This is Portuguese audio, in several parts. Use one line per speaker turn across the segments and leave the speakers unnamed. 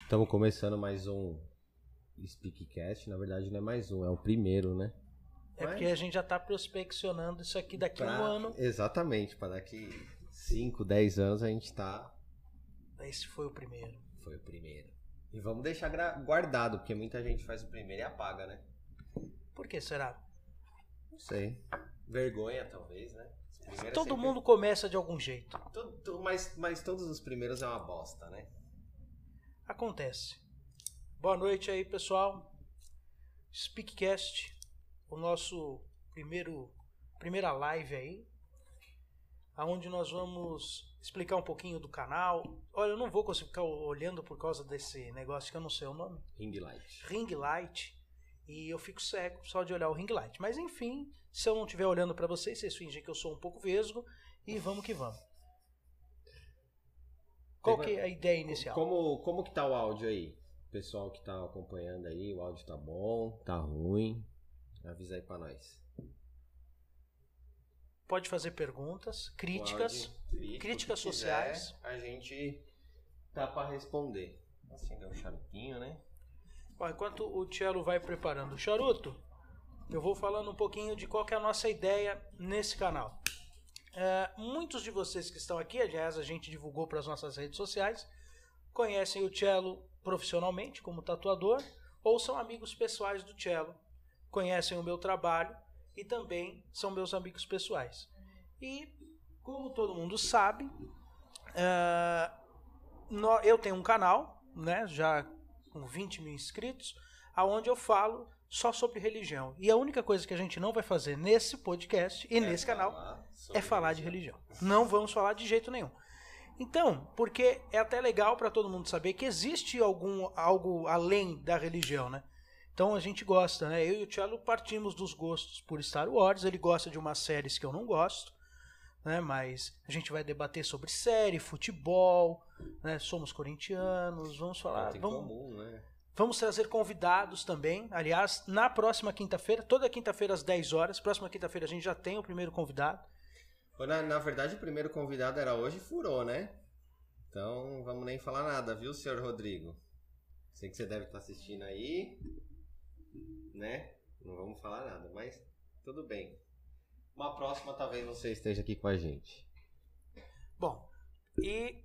Estamos começando mais um Speakcast. Na verdade, não é mais um, é o primeiro, né?
É porque a gente já tá prospeccionando isso aqui daqui a
Pra-
um ano.
Exatamente, para daqui 5, 10 anos a gente tá.
Esse foi o primeiro.
Foi o primeiro. E vamos deixar gra- guardado, porque muita gente faz o primeiro e apaga, né?
Por que será?
Não sei. Vergonha, talvez, né? Os primeiros
Todo
sempre-
mundo começa de algum jeito.
To- to- mas, mas todos os primeiros é uma bosta, né?
Acontece. Boa noite aí, pessoal. Speakcast, o nosso primeiro primeira live aí, aonde nós vamos explicar um pouquinho do canal. Olha, eu não vou conseguir ficar olhando por causa desse negócio que eu não sei o nome.
Ring light.
ring light e eu fico cego só de olhar o ring light. Mas enfim, se eu não estiver olhando para vocês, vocês fingem que eu sou um pouco vesgo e vamos que vamos. Qual que é a ideia inicial?
Como, como que tá o áudio aí? Pessoal que tá acompanhando aí, o áudio tá bom, tá ruim. Avisa aí pra nós.
Pode fazer perguntas,
O
críticas.
áudio, crítico,
críticas
o que
sociais.
quiser, a gente tá pra responder. Acendeu o charutinho, né?
Ó, Enquanto o Tielo vai preparando o charuto, eu vou falando um pouquinho de qual que é a nossa ideia nesse canal. É, muitos de vocês que estão aqui, aliás, a gente divulgou para as nossas redes sociais, conhecem o Cello profissionalmente como tatuador ou são amigos pessoais do Cello, conhecem o meu trabalho e também são meus amigos pessoais. E, como todo mundo sabe, é, nó- eu tenho um canal, né, já com 20 mil inscritos, aonde eu falo só sobre religião. E a única coisa que a gente não vai fazer nesse podcast e nesse canal é falar de religião. Não vamos falar de jeito nenhum. Então, porque é até legal para todo mundo saber que existe algum algo além da religião, né? Então a gente gosta, né? Eu e o Thiago partimos dos gostos por Star Wars. Ele gosta de umas séries que eu não gosto, né? Mas a gente vai debater sobre série, futebol, né? Somos corintianos, vamos falar,
Tem
vamos,
comum, né?
Vamos trazer convidados também. Aliás, na próxima quinta-feira, toda quinta-feira às 10 horas, próxima quinta-feira a gente já tem o primeiro convidado.
Na, na verdade, o primeiro convidado era hoje e furou, né? Então, não vamos nem falar nada, viu, senhor Rodrigo? Sei que você deve estar assistindo aí, né? Não vamos falar nada, mas tudo bem. Uma próxima, talvez você esteja aqui com a gente.
Bom, e,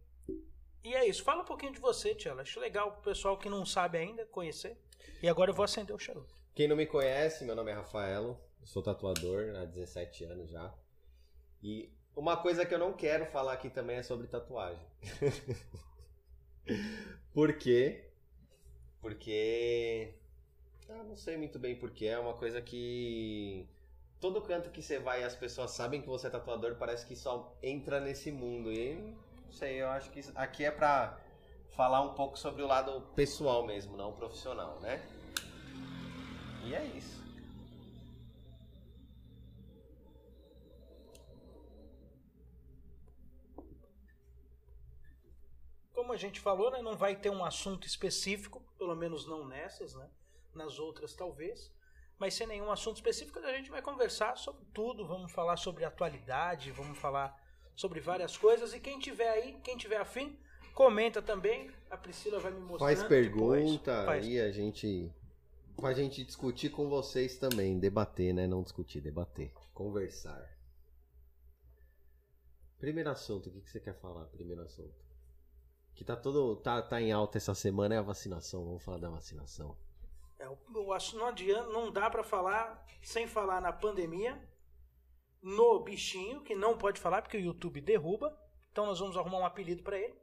e é isso. Fala um pouquinho de você, Tiela. Acho legal pro pessoal que não sabe ainda conhecer. E agora eu vou acender o charuto.
Quem não me conhece, meu nome é Rafaelo, eu sou tatuador há 17 anos já. E uma coisa que eu não quero falar aqui também é sobre tatuagem. por quê? Porque. Ah, não sei muito bem por quê. É uma coisa que. Todo canto que você vai e as pessoas sabem que você é tatuador, parece que só entra nesse mundo. E não sei, eu acho que isso- aqui é pra falar um pouco sobre o lado pessoal mesmo, não profissional, né? E é isso.
Como a gente falou, né, não vai ter um assunto específico, pelo menos não nessas, né? Nas outras talvez. Mas sem nenhum assunto específico, a gente vai conversar sobre tudo. Vamos falar sobre atualidade, vamos falar sobre várias coisas. E quem tiver aí, quem tiver afim, comenta também. A Priscila vai me mostrar.
Faz pergunta
Faz.
e a gente. Pra gente discutir com vocês também. Debater, né? Não discutir, debater. Conversar. Primeiro assunto, o que, que você quer falar? Primeiro assunto. Que tá todo. Tá, tá em alta essa semana é a vacinação. Vamos falar da vacinação.
É, o- o assu- não adianta, não dá pra falar sem falar na pandemia, no bichinho, que não pode falar porque o YouTube derruba. Então nós vamos arrumar um apelido pra ele.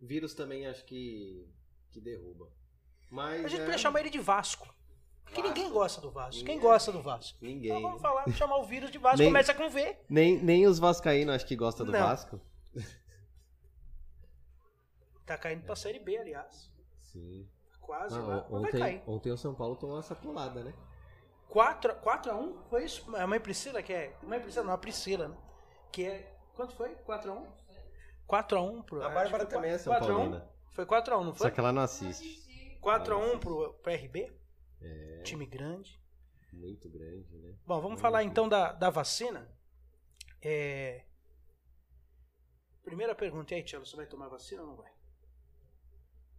Vírus também acho que. que derruba. Mas.
A gente
é-
podia chamar ele de Vasco. Porque
Vasco.
ninguém gosta do Vasco. Quem
Ninguém.
gosta do Vasco?
Ninguém.
Então
né?
vamos falar, chamar o vírus de Vasco.
Nem-
Começa com V.
Nem, nem os Vascaínos acho que gostam do
Não.
Vasco.
Tá caindo
É.
pra Série B, aliás.
Sim.
Quase
Ah,
lá.
on-
Mas vai
ontem,
cair.
ontem o São Paulo tomou uma sacolada, né?
4, a 1 Foi isso? A mãe Priscila que é... Mãe Priscila não, a Priscila, né? Que é... Quanto foi? 4 a 1 4 a 1 pro...
A Bárbara
acho que foi
também é São
4 a 1.
Paulina.
Foi 4 a 1 não
Só
foi?
que ela não assiste.
4 a 1 pro, pro RB.
É.
Time grande.
Muito grande, né?
Bom, vamos falar então da, da vacina. É... Primeira pergunta, e aí, Tchelo, você vai tomar vacina ou não vai?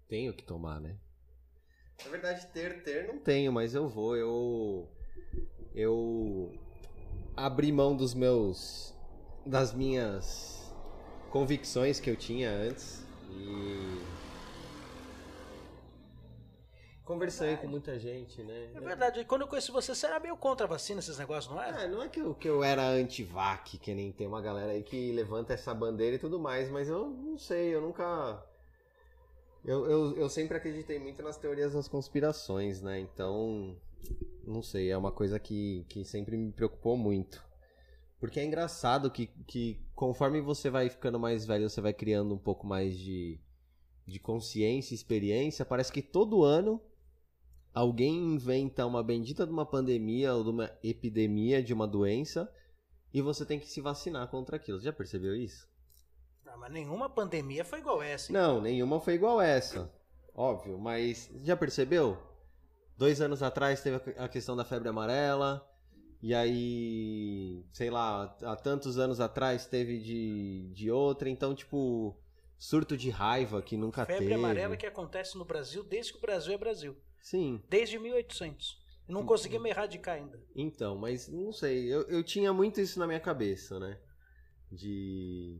tenho que tomar, né? Na verdade, ter, ter não tenho, mas eu vou. Eu. Eu. Abri mão dos meus. Das minhas convicções que eu tinha antes. E. Conversei com muita gente, né?
É verdade, e quando eu conheci você, você era meio contra a vacina, esses negócios, não era?
Ah, não é que eu, que eu era anti-vac, que nem tem uma galera aí que levanta essa bandeira e tudo mais, mas eu não sei, eu nunca. Eu, eu, eu sempre acreditei muito nas teorias das conspirações, né? Então, não sei, é uma coisa que, que sempre me preocupou muito. Porque é engraçado que, que conforme você vai ficando mais velho, você vai criando um pouco mais de, de consciência, experiência, parece que todo ano alguém inventa uma bendita de uma pandemia ou de uma epidemia de uma doença e você tem que se vacinar contra aquilo. Você já percebeu isso?
Não, Ah, mas nenhuma pandemia foi igual essa. hein?
Não, nenhuma foi igual essa. Óbvio, mas já percebeu? Dois anos atrás teve a questão da febre amarela. E aí, sei lá, há tantos anos atrás teve de, de outra. Então, tipo, surto de raiva que nunca
Febre
teve.
amarela que acontece no Brasil desde que o Brasil é Brasil.
Sim,
Desde 1800.
Hum.
Não conseguimos erradicar ainda.
então, mas não sei. Eu, eu tinha muito isso na minha cabeça, né? De.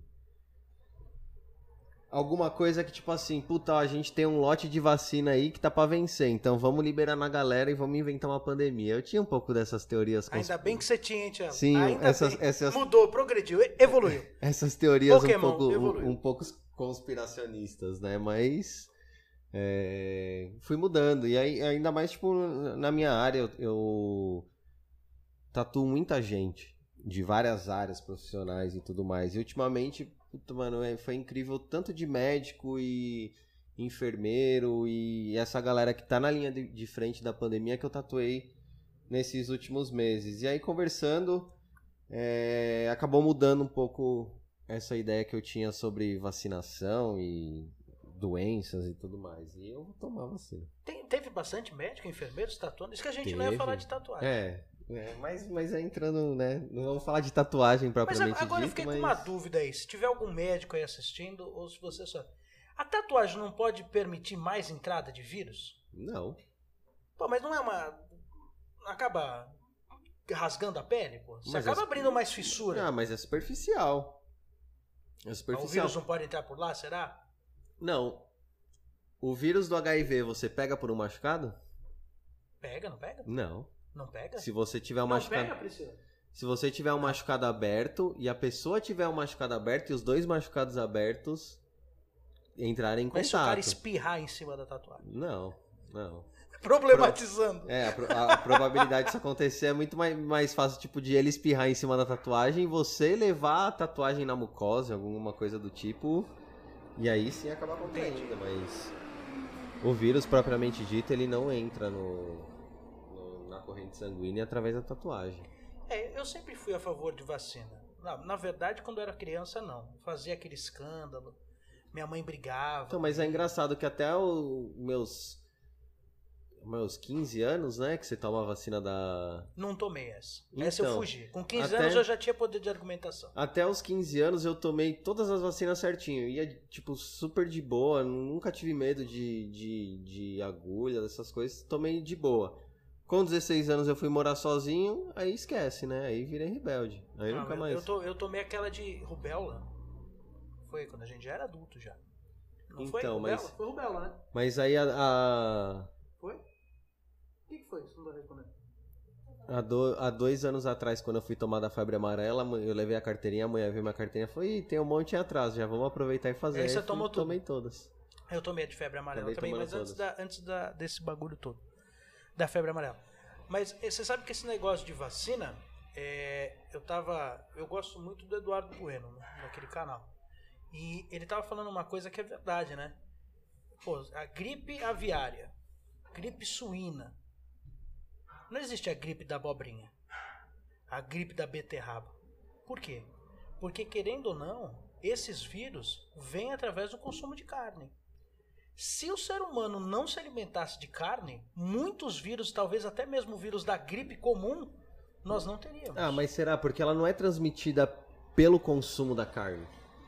Alguma coisa que, tipo assim, puta, ó, a gente tem um lote de vacina aí que tá pra vencer, então vamos liberar na galera e vamos inventar uma pandemia. Eu tinha um pouco dessas teorias
Ainda bem que você tinha, hein, Thiago?
Sim,
Ainda
essas,
bem.
essas,
Mudou, progrediu, e- evoluiu.
essas teorias
Pokémon,
um, pouco,
evoluiu.
um, um pouco conspiracionistas, né? Mas é, fui mudando. E aí, ainda mais, tipo, na minha área, eu, eu tatuo muita gente de várias áreas profissionais e tudo mais. E ultimamente, puta, mano, é, foi incrível tanto de médico e enfermeiro e essa galera que tá na linha de, de frente da pandemia que eu tatuei nesses últimos meses. E aí, conversando, é, acabou mudando um pouco essa ideia que eu tinha sobre vacinação e doenças e tudo mais. E eu vou tomar vacina.
Tem- teve bastante médico, enfermeiros tatuando. Isso que a gente não ia
Teve.
falar de tatuagem.
É, é, mas, mas é entrando, né? Não vamos falar de tatuagem
Mas
propriamente
a- agora eu
dito,
fiquei
mas...
com uma dúvida aí. Se tiver algum médico aí assistindo, ou se você só. A tatuagem não pode permitir mais entrada de vírus?
Não.
Pô, mas não é uma. Acaba rasgando a pele, pô. Você
Mas
acaba
as-
abrindo mais fissura.
Ah, mas é superficial. É
o
superficial.
vírus não pode entrar por lá, será?
Não. O vírus do HIV você pega por um machucado?
Pega, não pega?
Não.
Não pega?
Se você tiver um
É. não
machucado.
pega, Priscila.
Se você tiver um machucado aberto e a pessoa tiver um machucado aberto e os dois machucados abertos entrarem em
Mas se o cara
contato.
espirrar em cima da tatuagem.
Não, não.
Problematizando.
É, a, pro- a probabilidade disso acontecer é muito mais, mais fácil, tipo, de ele espirrar em cima da tatuagem e você levar a tatuagem na mucosa, alguma coisa do tipo, e aí sim acabar contraindo, mas o vírus propriamente dito, ele não entra no, no- na corrente sanguínea através da tatuagem.
É, eu sempre fui a favor de vacina. Na, na verdade, quando eu era criança, não. Fazia aquele escândalo. Minha mãe brigava.
Então, mas é engraçado que até os meus meus 15 anos, né, que você toma a vacina da
Não tomei essa. essa eu
Então,
fugi. Com 15
até-
anos eu já tinha poder de argumentação.
Até os 15 anos eu tomei todas as vacinas certinho. Ia, tipo, super de boa. Nunca tive medo de, de, de agulha, dessas coisas. Tomei de boa. Com 16 anos eu fui morar sozinho, aí esquece, né? Aí virei rebelde. Aí
Ah,
nunca
eu-
mais.
Eu, to- eu tomei aquela de rubéola. Foi quando a gente já era adulto já. Não foi
Então,
rubéola?
mas-
Foi rubéola, né?
Mas aí a, a,
Foi? O que, que foi isso? Não tô respondendo.
há do- há dois anos atrás, quando eu fui tomar da febre amarela, eu levei a carteirinha, a mulher viu minha carteirinha e falou: Ih, tem um monte aí atrás, já vamos aproveitar e fazer.
Aí você
eu fui-
tomou tudo.
Tomei todas.
Eu tomei a de febre amarela
Acabei
também,
tomando
mas antes, da,
todas.
antes da- desse bagulho todo. Da febre amarela. Mas eh, você sabe que esse negócio de vacina, eh, eu tava. Eu gosto muito do Eduardo Bueno, né, naquele canal. E ele tava falando uma coisa que é verdade, né? Pô, a gripe aviária, gripe suína. Não existe a gripe da abobrinha. A gripe da beterraba. Por quê? Porque, querendo ou não, esses vírus vêm através do consumo de carne. Se o ser humano não se alimentasse de carne, muitos vírus, talvez até mesmo o vírus da gripe comum, nós não teríamos.
Ah, mas será? Porque ela não é transmitida pelo consumo da carne.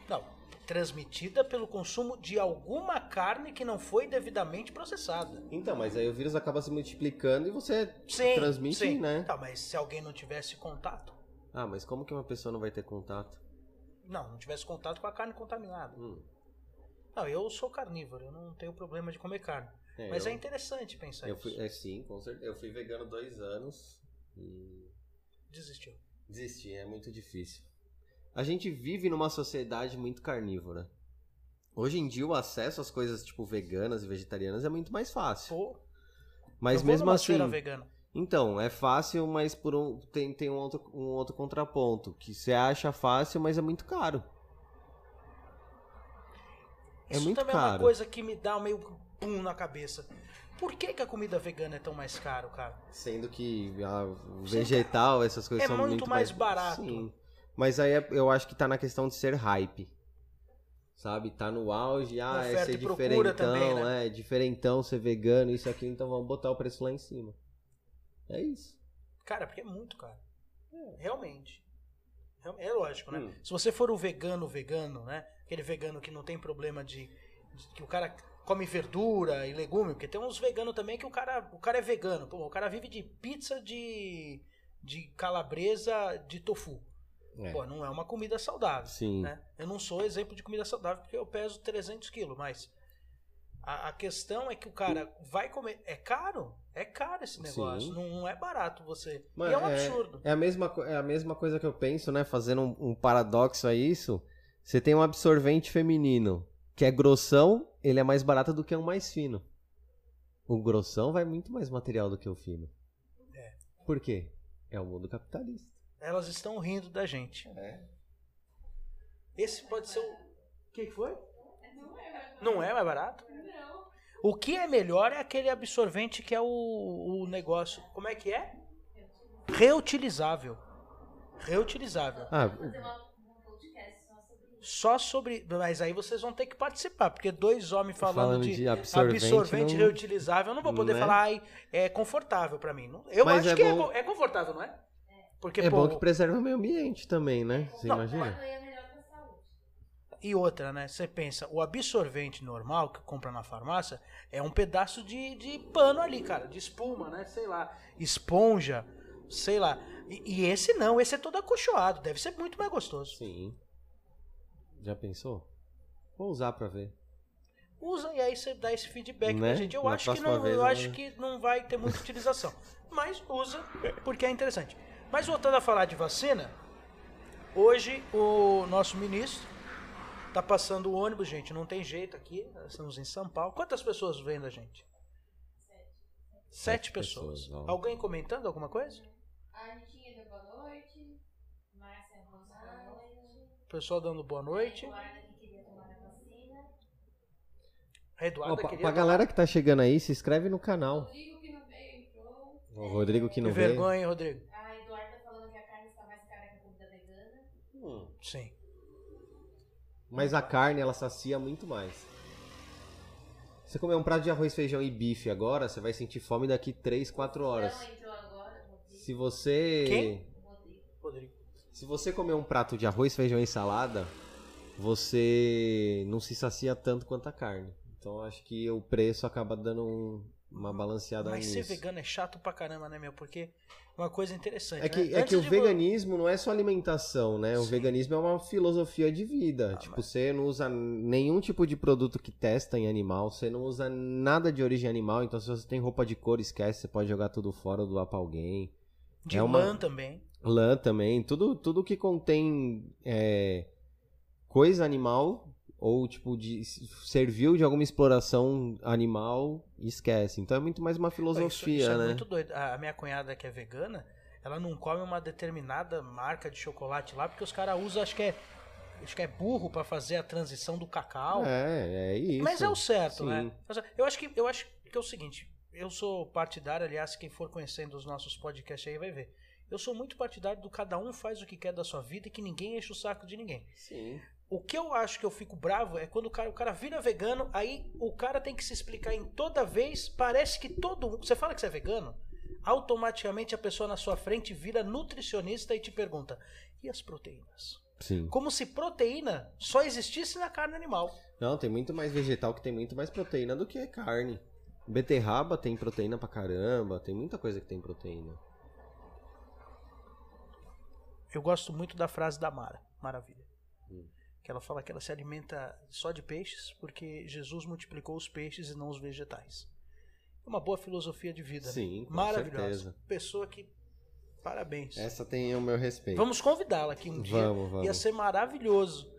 Não, transmitida pelo consumo de alguma carne que não foi devidamente processada.
Então, mas aí o vírus acaba se multiplicando e você
Sim,
transmite,
sim.
né?
Tá, mas se alguém não tivesse contato,
Ah, mas como que uma pessoa não vai ter contato?
não, não tivesse contato com a carne contaminada.
Hum,
Não, eu sou carnívoro, eu não tenho problema de comer carne.
é,
mas
eu,
é interessante pensar
eu
isso.
fui, é, sim, com certeza. Eu fui vegano dois anos e
Desistiu.
desisti, é muito difícil. A gente vive numa sociedade muito carnívora. Hoje em dia o acesso às coisas tipo veganas e vegetarianas é muito mais fácil.
Pô, eu
Mas
vou
mesmo
numa
assim,
feira vegana.
Então, é fácil, mas por um, tem, tem um, outro, um outro contraponto. Que você acha fácil, mas é muito caro. É
Isso
muito
também é uma
caro.
coisa que me dá meio pum na cabeça. Por que, que a comida vegana é tão mais caro, cara?
Sendo que a, o vegetal, essas coisas
É
são
muito
muito,
mais barato.
Sim. Mas aí é- eu acho que tá na questão de ser hype. Sabe? Tá no auge, ah,
Oferta
é
e
ser
procura
diferentão,
também, né?
é diferentão, ser vegano, isso aqui, então vamos botar o preço lá em cima. É isso.
Cara, porque é muito caro. Realmente. Real- É lógico, né?
É. Hum.
Se você for o vegano vegano, né? Aquele vegano que não tem problema de, de- que o cara come verdura e legume, porque tem uns veganos também que o cara, o cara é vegano, pô, o cara vive de pizza de de calabresa de tofu.
É.
Pô, não é uma comida saudável.
Sim.
né? Eu não sou exemplo de comida saudável porque eu peso 300 quilos, mas a, a questão é que o cara vai comer. É caro? É caro esse negócio.
Sim.
Não, não é barato você.
Mano,
e é um absurdo.
É a, mesma, co- é a mesma coisa que eu penso, né? Fazendo um, um paradoxo a isso. Você tem um absorvente feminino que é grossão, ele é mais barato do que um mais fino. O grossão vai muito mais material do que o fino. Por quê? É o mundo capitalista.
Elas estão rindo da gente. Esse pode ser o. O que que foi? Não é mais barato? Não. O que é melhor é aquele absorvente que é o, o negócio. Como é que é? Reutilizável. Reutilizável.
Ah,
Só sobre. Mas aí vocês vão ter que participar, porque dois homens falando,
Falando
de,
de
absorvente,
absorvente não-
reutilizável, eu não vou poder
né?
falar, ai, é confortável pra mim. Não- Eu
Mas
acho
é
que é,
bom-
co- é confortável, não é? Porque,
é
pô,
bom que preserva o meio ambiente também, né? Você imagina?
Ganha melhor pra saúde.
e outra, né? Você pensa, o absorvente normal que compra na farmácia é um pedaço de, de pano ali, cara, de espuma, né? Sei lá, esponja, sei lá. E, e esse não, esse é todo acolchoado, deve ser muito mais gostoso.
Sim. Já pensou? Vou usar pra ver.
usa e aí você dá esse feedback
Né?
pra gente. Eu
Na
acho que
próxima
não,
vez,
eu
né?
acho que não vai ter muita utilização, mas usa porque é interessante. Mas voltando a falar de vacina, hoje o nosso ministro tá passando o ônibus, gente, não tem jeito aqui, nós estamos em São Paulo. Quantas pessoas vendo a gente? Sete
Sete
pessoas.
pessoas, ó.
Alguém comentando alguma coisa?
A Anitinha deu boa noite. Márcia Ramos boa noite.
O pessoal dando boa noite.
Eduarda que queria tomar a vacina.
A Eduarda
Ó, pra,
queria
pra galera que tá chegando aí, se inscreve no canal.
Rodrigo que não veio, entrou.
O Rodrigo que
Que
não veio.
vergonha, hein, Rodrigo.
A Eduarda tá falando que a carne está mais cara que a comida vegana.
Hum.
Sim.
Mas a carne, ela sacia muito mais. Você comer um prato de arroz, feijão e bife agora, você vai sentir fome daqui 3, 4 horas.
Não entrou agora, Rodrigo.
Se você.
Quem?
Rodrigo.
Rodrigo.
Se você comer um prato de arroz, feijão e salada, você não se sacia tanto quanto a carne. Então acho que o preço acaba dando um- uma balanceada
Mas ser
nisso.
vegano é chato pra caramba, né, meu? Porque uma coisa interessante.
É
né?
que, é
Antes
que o
de vo-
veganismo não é só alimentação, né? O
Sim.
veganismo é uma filosofia de vida.
Ah,
tipo,
mas-
você não usa nenhum tipo de produto que testa em animal, você não usa nada de origem animal, então se você tem roupa de cor, esquece, você pode jogar tudo fora ou doar pra alguém.
De
é uma-
lã também.
Lã também, tudo, tudo que contém é, coisa animal ou tipo de serviu de alguma exploração animal, esquece. Então é muito mais uma filosofia,
isso, isso é
né?
muito doido. A a minha cunhada que é vegana, ela não come uma determinada marca de chocolate lá, porque os caras usam, acho que é. Acho que é burro pra fazer a transição do cacau.
É, é isso.
Mas é o certo,
Sim.
né? Mas Eu acho que eu acho que é o seguinte, eu sou partidário, aliás, quem for conhecendo os nossos podcasts aí vai ver. Eu sou muito partidário do cada um faz o que quer da sua vida e que ninguém enche o saco de ninguém.
Sim.
O que eu acho que eu fico bravo é quando o cara, o cara vira vegano, aí o cara tem que se explicar em toda vez. Parece que todo mundo. Você fala que você é vegano, automaticamente a pessoa na sua frente vira nutricionista e te pergunta: e as proteínas?
Sim.
Como se proteína só existisse na carne animal.
Não, tem muito mais vegetal que tem muito mais proteína do que carne. Beterraba tem proteína pra caramba, tem muita coisa que tem proteína.
Eu gosto muito da frase da Mara, maravilha.
Hum.
Que ela fala que ela se alimenta só de peixes porque Jesus multiplicou os peixes e não os vegetais. É uma boa filosofia de vida. né?
Sim, com
Maravilhosa.
certeza.
Pessoa que. Parabéns.
Essa tem o meu respeito.
Vamos convidá-la aqui um dia.
vamos. vamos.
Ia ser maravilhoso.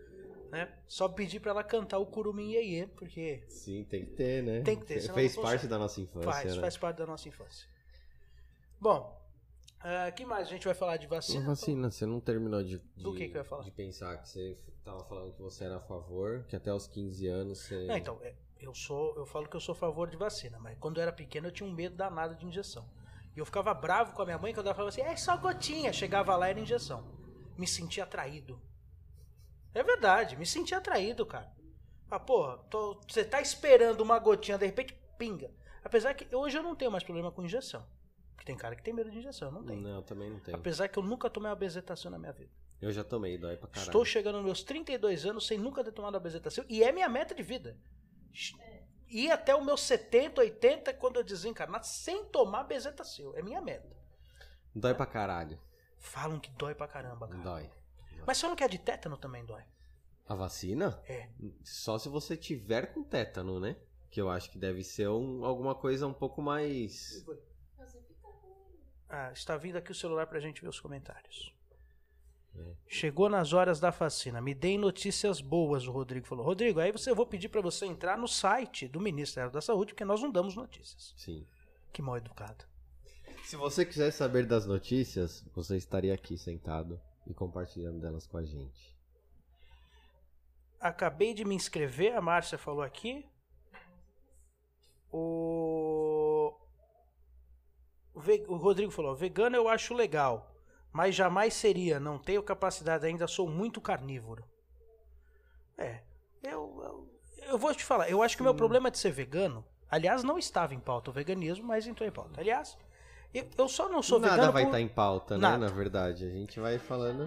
Né? Só pedir pra ela cantar o Curumim Iê, porque
Sim, tem que ter, né?
Tem que ter, senão
Fez
não
parte
consegue.
da nossa infância,
faz,
né?
faz parte da nossa infância. Bom, o que mais a gente vai falar de
Ô,
vacina?
vacina, você não terminou de,
Do
de-
que que eu ia falar?
de pensar que você tava falando que você era a favor, que até os 15 anos você.
Não, então, é, eu sou, eu falo que eu sou a favor de vacina, mas quando eu era pequeno eu tinha um medo danado de injeção. E eu ficava bravo com a minha mãe quando ela falava assim, é só gotinha. Chegava lá era injeção. Me sentia atraído. É verdade, me sentia atraído, cara. Ah, porra, tô- você tá esperando uma gotinha, de repente, pinga. Apesar que hoje eu não tenho mais problema com injeção. Porque tem cara que tem medo de injeção, eu não tem.
Não, também não tem.
Apesar que eu nunca tomei uma benzetacil na minha vida.
Eu já tomei, dói pra caralho.
Estou chegando aos meus 32 anos sem nunca ter tomado a benzetacil e é minha meta de vida. Ch- Ir até os meus 70, 80 quando eu desencarnar sem tomar benzetacil. É minha meta.
Dói pra caralho.
Falam que dói pra caramba, cara.
Dói.
Mas se eu não quer de tétano também dói.
A vacina?
É.
Só se você tiver com tétano, né? Que eu acho que deve ser um- alguma coisa um pouco mais.
Você fica ruim.
Ah, está vindo aqui o celular pra gente ver os comentários.
É.
Chegou nas horas da vacina. Me deem notícias boas, o Rodrigo falou. Rodrigo, aí você eu vou pedir pra você entrar no site do Ministério da Saúde, porque nós não damos notícias.
Sim.
Que mal educado.
Se você quiser saber das notícias, você estaria aqui sentado e compartilhando delas com a gente.
Acabei de me inscrever, a Márcia falou aqui. O... o ve- o Rodrigo falou: vegano eu acho legal, mas jamais seria, não tenho capacidade ainda, sou muito carnívoro. É, eu, eu, eu vou te falar, eu acho que o meu
Hum.
problema de ser vegano, aliás, não estava em pauta o veganismo, mas entrou em pauta. Aliás, eu, eu só não sou
Nada
vegano.
vai
por-
estar em pauta,
Nada.
né? Na verdade, a gente vai falando.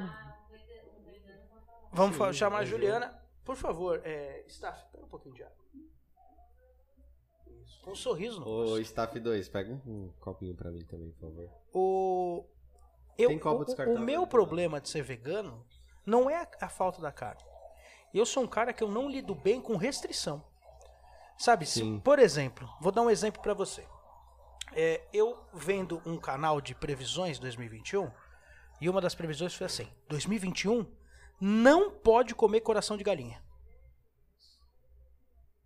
Vamos
Sim,
fa- chamar a
mas é. eu-
Juliana. Por favor, é, staff, pega um pouquinho de água. Isso, Com um sorriso no
Ô,
rosto.
Staff 2, pega um, um copinho pra mim também, por favor.
O, eu,
Tem copo
o- o-
descartável,
o meu
né?
problema de ser vegano não é a, a falta da carne. Eu sou um cara que eu não lido bem com restrição. Sabe, se,
Sim.
por exemplo, vou dar um exemplo pra você. É, eu vendo um canal de previsões 2021 e uma das previsões foi assim: 2021 não pode comer coração de galinha.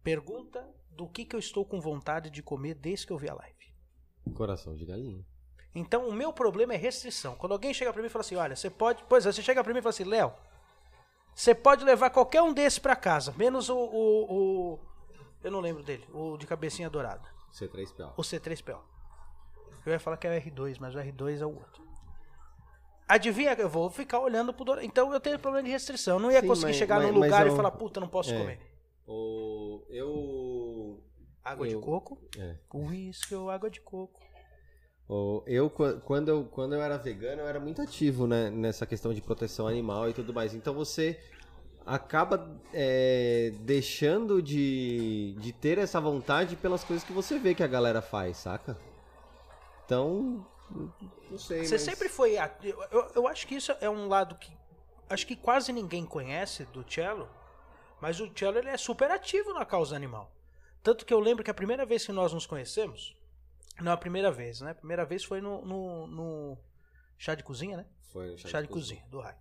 Pergunta do que, que eu estou com vontade de comer desde que eu vi a live.
Coração de galinha.
Então, o meu problema é restrição. Quando alguém chega pra mim e fala assim, olha, você pode... Pois é, você chega pra mim e fala assim, Léo, você pode levar qualquer um desses pra casa, menos o, o- o- Eu não lembro dele, o de cabecinha dourada,
C3PO.
o C3PO. Eu ia falar que é o R2, mas o R2 é o outro. Adivinha, eu vou ficar olhando pro dourado. Então, eu tenho problema de restrição. Eu não ia
Sim,
conseguir
mas-
chegar
mas-
num
mas
lugar
é
e
um-
falar, puta, não posso
é.
comer.
O. Eu.
Água de
Eu-
coco,
É.
uísque ou água de coco.
O- Eu, qu- quando eu, quando eu era vegano, eu era muito ativo né, nessa questão de proteção animal e tudo mais. Então você acaba é, deixando de, de ter essa vontade pelas coisas que você vê que a galera faz, saca? Então. Não sei.
Você
mas-
sempre foi. a- Eu, eu- eu acho que isso é um lado que. Acho que quase ninguém conhece do cello. Mas o cello ele é super ativo na causa animal. Tanto que eu lembro que a primeira vez que nós nos conhecemos. Não, a primeira vez, né? A primeira vez foi no, no- no chá de cozinha, né?
Foi um
Chá, de, cozinha, do Rai.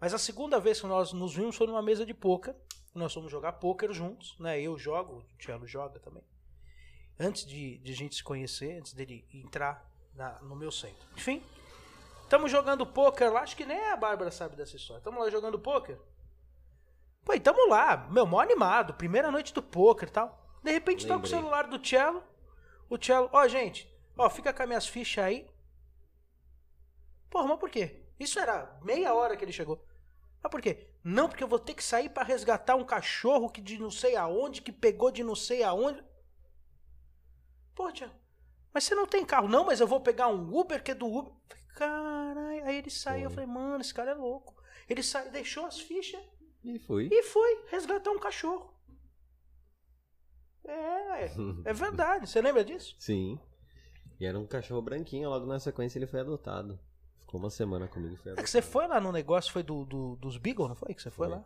Mas a segunda vez que nós nos vimos foi numa mesa de pôquer. Nós fomos jogar pôquer juntos, né? Eu jogo, o Tiago joga também. Antes de, de a gente se conhecer, antes dele entrar na- no meu centro. Enfim, estamos jogando pôquer lá. Acho que nem a Bárbara sabe dessa história. Estamos lá jogando pôquer. Pô, e tamo lá, meu, mó animado. Primeira noite do pôquer e tal. De repente toca o
Lembrei.
celular do Cello. O Cello, ó, gente, ó, fica com as minhas fichas aí. Porra, mas por quê? Isso era meia hora que ele chegou. Mas por quê? Não, porque eu vou ter que sair pra resgatar um cachorro que de não sei aonde, que pegou de não sei aonde. Pô, tia, mas você não tem carro, não, mas eu vou pegar um Uber que é do Uber. Falei, Caralho, aí ele saiu, eu
Foi.
falei, mano, esse cara é louco. Ele sa... deixou as fichas
E fui.
e foi resgatar um cachorro. É, é, é verdade. Você lembra disso?
Sim. E era um cachorro branquinho, logo na sequência ele foi adotado. Ficou uma semana comigo e foi
É
adotado.
que você foi lá no negócio, foi do, do- dos Beagle, não foi? Que você foi,
Foi.
lá?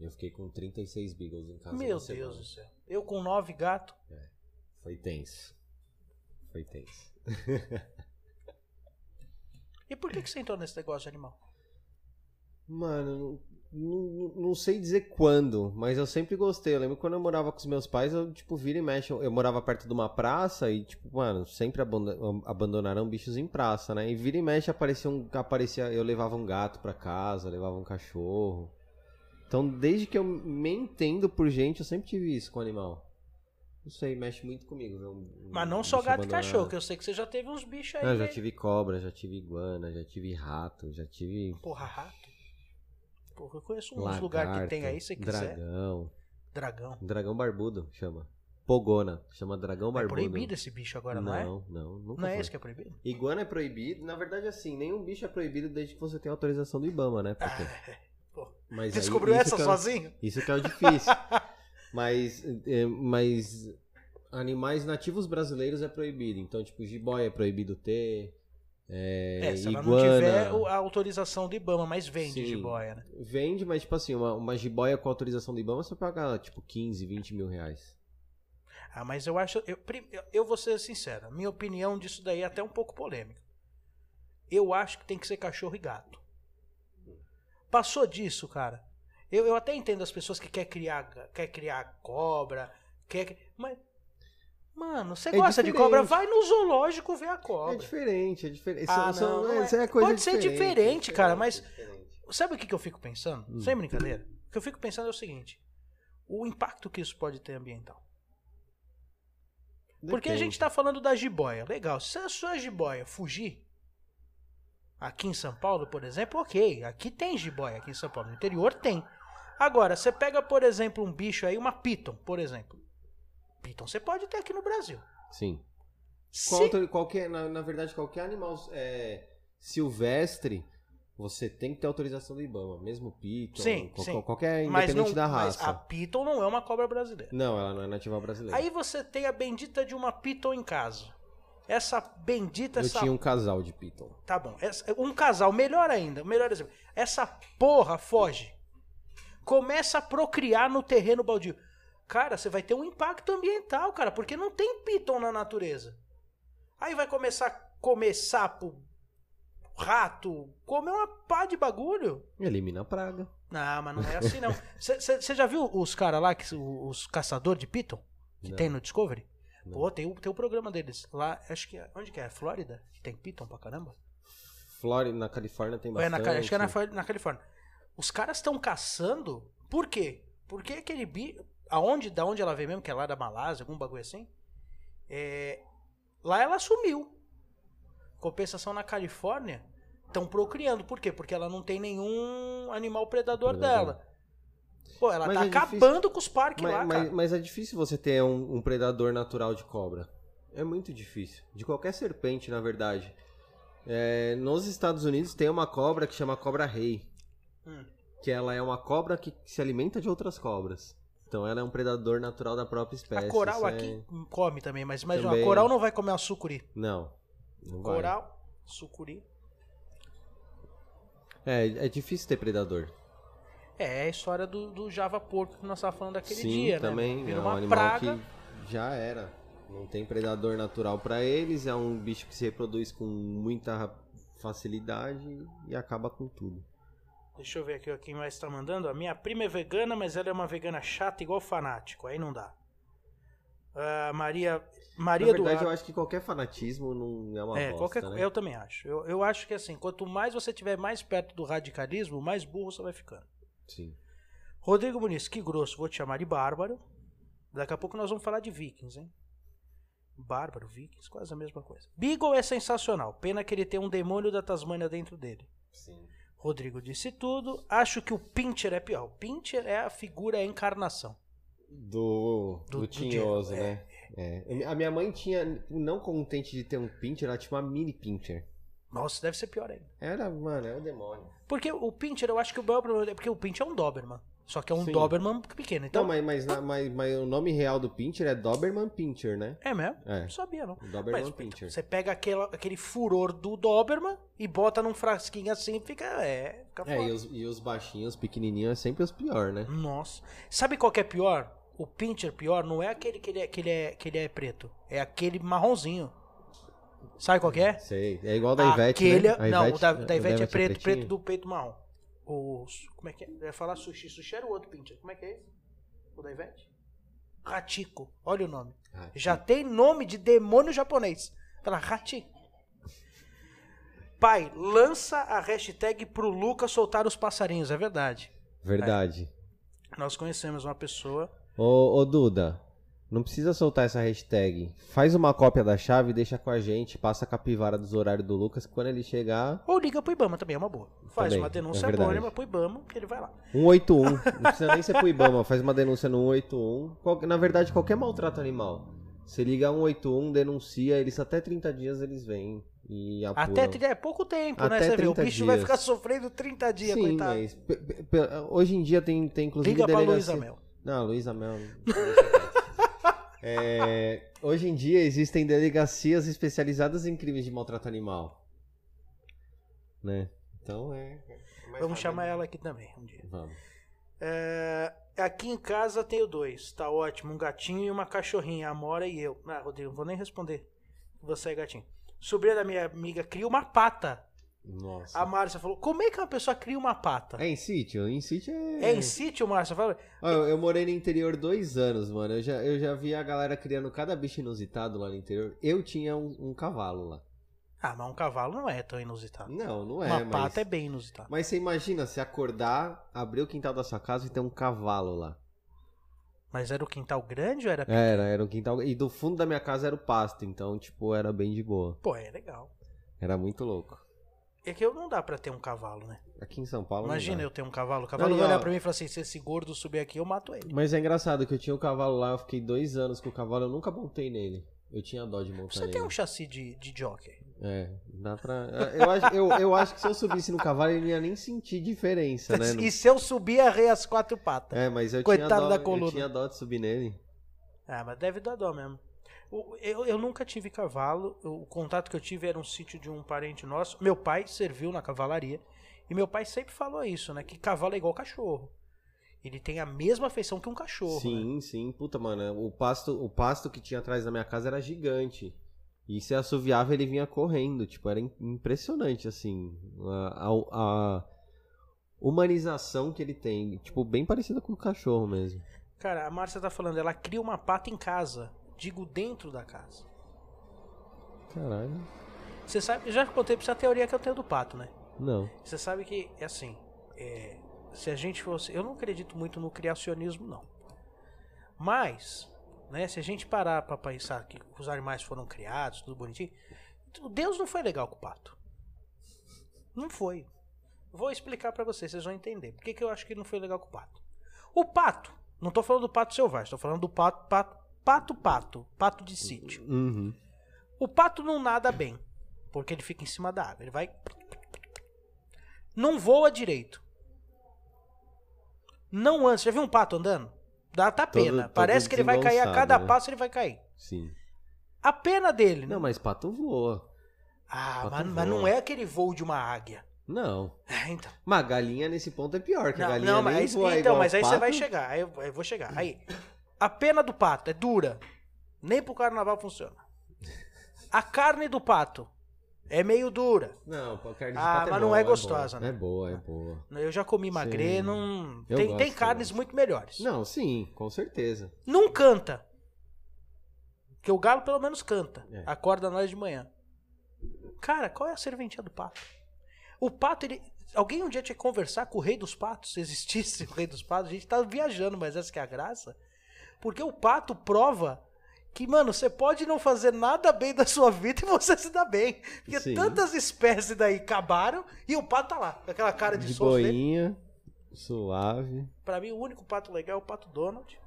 Eu fiquei com 36 beagles em casa.
Meu
uma semana.
Deus do céu. Eu com nove gatos.
Foi tenso. Foi tenso.
E por que, que você entrou nesse negócio de animal?
Mano, não, não, não sei dizer quando, mas eu sempre gostei. Eu lembro quando eu morava com os meus pais, eu, tipo, vira e mexe. Eu, eu morava perto de uma praça e, tipo, mano, sempre abando- abandonaram bichos em praça, né? E vira e mexe aparecia um. Aparecia, eu levava um gato pra casa, eu levava um cachorro. Então, desde que eu me entendo por gente, eu sempre tive isso com animal. Não sei, mexe muito comigo. ver um- um
Mas não só
bicho
gato e
abandonado.
cachorro, que eu sei que você já teve uns bichos aí.
Não, Ah, eu já
né?
tive cobra, já tive iguana, já tive rato, já tive
Porra, rato. Porra, eu conheço uns
lagarto,
lugares que tem aí, se quiser.
dragão,
Dragão.
dragão barbudo chama, pogona, chama dragão
É
barbudo.
proibido esse bicho agora, não, é?
Não, não, nunca
Não é
foi.
esse que é proibido?
Iguana é proibido, na verdade assim, nenhum bicho é proibido desde que você tenha autorização do Ibama, né? Porque...
Ah, é. pô.
Mas aí,
Descobriu
isso
essa
que é-
sozinho?
Isso que é o difícil. mas, é, mas animais nativos brasileiros é proibido, então tipo jiboia é proibido ter, é,
É, se ela
iguana...
não tiver o- a autorização do Ibama, mas vende
Sim.
de boia, né?
Vende, mas tipo assim, uma, uma jiboia com autorização do Ibama você paga tipo 15, 20 mil reais.
Ah, mas eu acho. Eu, prim- eu- eu vou ser sincero, minha opinião disso daí é até um pouco polêmica. Eu acho que tem que ser cachorro e gato. Passou disso, cara. Eu, eu até entendo as pessoas que quer criar, ga- quer criar cobra, quer. cri- Mas. Mano, você
É
gosta de cobra?
diferente.
Vai no zoológico ver a
É
cobra.
diferente, é diferente. São-
Ah, não,
são-
não
é-
é.
isso é coisa
Pode ser diferente, cara, mas-
diferente.
Sabe o que, que eu fico pensando?
Hum.
Sem brincadeira. O que eu fico pensando é o seguinte: o impacto que isso pode ter ambiental. Porque a
Depende.
gente tá falando da jiboia. Legal. Se a sua jiboia fugir, aqui em São Paulo, por exemplo, ok. Aqui tem jiboia, aqui em São Paulo. No interior tem. Agora, você pega, por exemplo, um bicho aí, uma piton, por exemplo. Piton você pode ter aqui no Brasil.
Sim.
Se...
Quanto- qualquer, na, na verdade, qualquer animal é, silvestre, você tem que ter autorização do Ibama. Mesmo pito,
Sim,
qual-
sim.
qualquer
Mas,
é independente
não,
da
mas
raça.
a piton não é uma cobra brasileira.
Não, ela não é nativa brasileira.
Aí você tem a bendita de uma piton em casa. Essa bendita,
Eu
essa
tinha um casal de piton.
Tá bom. Essa- Um casal, melhor ainda, melhor exemplo. Essa porra foge. Começa a procriar no terreno baldio. Cara, você vai ter um impacto ambiental, cara, porque não tem piton na natureza. Aí vai começar a comer sapo, rato, comer uma pá de bagulho.
Elimina a praga.
Não, mas não é assim não. Você já viu os caras lá, que, os caçadores de piton? Que
Não.
tem no Discovery?
Não.
Pô, tem o, tem o programa deles. Lá, acho que. é- Onde que é? Flórida? Que tem piton pra caramba?
Flórida, na Califórnia tem
É,
bastante.
na, Cali- acho que é na, Fa- na Califórnia. Os caras estão caçando. Por quê? Porque aquele bicho. Aonde, da onde ela veio mesmo, que é lá da Malásia, algum bagulho assim. é, lá ela sumiu. Compensação na Califórnia, estão procriando. Por quê? Porque ela não tem nenhum animal predador,
Predador.
dela. Pô, ela
Mas
tá
é difícil.
acabando com os parques
Mas,
lá,
mas-
cara.
mas é difícil você ter um, um predador natural de cobra. É muito difícil. De qualquer serpente, na verdade. É, nos Estados Unidos tem uma cobra que chama cobra rei.
Hum.
Que ela é uma cobra que se alimenta de outras cobras. Então ela é um predador natural da própria espécie.
a Tá coral
isso é-
aqui hum, come também, mas mas a
Também.
coral não vai comer a sucuri.
Não. não vai.
Coral, sucuri.
É, é difícil ter predador.
É, a história do, do Java porco que nós estávamos falando daquele
Sim,
dia,
também.
né?
É
Vira
um
uma
animal
praga.
que já era. Não tem predador natural pra eles, é um bicho que se reproduz com muita ra- facilidade e acaba com tudo.
Deixa eu ver aqui ó, quem mais está mandando. A minha prima é vegana, mas ela é uma vegana chata igual fanático. Aí não dá. Ah, Maria Maria
Na verdade, eu
Eduardo.
acho que qualquer fanatismo não é uma
é,
bosta,
qualquer co-
né?
Eu também acho. Eu, eu acho que assim, quanto mais você tiver mais perto do radicalismo, mais burro você vai ficando.
Sim.
Rodrigo Muniz, que grosso, vou te chamar de Bárbaro. Daqui a pouco nós vamos falar de Vikings, hein? Bárbaro, Vikings, quase a mesma coisa. Beagle é sensacional. Pena que ele tem um demônio da Tasmânia dentro dele.
Sim.
Rodrigo disse tudo. Acho que o Pincher é pior. O Pincher é a figura, é a encarnação.
Do,
Do-
do,
do
tinhoso, É.
Diego,
né? É. A minha mãe tinha, não contente de ter um pincher, ela tinha uma mini pincher.
Nossa, deve ser pior ainda.
Era, mano, é o demônio.
Porque o Pinscher, eu acho que o maior problema é porque o Pinscher é um Doberman. Só que é um
Sim.
Doberman pequeno. Então,
Então, mas, mas, na- mas, mas o nome real do Pincher é Doberman Pincher, né?
é mesmo?
É.
Não sabia, não.
Doberman
Mas, então,
Pinscher.
você pega aquela- aquele furor do Doberman e bota num frasquinho assim e fica. É, fica
É,
foda.
e os, e os baixinhos, os pequenininhos, é sempre os pior, né?
Nossa. Sabe qual que é pior? O Pincher pior não é aquele que ele é, que ele é, que ele é preto. É aquele marronzinho. Sabe qual que é?
Sei. É igual o da Ivete,
Aquele-
né? A
Não, o da,
o
da Ivete é preto, preto
pretinho?
do peito marrom. O, como é que é? Eu ia falar sushi. Sushi era o outro Pincher. Como é que é esse? O da Ivete? Ratico. Olha o nome.
Ah,
Já tem nome de demônio japonês. Fala, Hati. Pai, lança a hashtag pro Lucas soltar os passarinhos. É verdade.
Verdade.
Nós conhecemos uma pessoa.
Ô, ô, Duda, não precisa soltar essa hashtag. Faz uma cópia da chave e deixa com a gente. Passa a capivara dos horários do Lucas. Quando ele chegar,
Ou liga pro Ibama também, é uma boa. Faz
Também,
uma denúncia
é verdade.
anônima pro Ibama, que ele vai lá.
181. Não precisa nem ser pro Ibama. Faz uma denúncia no 181. Qual- na verdade, qualquer maltrato animal. Você liga 181, denuncia. Eles até 30 dias eles vêm e apuram.
Até tri- é pouco tempo, né?
Até
Você vê, o
30
bicho vai
dias.
ficar sofrendo 30 dias,
Sim,
coitado.
mas pe- pe- pe- hoje em dia tem, tem inclusive
Liga pra
delegacia-
Luísa Mel.
Não, Luísa Mel. É, hoje em dia existem delegacias especializadas em crimes de maltrato animal. Né? Então é.
Vamos chamar ela aqui também um dia.
Vamos.
É, aqui em casa tenho dois, tá ótimo. Um gatinho e uma cachorrinha, a Amora e eu. Ah, Rodrigo, não vou nem responder. Você é gatinho. Sobrinha da minha amiga cria uma pata.
Nossa.
A Márcia falou: como é que uma pessoa cria uma pata?
É em sítio? Em sítio é.
É, em sítio, Márcia? Fala.
Ó, eu, eu morei no interior dois anos, mano. Eu já, eu já vi a galera criando cada bicho inusitado lá no interior. Eu tinha um, um cavalo lá.
Ah, mas um cavalo não é tão inusitado.
Não, não é,
uma
mas.
pata é bem inusitada.
Mas você imagina se acordar, abrir o quintal da sua casa e ter um cavalo lá.
Mas era o quintal grande ou era pequeno?
Era, era um quintal. E do fundo da minha casa era o pasto, então, tipo, era bem de boa.
Pô, é legal.
Era muito louco.
É que eu não dá pra ter um cavalo, né?
Aqui em São Paulo. não
Imagina
dá.
eu ter um cavalo. O cavalo
Não, e
vai olhar
ó-
pra mim e falar assim: se esse gordo subir aqui, eu mato ele.
Mas é engraçado que eu tinha o cavalo lá, eu fiquei dois anos com o cavalo, eu nunca montei nele. Eu tinha dó de montar
Você tem um
nele.
chassi de, de jockey.
É, dá pra. é, Eu acho, eu, eu acho que se eu subisse no cavalo, ele não ia nem sentir diferença, né?
E se eu subir, arrei as quatro patas.
É, mas eu
Coitado
tinha dó,
da
Eu
coluna.
tinha dó de subir nele. É.
Ah, mas deve dar dó mesmo. O- Eu, eu nunca tive cavalo. O contato que eu tive era um sítio de um parente nosso. Meu pai serviu na cavalaria. E meu pai sempre falou isso, né? Que cavalo é igual cachorro. Ele tem a mesma afeição que um cachorro. né?
Sim, sim. Puta, mano, o pasto, o pasto que tinha atrás da minha casa era gigante. E se assoviava, ele vinha correndo. Tipo, era im- impressionante, assim. A, a- a humanização que ele tem. Tipo, bem parecida com o cachorro mesmo.
Cara, a Márcia tá falando, ela cria uma pata em casa. Digo, dentro da casa.
Caralho.
Você sabe, eu já contei pra você a teoria que eu tenho do pato, né?
Não.
Você sabe que é assim. é, se a gente fosse. Eu não acredito muito no criacionismo, não. Mas, né, se a gente parar pra pensar que os animais foram criados, tudo bonitinho, o Deus não foi legal com o pato. Não foi. Vou explicar pra vocês, vocês vão entender. Por que, que eu acho que ele não foi legal com o pato? O pato, não tô falando do pato selvagem, tô falando do pato, pato, pato, pato, pato de sítio.
Uhum.
O pato não nada bem, porque ele fica em cima da água. Ele vai. Não voa direito. Não anda. Você já viu um pato andando? Dá até
Todo-
pena.
todo
Parece que ele vai cair a
desengonçado,
cada
né?
passo, ele vai cair.
Sim.
A pena dele.
Não,
Não,
mas pato voa.
ah,
pato
mas, mas
voa.
não é aquele voo de uma águia.
Não.
É, então.
Mas galinha nesse ponto é pior, que a
Não,
galinha
não,
nem
mas,
voa
então,
igual
mas aí
pato.
você vai chegar. Aí eu, aí eu vou chegar. Aí. A pena do pato é dura. Nem pro carnaval funciona. A carne do pato é meio dura.
Não, a carne de
Ah,
pato boa,
mas não é
boa.
gostosa, né?
É boa, é boa.
Eu já comi magrê,
Sim.
não.
Eu
Tem, tem
gosto,
carnes
eu
muito melhores. Não.
Não, sim, com certeza.
canta. Porque o galo pelo menos canta.
É.
Acorda nós de manhã. Cara, qual é a serventia do pato? O pato, ele. Alguém um dia tinha que conversar com o rei dos patos, se existisse o rei dos patos. A gente tá viajando, mas essa que é a graça. Porque o pato prova que, mano, você pode não fazer nada bem da sua vida e você se dá bem. Porque
Sim.
tantas espécies daí acabaram e o pato tá lá, com aquela cara de,
De
sono dele.
boinha, suave.
Pra mim, o único pato legal é o pato Donald.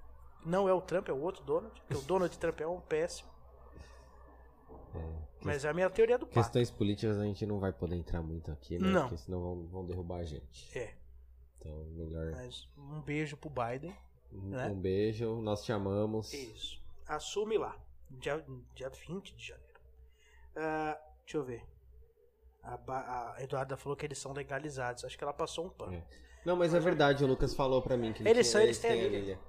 Não é o Trump, é o outro Donald. Porque o Donald Trump é um péssimo. Mas é a minha teoria do pato.
Questões políticas a gente não vai poder entrar muito aqui, né?
Não.
Porque senão vão, vão derrubar a gente.
É.
Então, melhor.
Mas um beijo pro Biden.
Um,
né?
um beijo, nós te amamos.
Isso. Assume lá. Dia, dia 20 de janeiro. Ah, deixa eu ver. A, Ba- a Eduarda falou que eles são legalizados. Acho que ela passou um pano.
Não, mas é verdade, o Lucas falou pra mim que ele
Eles
tinha-
são- eles têm a
têm
Lilia.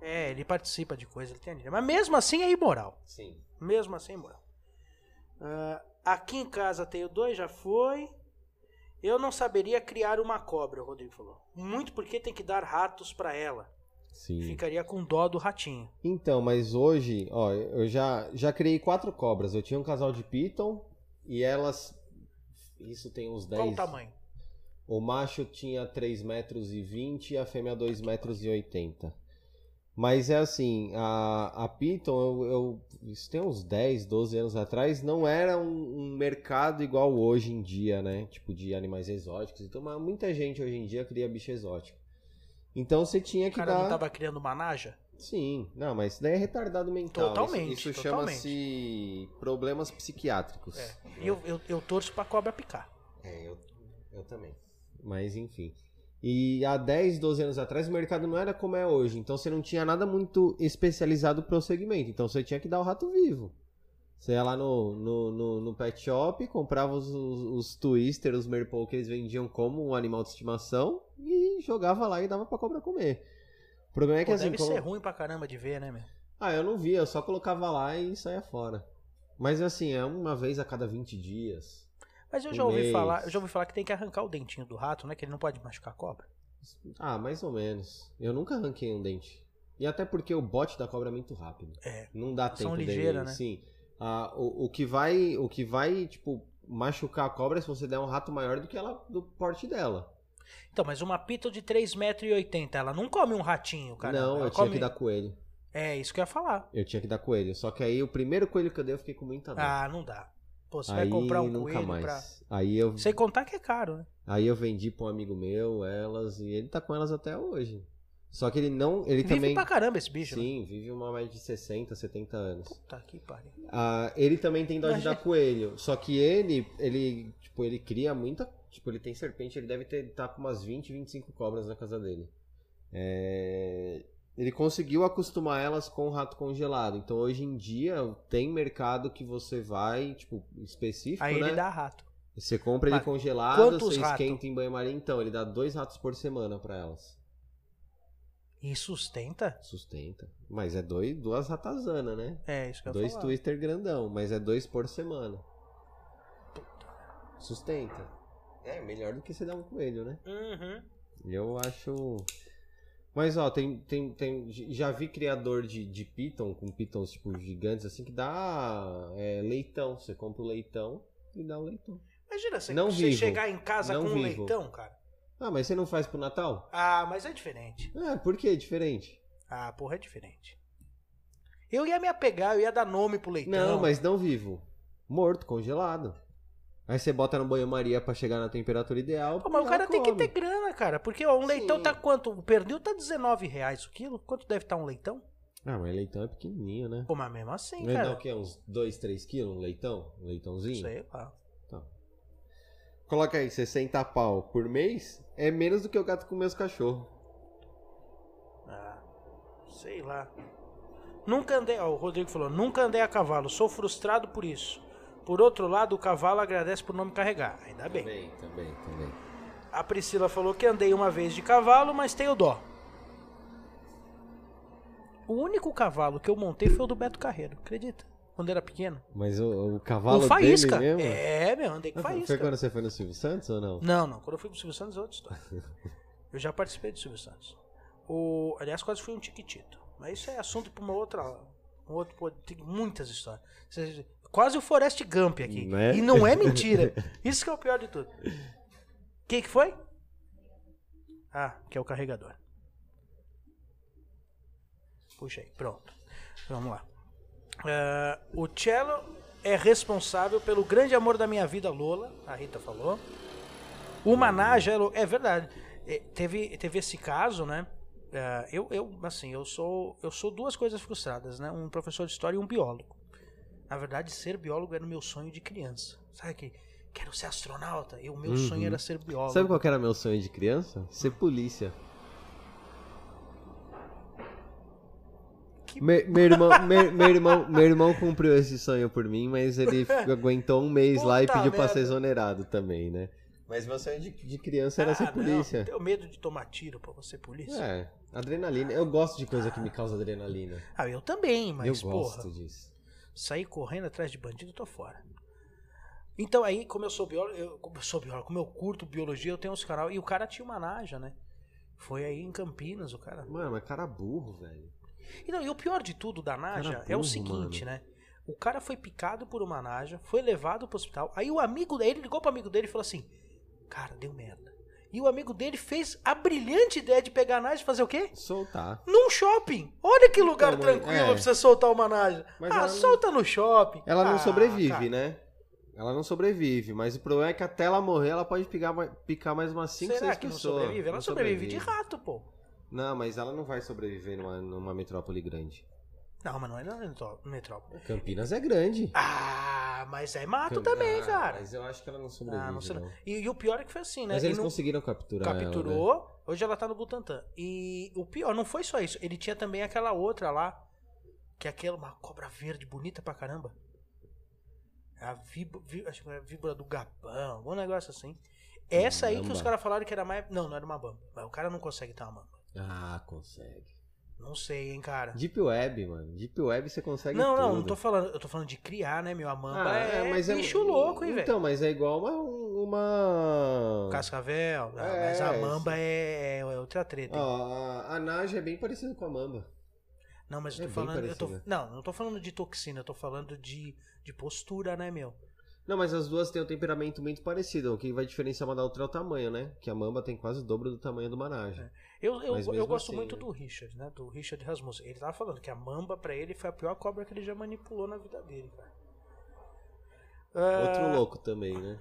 É, ele participa de coisa, ele tem a linha. Mas mesmo assim é imoral.
Sim.
Mesmo assim é imoral. Ah, aqui em casa tenho dois, já foi. Eu não saberia criar uma cobra, o Rodrigo falou. Muito porque tem que dar ratos pra ela.
Sim.
Ficaria com dó do ratinho.
Então, mas hoje, ó, eu já, já criei quatro cobras. Eu tinha um casal de Piton e elas. É Isso tem uns 10.
Qual o tamanho?
O macho tinha 3,20 metros e a fêmea 2,80 metros. Mas é assim, a, a Piton, eu, eu- isso tem uns 10, 12 anos atrás, não era um, um mercado igual hoje em dia, né? Tipo, de animais exóticos. Então, mas muita gente hoje em dia cria bicho exótico. Então você tinha
O
que
cara
dar...
não tava criando uma naja?
Sim, não, mas isso daí é retardado mental.
Totalmente,
Isso, isso
totalmente.
chama-se problemas psiquiátricos.
É. E eu, eu, eu torço pra cobra picar.
É, eu, eu também. Mas enfim. E há 10, 12 anos atrás o mercado não era como é hoje. Então você não tinha nada muito especializado pro segmento. Então você tinha que dar o rato vivo. Você ia lá no, no, no, no pet shop, comprava os, os, os twister, os merpol que eles vendiam como um animal de estimação e jogava lá e dava pra cobra comer. O problema é que
Pô,
assim.
deve
como-
ser ruim pra caramba de ver, né, meu?
Ah, eu não via, eu só colocava lá e saía fora. Mas assim, é uma vez a cada 20 dias.
Mas eu
Um
já ouvi
mês.
falar, eu já ouvi falar que tem que arrancar o dentinho do rato, né? Que ele não pode machucar a cobra.
Ah, mais ou menos. Eu nunca arranquei um dente. E até porque o bote da cobra é muito rápido.
É.
Não dá
São
tempo dele.
ligeira, né?
Sim. Ah, o, o que vai, o que vai, tipo, machucar a cobra é se você der um rato maior do que ela do porte dela.
Então, mas uma pita de 3,80m, ela não come um ratinho, cara.
não,
ela
eu
come...
tinha que dar coelho.
É, isso que eu ia falar.
Eu tinha que dar coelho. Só que aí o primeiro coelho que eu dei eu fiquei com muita dor.
Ah, não dá. Pô, você vai
Tá aí
comprar um
nunca
coelho
mais.
pra.
Aí eu
Sem contar que é caro, né?
Aí eu vendi pra um amigo meu, elas, e ele tá com elas até hoje. Só que ele não. Ele
Vive
também.
pra caramba esse bicho, né?
Sim, vive uma mais de 60, 70 anos.
Puta que pariu.
Ah, ele também tem dó de
Imagina.
dar coelho. Só que ele, ele, tipo, ele cria muita. Tipo, ele tem serpente, ele deve ter, tá com umas 20, 25 cobras na casa dele. É, Ele conseguiu acostumar elas com o rato congelado. Então hoje em dia tem mercado que você vai, tipo, específico,
Aí
né?
ele dá rato.
Você compra ele
Mas
congelado,
quantos
você
ratos?
esquenta em banho-maria. Então, ele dá dois ratos por semana pra elas.
E sustenta?
Sustenta. Mas é dois, duas ratazanas, né?
É, isso que eu ia
dois
falar.
twister grandão, mas é dois por semana. Sustenta. É, melhor do que você dar um coelho, né?
Uhum.
Eu acho. um- Mas ó, tem, tem, tem, já vi criador de, de Python, com Pythons tipo gigantes assim, que dá é, leitão. Você compra o leitão e dá o leitão.
Imagina você,
Não
você
vivo.
chegar em casa
Não
com um
vivo.
leitão, cara.
Ah, mas você não faz pro Natal?
Ah, mas é diferente.
Ah, por que diferente?
Ah, porra, é diferente. Eu ia me apegar, eu ia dar nome pro leitão.
Não, mas não vivo. Morto, congelado. Aí você bota no banho-maria pra chegar na temperatura ideal.
Pô, mas o
ela
cara tem que
come.
ter grana, cara. Porque ó, um
Sim.
leitão tá quanto? O pernil tá 19 reais o quilo. Quanto deve estar um leitão?
Ah, mas leitão é pequenininho, né?
Pô, mas mesmo assim,
Não dá o
cara.
quê? Uns 2, 3 quilos? Um leitão? Um leitãozinho?
Sei lá.
Coloca aí, 60 pau por mês é menos do que eu gato com meus cachorros.
Ah, sei lá. Nunca andei. Ó, o Rodrigo falou: nunca andei a cavalo, sou frustrado por isso. Por outro lado, o cavalo agradece por não me carregar. Ainda bem.
também, também.
A Priscila falou que andei uma vez de cavalo, mas tenho dó. O único cavalo que eu montei foi o do Beto Carreiro, acredita? Quando era pequeno.
Mas o, o cavalo
o Faísca.
dele mesmo?
É, meu, andei com
Ah,
Faísca.
Foi quando você foi no Silvio Santos ou não?
Não, não. Quando eu fui pro Silvio Santos é outra história. eu já participei do Silvio Santos. O, aliás, quase fui um tiquitito. Mas isso é assunto pra uma outra. Um outro, pod- tem muitas histórias. Vocês- Quase o Forest Gump aqui.
Né?
E não é mentira. Isso que é o pior de tudo. O que, que foi? Ah, que é o carregador. Puxa aí, pronto. Vamos lá. É, o Cello é responsável pelo grande amor da minha vida, Lola, a Rita falou. O Manage é, lo- é verdade. É, Teve, teve esse caso, né? É, eu, eu, assim, eu sou, eu sou duas coisas frustradas, né? Um professor de história e um biólogo. Na verdade, ser biólogo era o meu sonho de criança. Sabe que quero ser astronauta? E o meu sonho era ser biólogo.
Uhum. Sabe qual que era meu sonho de criança? Ser polícia.
Que-
Me- meu, irmão, me- meu, irmão, meu irmão cumpriu esse sonho por mim, mas ele f- aguentou um mês lá e
Puta
pediu pra
merda.
ser exonerado também, né? Mas meu sonho de, de criança era ser
Ah, não,
polícia.
Tenho medo de tomar tiro pra você polícia.
É, adrenalina. Eu gosto de coisa que me causa adrenalina.
Ah, eu também, mas
eu
porra.
gosto disso.
sair correndo atrás de bandido, eu tô fora. Então aí, como eu sou biólogo, eu, como eu sou biólogo, como eu curto biologia, eu tenho uns canal e o cara tinha uma naja, né? Foi aí em Campinas, o cara.
Mano, mas cara burro, velho.
E, não, e o pior de tudo da naja
Cara
é o
burro,
seguinte, né? O cara foi picado por uma naja, foi levado pro hospital. Aí o amigo dele ele ligou pro amigo dele e falou assim: "Cara, deu merda". E o amigo dele fez a brilhante ideia de pegar a naja e fazer o quê?
Soltar.
Num shopping. Olha que lugar
Então, mas-
tranquilo
é.
pra você soltar uma naja.
Mas
ah,
ela não-
solta no shopping.
Ela não
Ah,
sobrevive,
cara.
né? Ela não sobrevive, mas o problema é que até ela morrer, ela pode picar, ma- picar mais umas 5, 6
Será
pessoas.
que não sobrevive? Ela
Não
sobrevive. de rato, pô.
Não, mas ela não vai sobreviver numa, numa metrópole grande.
Não, mas não é na metró- metrópole.
Campinas é grande.
Ah, mas é mato
Cam-
também,
Ah,
cara.
Mas eu acho que ela não sobrevive.
Ah, não sei.
não.
E, e o pior é que foi assim, né?
Mas
Ele
eles
não
conseguiram capturar ela, né?
capturou. Hoje ela tá no Butantã. E o pior, não foi só isso. Ele tinha também aquela outra lá. Que é aquela, uma cobra verde bonita pra caramba. É A vibra, acho que era a víbora do Gabão, algum negócio assim. Essa aí que os
Mamba.
caras falaram que era mais. Não, não era uma bamba. Mas o cara não consegue ter uma bamba.
Ah, consegue.
Não sei, hein, cara.
Deep Web, mano. Deep Web você consegue
Não, não,
tudo.
não tô falando. Eu tô falando de criar, né, meu? A mamba
Ah,
é, bicho louco, hein, velho?
Então, mas é igual uma... uma...
Cascavel, ah,
É,
mas a
é,
mamba é, é outra treta. hein?
Ó, a, a Naja é bem parecida com a Mamba.
não, mas
é
eu tô
bem
falando. eu tô-
parecida.
não, não tô falando de toxina, eu tô falando de, de postura, né, meu?
Não, mas as duas têm um temperamento muito parecido. O que vai diferenciar uma da outra é o tamanho, né? Que a Mamba tem quase o dobro do tamanho do Manaja.
Eu, eu,
Mas
eu
mesmo
gosto
assim,
muito
né?
do Richard, né? Do Richard Rasmussen. Ele tava falando que a mamba pra ele foi a pior cobra que ele já manipulou na vida dele, cara. Ah,
Outro louco também, né?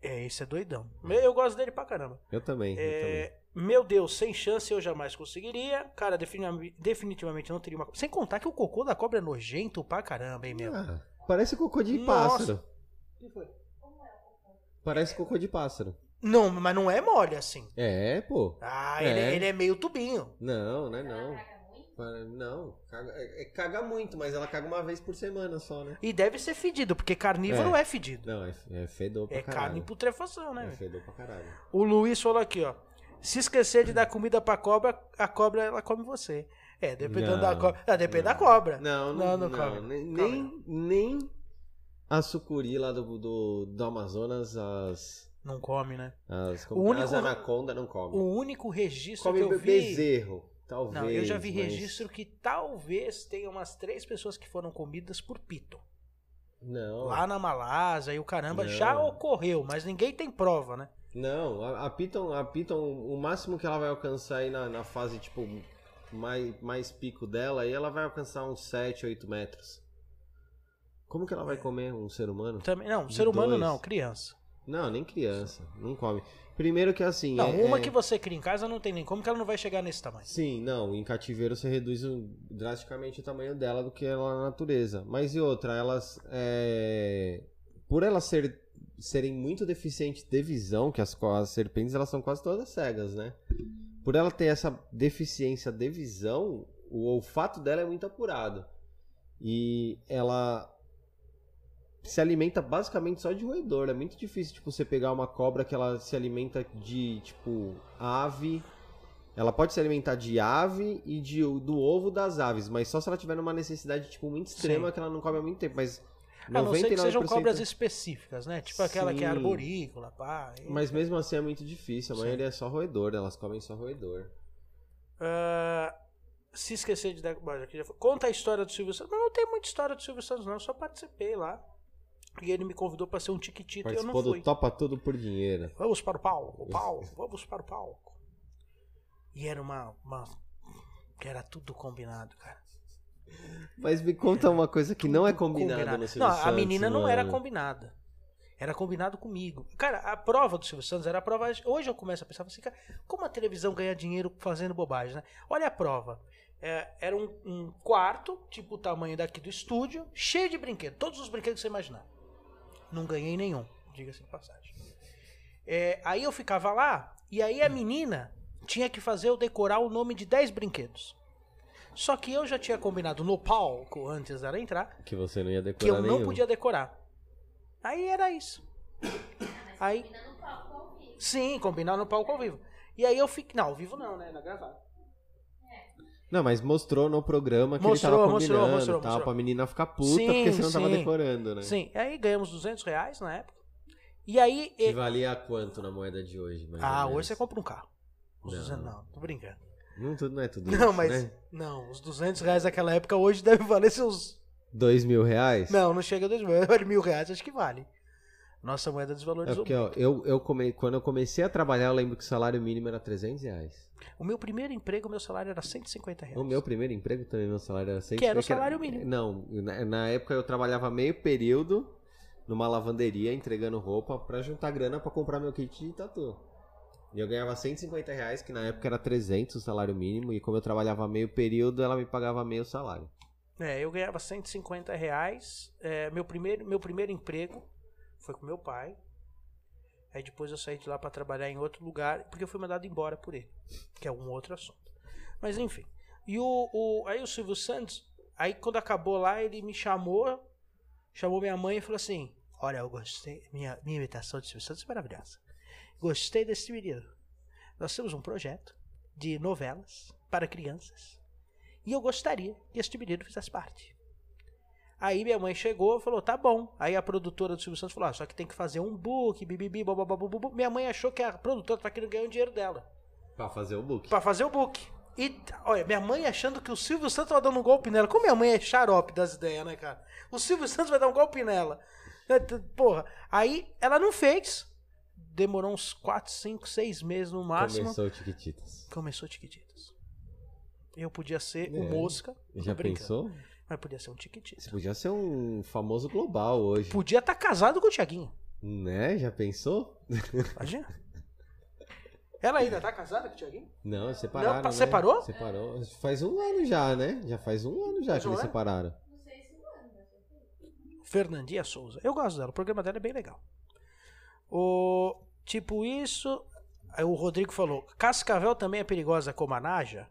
É, esse é doidão. Eu gosto dele pra caramba.
Eu também, eu também.
É, meu Deus, sem chance eu jamais conseguiria. Cara, defini- definitivamente não teria uma. Sem contar que o cocô da cobra é nojento pra caramba, hein, meu?
Ah, parece cocô de
Nossa.
pássaro. Parece cocô de pássaro.
Não, mas não é mole assim.
É, pô.
Ah,
É.
Ele, ele é meio tubinho.
Não, né,
Ela
não.
caga muito?
Para- Não. Caga, é- é- caga muito, mas ela caga uma vez por semana só, né?
E deve ser fedido, porque carnívoro é, fedido.
Não, é, é fedor pra
É
caralho.
carne e putrefação, né?
É
velho?
fedor pra caralho.
O Luiz falou aqui, ó. Se esquecer de dar comida pra cobra, a cobra ela come você. É, dependendo
Não,
da cobra. Ah, depende
não.
da cobra.
Não,
Não,
não,
não
não,
come.
Nem,
Come
nem, nem a sucuri lá do, do, do Amazonas, as.
Não come, né?
As,
O único-
as anaconda não come.
O único registro
come
que eu vi.
bezerro, talvez.
Não, eu já vi
mas-
registro que talvez tenha umas três pessoas que foram comidas por pito.
Não,
Lá na Malásia e o caramba
Não.
já ocorreu, mas ninguém tem prova, né?
não. A, a Piton, a Piton, o máximo que ela vai alcançar aí na, na fase, tipo, mais, mais pico dela, aí ela vai alcançar uns 7, 8 metros. Como que ela
É.
vai comer um ser humano?
Também, não,
De
ser humano
dois.
não, criança.
Não, nem criança. Não come. Primeiro que assim.
Não,
é-
uma
é-
que você cria em casa não tem nem como que ela não vai chegar nesse tamanho.
Sim, não, em cativeiro você reduz o- drasticamente o tamanho dela do que ela na natureza. Mas e outra, elas. é, Por elas ser- serem muito deficientes de visão, que as, co- as serpentes elas são quase todas cegas, né? Por ela ter essa deficiência de visão, o olfato dela é muito apurado. E ela se alimenta basicamente só de roedor. É muito difícil, tipo, você pegar uma cobra que ela se alimenta de, tipo, ave. Ela pode se alimentar de ave e de, do ovo das aves, mas só se ela tiver numa necessidade, tipo, muito extrema que ela não come há muito tempo. Mas
A não ser que sejam
99%
cobras específicas, né? Tipo aquela que é
Sim.
arborícola, pá. e-
Mas mesmo assim é muito difícil. A
Sim.
maioria é só roedor, elas comem só roedor.
Ah, se esquecer de dar. bom, já que já foi- Conta a história do Silvio Santos. Mas não tem muita história do Silvio Santos, não. Eu só participei lá. E ele me convidou pra ser um tiquitito e eu não
Participou
fui.
do Topa Tudo por Dinheiro.
Vamos para o palco, o palco, vamos para o palco. E era uma, uma. Era tudo combinado, cara.
Mas me conta uma coisa que não é combinada
Combinado.
no Silvio
Não, a
Santos, é.
menina não era
mano.
combinada. Era combinado comigo. Cara, a prova do Silvio Santos era a prova. Hoje eu começo a pensar assim, cara, como a televisão ganha dinheiro fazendo bobagem, né? Olha a prova. É, era um, um quarto, tipo o tamanho daqui do estúdio, cheio de brinquedos, todos os brinquedos que você imaginar. Não ganhei nenhum, diga-se de passagem. É, aí eu ficava lá, e aí a menina tinha que fazer eu decorar o nome de 10 brinquedos. Só que eu já tinha combinado no palco, antes dela entrar,
Que você não ia
que eu
decorar
não
nenhum.
podia decorar. Aí era isso. Aí,
Ainda tá, no palco ao vivo.
sim, combinar no palco ao vivo. E aí eu fiquei. Não, ao vivo não, né? Na gravada.
Não, mas mostrou no programa que
Mostrou,
ele tava
mostrou,
combinando e
mostrou,
tal,
mostrou.
pra menina ficar puta,
Sim,
porque você não tava
sim.
decorando, né?
Sim, aí ganhamos 200 reais na época. E aí.
Que
e-
valia quanto na moeda de hoje, mais
Ah,
ou menos?
hoje você compra um carro. Os
Não.
200, não, tô brincando.
Não, tudo, não é tudo
Não,
isso,
mas.
né?
Não, os 200 reais daquela época hoje deve valer seus.
Dois mil reais? É
Não, não chega a dois mil. Vale mil reais, acho que vale. Nossa moeda
É
desvalorizou.
porque, ó, eu, eu come... quando eu comecei a trabalhar, eu lembro que o salário mínimo era 300 reais.
O meu primeiro emprego, meu salário era 150 reais.
O meu primeiro emprego também, meu salário era 100
Que era o salário mínimo.
Não, na, na época eu trabalhava meio período numa lavanderia entregando roupa pra juntar grana pra comprar meu kit de tatu. E eu ganhava 150 reais, que na época era 300 o salário mínimo, e como eu trabalhava meio período, ela me pagava meio salário.
É, eu ganhava 150 reais. É, meu, primeiro, meu primeiro emprego foi com meu pai. Aí depois eu saí de lá para trabalhar em outro lugar, porque eu fui mandado embora por ele, que é um outro assunto. Mas enfim. E o, o- aí o Silvio Santos, aí quando acabou lá, ele me chamou, chamou minha mãe e falou assim: Olha, eu gostei, minha, minha imitação de Silvio Santos é maravilhosa. Gostei desse menino. Nós temos um projeto de novelas para crianças e eu gostaria que este menino fizesse parte. Aí minha mãe chegou e falou, tá bom. Aí a produtora do Silvio Santos falou, ah, só que tem que fazer um book, bibibi, babababubu. Minha mãe achou que a produtora tá querendo ganhar o dinheiro dela
Pra fazer o book.
pra fazer o book. E, olha, minha mãe achando que o Silvio Santos tava dando um golpe nela. Como minha mãe é xarope das ideias, né, cara? O Silvio Santos vai dar um golpe nela. Né, t- Porra. Aí ela não fez. Demorou uns 4, 5, 6 meses no máximo.
Começou o Tiquititas.
Começou Tiquititas. Eu podia ser
É.
o Mosca.
Já
tô brincando.
pensou?
Mas podia ser um Tiquititas.
Você podia ser um famoso global hoje.
Podia estar casado com o Tiaguinho.
Né? Já pensou?
Imagina. Ela ainda tá casada com o Tiaguinho?
Não, separaram.
Não, pa-
né?
separou?
Separou. Faz um ano já, né? Já faz um ano já
Faz
que
um
eles
ano?
separaram.
Não sei se manda.
Fernandinha Souza. Eu gosto dela. O programa dela é bem legal. O tipo isso. aí O Rodrigo falou: Cascavel também é perigosa como a Naja?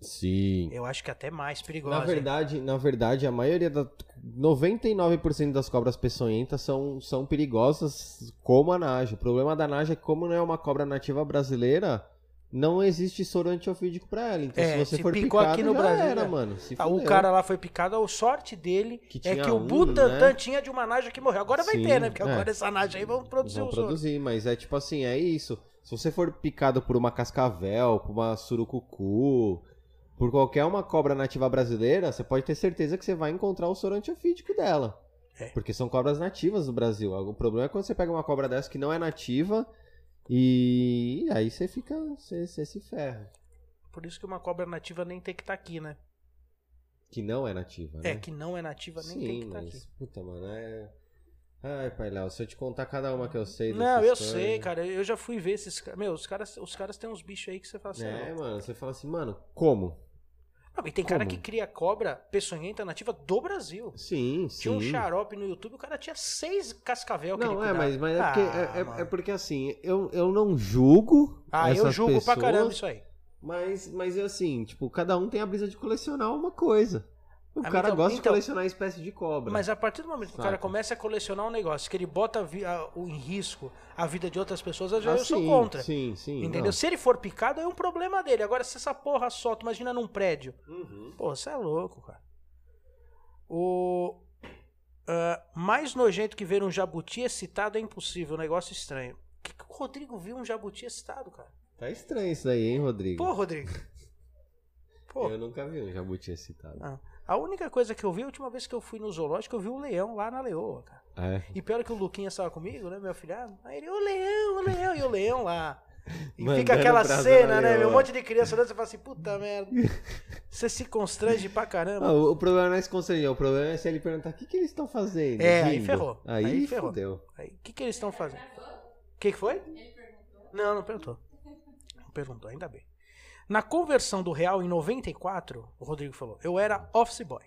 Sim.
Eu acho que é até mais perigosa.
Na
hein?
verdade, na verdade, a maioria da 99% das cobras peçonhentas são, são perigosas como a naja. O problema da naja é que como não é uma cobra nativa brasileira, não existe soro antiofídico pra ela. Então
É,
se você
se
for
picou
picado,
aqui no
já
Brasil,
era,
é.
mano. Se
Ah, o
fudeu.
cara lá foi picado. A sorte dele
Que
é
tinha
que o
um,
Butantan
né?
tinha de uma Naja que morreu. Agora vai
Sim,
ter, né? Porque
é.
agora essa Naja aí vão produzir
Vão
os outros.
produzir, mas é tipo assim, é isso. Se você for picado por uma cascavel, por uma surucucu, por qualquer uma cobra nativa brasileira, você pode ter certeza que você vai encontrar o soro antiofídico dela.
É.
Porque são cobras nativas do Brasil. O problema é quando você pega uma cobra dessa que não é nativa e aí você fica, você, você se ferra.
Por isso que uma cobra nativa nem tem que estar aqui, né?
Que não é nativa, né?
É, que não é nativa, nem
Sim,
tem que estar
mas,
aqui.
puta, mano, é... Ai, pai Léo, se eu te contar cada uma que eu sei...
Não,
dessa
eu
história-
sei, cara. Eu já fui ver esses caras. Meu, os caras, os caras têm uns bichos aí que você fala assim.
É,
não.
mano, você fala assim, mano, como?
Não, e tem cara
como?
que cria cobra peçonhenta nativa do Brasil.
Sim, sim.
Tinha um xarope no YouTube, o cara tinha seis cascavel que ele
Não, é,
cuidava.
mas, mas é,
Ah,
porque, é- é-
mano.
é porque, assim, eu, eu não julgo.
Ah, eu
essas
julgo pra
pessoas,
caramba isso aí.
Mas, mas é assim, tipo, cada um tem a brisa de colecionar uma coisa. O
Ah,
cara
então-
gosta de
então-
colecionar espécie de cobra.
Mas a partir do momento que o cara
Saca.
começa a colecionar um negócio, que ele bota a vi- a- o- em risco a vida de outras pessoas, eu, já,
Ah,
eu sou
sim,
contra.
Sim, sim.
entendeu? Se ele for picado, é um problema dele. Agora, se essa porra solta, imagina num prédio.
não. Uhum.
Pô, você é louco, cara. O. ah, mais nojento que ver um jabuti excitado é impossível, um negócio estranho. O que, que o Rodrigo viu um jabuti excitado, cara?
Tá estranho isso daí, hein, Rodrigo?
Pô, Rodrigo. Pô, Ah,
Eu nunca vi um jabuti excitado.
a única coisa que eu vi, a última vez que eu fui no zoológico, eu vi um leão lá na leoa, cara.
É.
E pior é que o Luquinha estava comigo, né, meu afilhado? Aí ele, o leão, o leão, e o leão lá. E fica
Mandando
aquela
brasa na
cena, né?
leoa.
meu? Um monte de criança olhando, você fala assim, puta merda. Você se constrange pra caramba.
Ah, o, o problema não é se constranger, o problema é se ele perguntar o que, que eles estão fazendo.
É, aí
Rindo.
ferrou.
Aí,
Aí ferrou.
fudeu.
Aí, o que, que eles estão fazendo?
Gravou?
O que, que foi?
Ele perguntou.
Não, não perguntou. Não perguntou, ainda bem. Na conversão do real em 94, o Rodrigo falou, eu era office boy.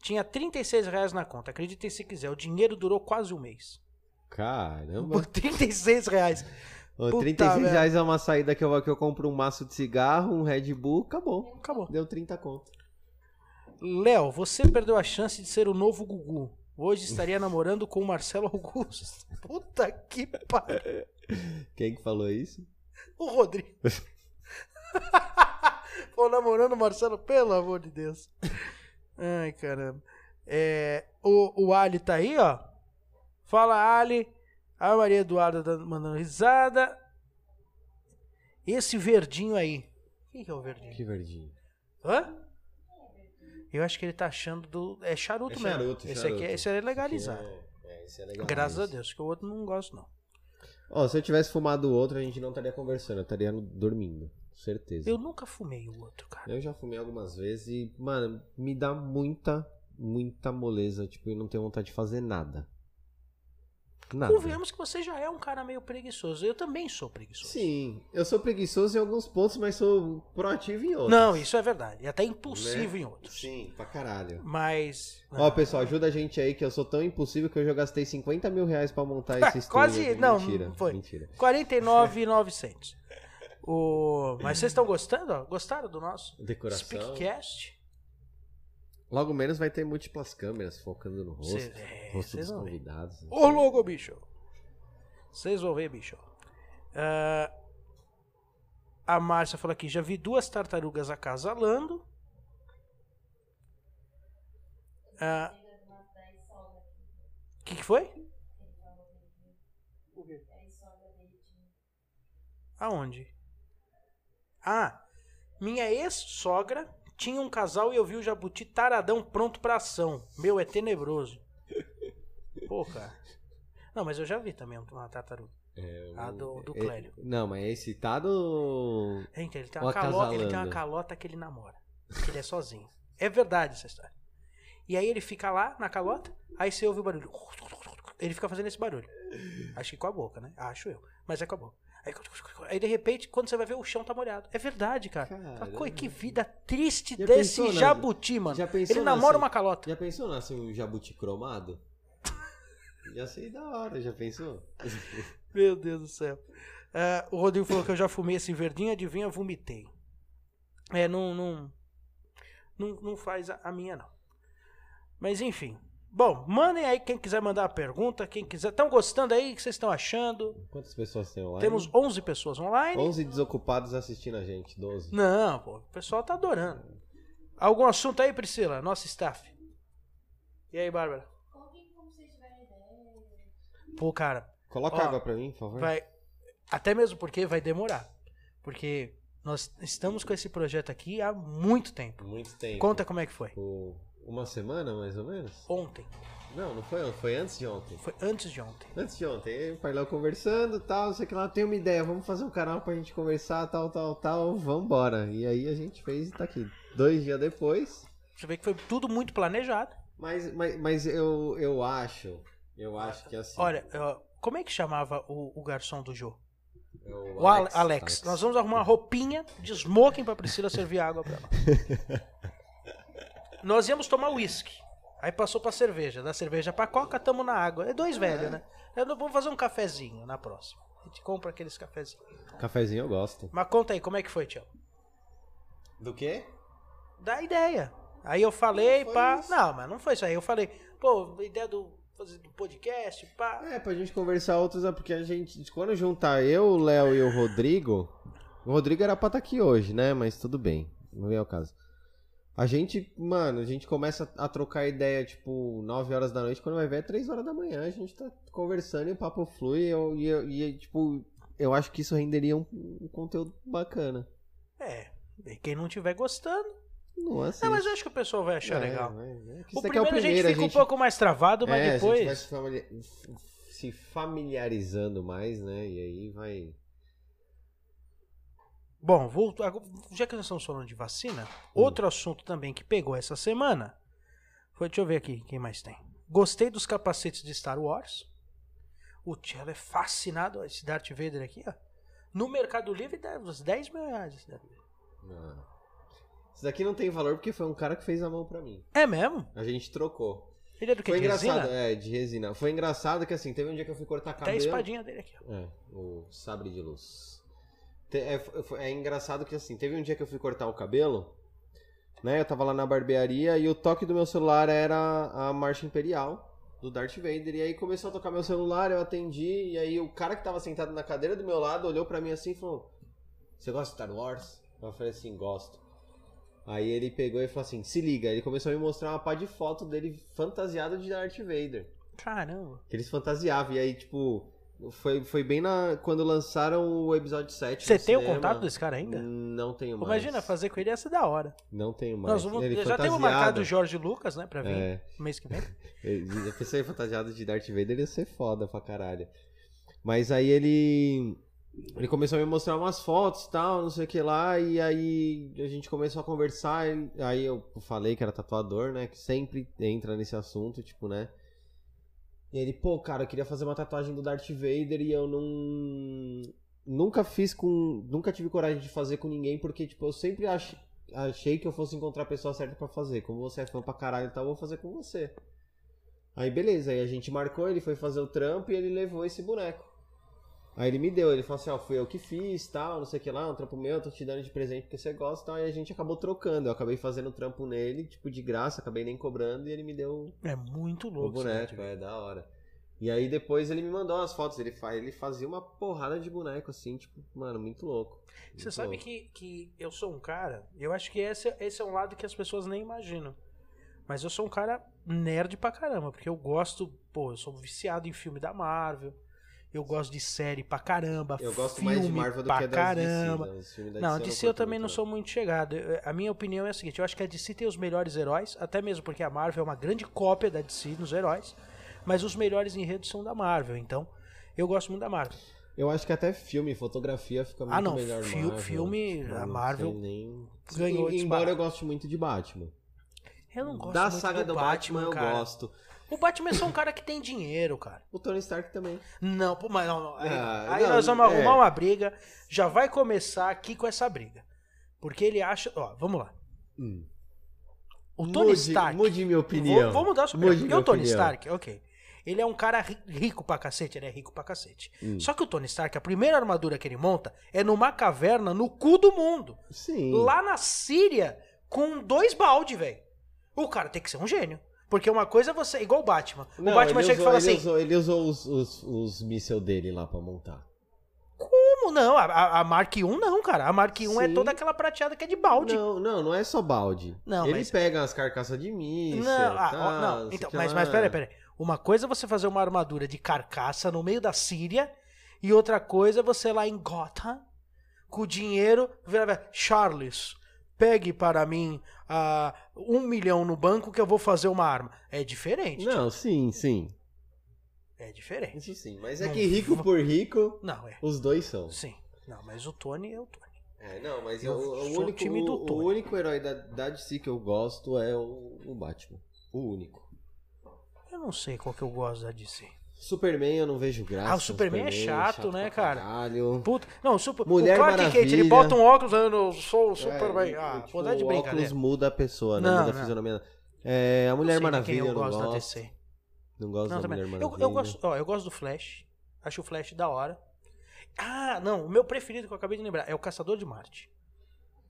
Tinha 36 reais na conta. Acreditem se quiser, o dinheiro durou quase um mês.
Caramba.
Por 36 reais.
Ô,
puta
36
merda.
reais é uma saída que eu, que eu compro um maço de cigarro, um Red Bull, acabou.
Acabou.
Deu 30 conto.
Léo, você perdeu a chance de ser o novo Gugu. Hoje estaria namorando com o Marcelo Augusto. Puta que pariu.
Quem que falou isso?
O Rodrigo. Pô, namorando o Marcelo, pelo amor de Deus. Ai, caramba. É, o, o Ali tá aí, ó. Fala, Ali. A Maria Eduarda tá mandando risada. Esse verdinho aí. Quem que é o verdinho?
Que verdinho.
Hã? Eu acho que ele tá achando do. É charuto
É
mesmo.
charuto,
esse
charuto.
aqui é- esse é legalizado.
É, esse é legal.
Graças a Deus, que o outro não gosto, não.
Ó, se eu tivesse fumado outro, a gente não estaria conversando, eu estaria no- dormindo. Certeza.
Eu nunca fumei o outro, cara.
Eu já fumei algumas vezes e, mano, me dá muita, muita moleza. Tipo, eu não tenho vontade de fazer nada. Nada.
Convenhamos que você já é um cara meio preguiçoso. Eu também sou preguiçoso.
Sim, eu sou preguiçoso em alguns pontos, mas sou proativo em outros. né?
Não, isso é verdade. É até impulsivo em outros.
Sim, pra caralho.
Mas. ah,
Ó, pessoal, ajuda a gente aí que eu sou tão impulsivo que eu já gastei 50 mil reais pra montar esse estúdio.
Quase-
aqui.
não,
mentira,
não foi.
mentira.
49,900. O... Mas vocês estão gostando? ó? Gostaram do nosso
Decoração.
é- Speakcast?
Logo menos vai ter múltiplas câmeras focando no rosto,
Cê- é,
rosto
cês
dos
vão ver.
convidados. né?
Ô, logo, bicho. Vocês vão ver, bicho. Ah, a Márcia falou aqui: já vi duas tartarugas acasalando. Ah, que, que foi? Aonde? Ah, minha ex-sogra tinha um casal e eu vi o jabuti taradão pronto pra ação. Meu, é tenebroso. Pô, cara. Não, mas eu já vi também uma tartaruga. a do, do
É-
Clélio.
não, mas é excitado.
Gente, É, então, ele tem,
O
uma calota, ele tem uma
acasalando.
calota que ele namora. Que ele é sozinho. É verdade essa história. E aí ele fica lá na calota, aí você ouve o barulho. Ele fica fazendo esse barulho. Acho que com a boca, né? Acho eu. Mas é com a boca. Aí, aí, de repente, quando você vai ver, o chão tá molhado. É verdade, cara.
Caramba.
Fala, "Coi, que vida triste
Já
desse
pensou, Nando?
jabuti, mano.
Já pensou
ele namora
nessa?
uma calota.
Já pensou nascer um jabuti cromado? já sei da hora, já pensou?
Meu Deus do céu. Ah, o Rodrigo falou que eu já fumei esse verdinho, adivinha, vomitei. É, não, não, não, não faz a, a minha, não. Mas enfim. Bom, mandem aí quem quiser mandar a pergunta, quem quiser. Estão gostando aí? O que vocês estão achando?
Quantas pessoas tem online?
Temos 11 pessoas online.
11 desocupados assistindo a gente, 12.
Não, pô, o pessoal tá adorando. Algum assunto aí, Priscila? Nossa staff. E aí, Bárbara?
Contem como vocês tiverem ideia.
Pô, cara,
Coloca
Ó,
água pra mim, por favor.
Vai. Até mesmo porque vai demorar. Porque nós estamos com esse projeto aqui há muito tempo.
Muito tempo.
Conta como é que foi.
Tipo, uma semana, mais ou menos?
Ontem.
Não, não foi ontem, foi antes de ontem.
Foi antes de ontem.
Antes de ontem, eu e o pai Léo conversando e tal, não sei o que lá, tem uma ideia, vamos fazer um canal pra gente conversar, tal, tal, tal, vambora. E aí a gente fez e tá aqui. Dois dias depois.
Você vê que foi tudo muito planejado.
Mas, mas, mas eu, eu acho. Eu acho que assim.
Olha, ó, como é que chamava o, o garçom do jogo?
é o
O Alex. Alex. Nós vamos arrumar uma roupinha de smoking pra Priscila servir água pra ela. nós íamos tomar uísque. Aí passou pra cerveja. Da cerveja pra coca, tamo na água. É dois velhos, né? Eu não- Vamos fazer um cafezinho na próxima. A gente compra aqueles cafezinhos.
Cafezinho eu gosto.
Mas conta aí, como é que foi, Tião?
Do quê?
Dá ideia. Aí eu falei,
Não foi
pá.
isso.
Não, mas não foi isso aí. Eu falei, pô, a ideia do, fazer do podcast, pá.
É, pra gente conversar outros, é porque a gente. Quando juntar eu, o Léo e o Rodrigo. O Rodrigo era pra estar aqui hoje, né? Mas tudo bem. Não é o caso. A gente, mano, a gente começa a trocar ideia, tipo, 9 horas da noite. Quando vai ver, é 3 horas da manhã. A gente tá conversando e o papo flui. E, eu- e eu- e, tipo, eu acho que isso renderia um, um conteúdo bacana.
É. E quem não tiver gostando.
Não assim.
Não, mas eu acho que o pessoal vai achar
É,
legal.
é, é que
O
isso daqui é
primeiro, a gente fica um pouco mais travado, mas
É,
depois.
A gente vai se familiar- se familiarizando mais, né? E aí vai.
Bom, vou, agora- já que nós estamos falando de vacina,
Hum.
outro assunto também que pegou essa semana foi. Deixa eu ver aqui quem mais tem. Gostei dos capacetes de Star Wars. O Tchelo é fascinado. ó, Esse Darth Vader aqui, ó. No Mercado Livre dá uns 10 mil reais. esse Darth Vader.
Não. Ah. Isso daqui não tem valor porque foi um cara que fez a mão pra mim.
É mesmo?
A gente trocou.
Ele é do que?
foi
de
engraçado,
resina?
é, de resina. Foi engraçado que assim, teve um dia que eu fui cortar
Até a
cabelo.
espadinha dele aqui. ó.
É, o sabre de luz. Te- É, f- f- é engraçado que assim, teve um dia que eu fui cortar o cabelo, né? Eu tava lá na barbearia e o toque do meu celular era a marcha imperial do Darth Vader. E aí começou a tocar meu celular, eu atendi, e aí o cara que tava sentado na cadeira do meu lado olhou pra mim assim e falou: Você gosta de Star Wars? Eu falei assim, gosto. Aí ele pegou e falou assim, se liga, ele começou a me mostrar uma pá de foto dele fantasiado de Darth Vader.
Caramba.
Que eles fantasiavam. E aí, tipo, foi, foi bem na quando lançaram o episódio 7.
Você
no
tem o
cinema.
contato desse cara ainda?
Não tenho mais.
Imagina, fazer com ele ia ser da hora.
Não tenho mais.
Nós vamos,
Ele
já temos
fantasiado.
marcado o Jorge Lucas, né, pra vir
É.
mês que vem.
Eu pensei fantasiado de Darth Vader ia ser foda pra caralho. Mas aí ele. Ele começou a me mostrar umas fotos e tal, não sei o que lá, e aí a gente começou a conversar. e Aí eu falei que era tatuador, né? Que sempre entra nesse assunto, tipo, né? E ele, pô, cara, eu queria fazer uma tatuagem do Darth Vader e eu não. Nunca fiz com. Nunca tive coragem de fazer com ninguém, porque, tipo, eu sempre ach- achei que eu fosse encontrar a pessoa certa pra fazer. Como você é fã pra caralho e tal, eu vou fazer com você. Aí beleza, aí a gente marcou, ele foi fazer o trampo e ele levou esse boneco. Aí ele me deu, ele falou assim, ó, fui eu que fiz, tal, não sei o que lá, um trampo meu, tô te dando de presente porque você gosta, tal, e a gente acabou trocando. Eu acabei fazendo o trampo nele, tipo, de graça, acabei nem cobrando, e ele me deu
É muito
o
louco. isso, né,
boneco, é da hora. E aí depois ele me mandou umas fotos, ele, fa- ele fazia uma porrada de boneco, assim, tipo, mano, muito louco.
Você
Muito
sabe
louco.
que, que eu sou um cara, eu acho que esse, esse é um lado que as pessoas nem imaginam. Mas eu sou um cara nerd pra caramba, porque eu gosto, pô, eu sou viciado em filme da Marvel, eu gosto de série pra caramba,
Eu gosto
filme
mais de Marvel do
pra
que das
caramba.
DC, né? Os filmes da
Não, a
eu
DC eu
curto
também não
muito,
sou muito chegado. Eu- A minha opinião é a seguinte: eu acho que a DC tem os melhores heróis, até mesmo porque a Marvel é uma grande cópia da DC nos heróis, mas os melhores enredos são da Marvel, então eu gosto muito da Marvel.
Eu acho que até filme, fotografia fica muito
Ah, não,
melhor
fi-
Marvel.
filme,
Tipo,
a
não
Marvel
sei nem...
ganhou
E-
esse
Embora
barato.
eu goste muito de Batman.
Eu não gosto
da
muito
saga
do
do Batman, eu
cara.
gosto.
O Batman é só um cara que tem dinheiro, cara.
O Tony Stark também.
Não, pô, mas não, não. Aí,
Ah,
aí
não,
nós vamos
é.
arrumar uma briga. Já vai começar aqui com essa briga. Porque ele acha. Ó, vamos lá.
Hum.
O Tony
mude,
Stark.
Mude minha
Vou,
opinião.
vou mudar a sua opinião.
Mude
Porque
minha
o Tony
opinião.
Stark, ok. Ele é um cara ri- rico pra cacete, ele é rico pra cacete.
Hum.
Só que o Tony Stark, a primeira armadura que ele monta é numa caverna no cu do mundo.
Sim.
Lá na Síria, com dois balde, velho. O cara tem que ser um gênio. Porque uma coisa é você. Igual o Batman.
Não,
o Batman
ele
chega e
usou-
fala
ele
assim:
Usou, ele usou os, os, os mísseis dele lá pra montar.
Como não? A- A, a Mark 1 não, cara. A Mark 1 é
Sim.
toda aquela prateada que é de balde.
Não, não, não é só balde.
Não,
ele
mas-
pega as carcaças de míssil.
Não, ah,
tal,
ó, não.
sei
Então,
que
mas,
lá.
mas peraí, peraí. Uma coisa é você fazer uma armadura de carcaça no meio da Síria, e outra coisa é você lá em Gotham, com o dinheiro, vira- vira- Charles, pegue para mim ah, um milhão no banco que eu vou fazer uma arma. É diferente.
Não, sim, sim.
É diferente.
Isso sim. Mas é
Não.
que rico por rico,
Não, é.
os dois são.
Sim. Não, mas o Tony é o Tony.
É, não, mas
Eu
o, o
sou
único,
time do
o- o
Tony.
único herói da, da DC que eu gosto é o, o Batman. O único.
Eu não sei qual que eu gosto da DC.
Superman eu não vejo graça.
Ah, o Superman é chato, né,
pra
cara?
Caralho.
Puta. Não, o, super, o
Mulher
Clark Kent, ele
Maravilha.
bota um óculos, eu não sou o
É,
Superman. ah,
tipo,
pô, dá de
o
brincadeira.
óculos muda a pessoa, né?
Não,
muda
não.
a fisionomia. É, a
Não
Mulher
sei de
Maravilha
quem
eu
eu
não
gosto da
gosto.
DC.
Não gosto
Não,
da
também.
Mulher
Eu,
Maravilha.
eu gosto, ó, eu gosto do Flash. Acho o Flash da hora. Ah, não, o meu preferido que eu acabei de lembrar é o Caçador de Marte.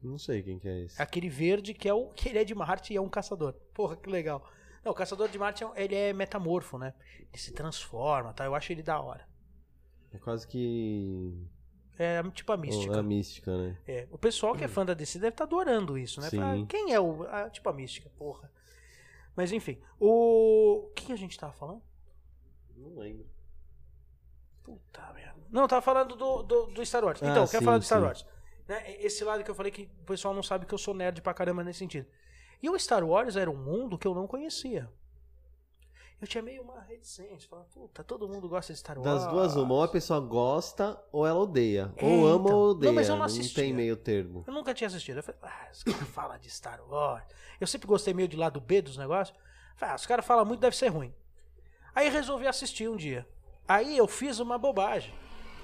Não sei quem que é esse.
Aquele verde que é o que ele é de Marte e é um caçador. Porra, que legal. Não, o Caçador de Marte é um- ele é metamorfo, né? Ele se transforma, tá? Eu acho ele da hora.
É quase que.
É tipo a
Mística.
mística.
a mística, né?
É, o pessoal que é fã da DC deve estar adorando isso, né?
Sim.
Fala, "Ah, quem é o. ah, tipo a mística, porra. Mas enfim, o. O que, que a gente tava falando?
Não lembro.
Puta merda. Não, eu tava falando do, do, do Star Wars.
Ah,
Então, eu quero
sim,
falar do Star
sim.
Wars. Né, Esse lado que eu falei que o pessoal não sabe que eu sou nerd pra caramba nesse sentido. E o Star Wars era um mundo que eu não conhecia. Eu tinha meio uma reticência. Falava, puta, todo mundo gosta de Star Wars.
Das duas, uma, ou a pessoa gosta ou ela odeia.
É,
ou ama
então.
ou
Não,
odeia.
mas eu não
tem
assistia.
meio termo.
Eu nunca tinha assistido. Eu falei, ah, os caras falam de Star Wars. Eu sempre gostei meio de lado B dos negócios. Falei, ah, os caras falam muito, deve ser ruim. Aí resolvi assistir um dia. Aí eu fiz uma bobagem.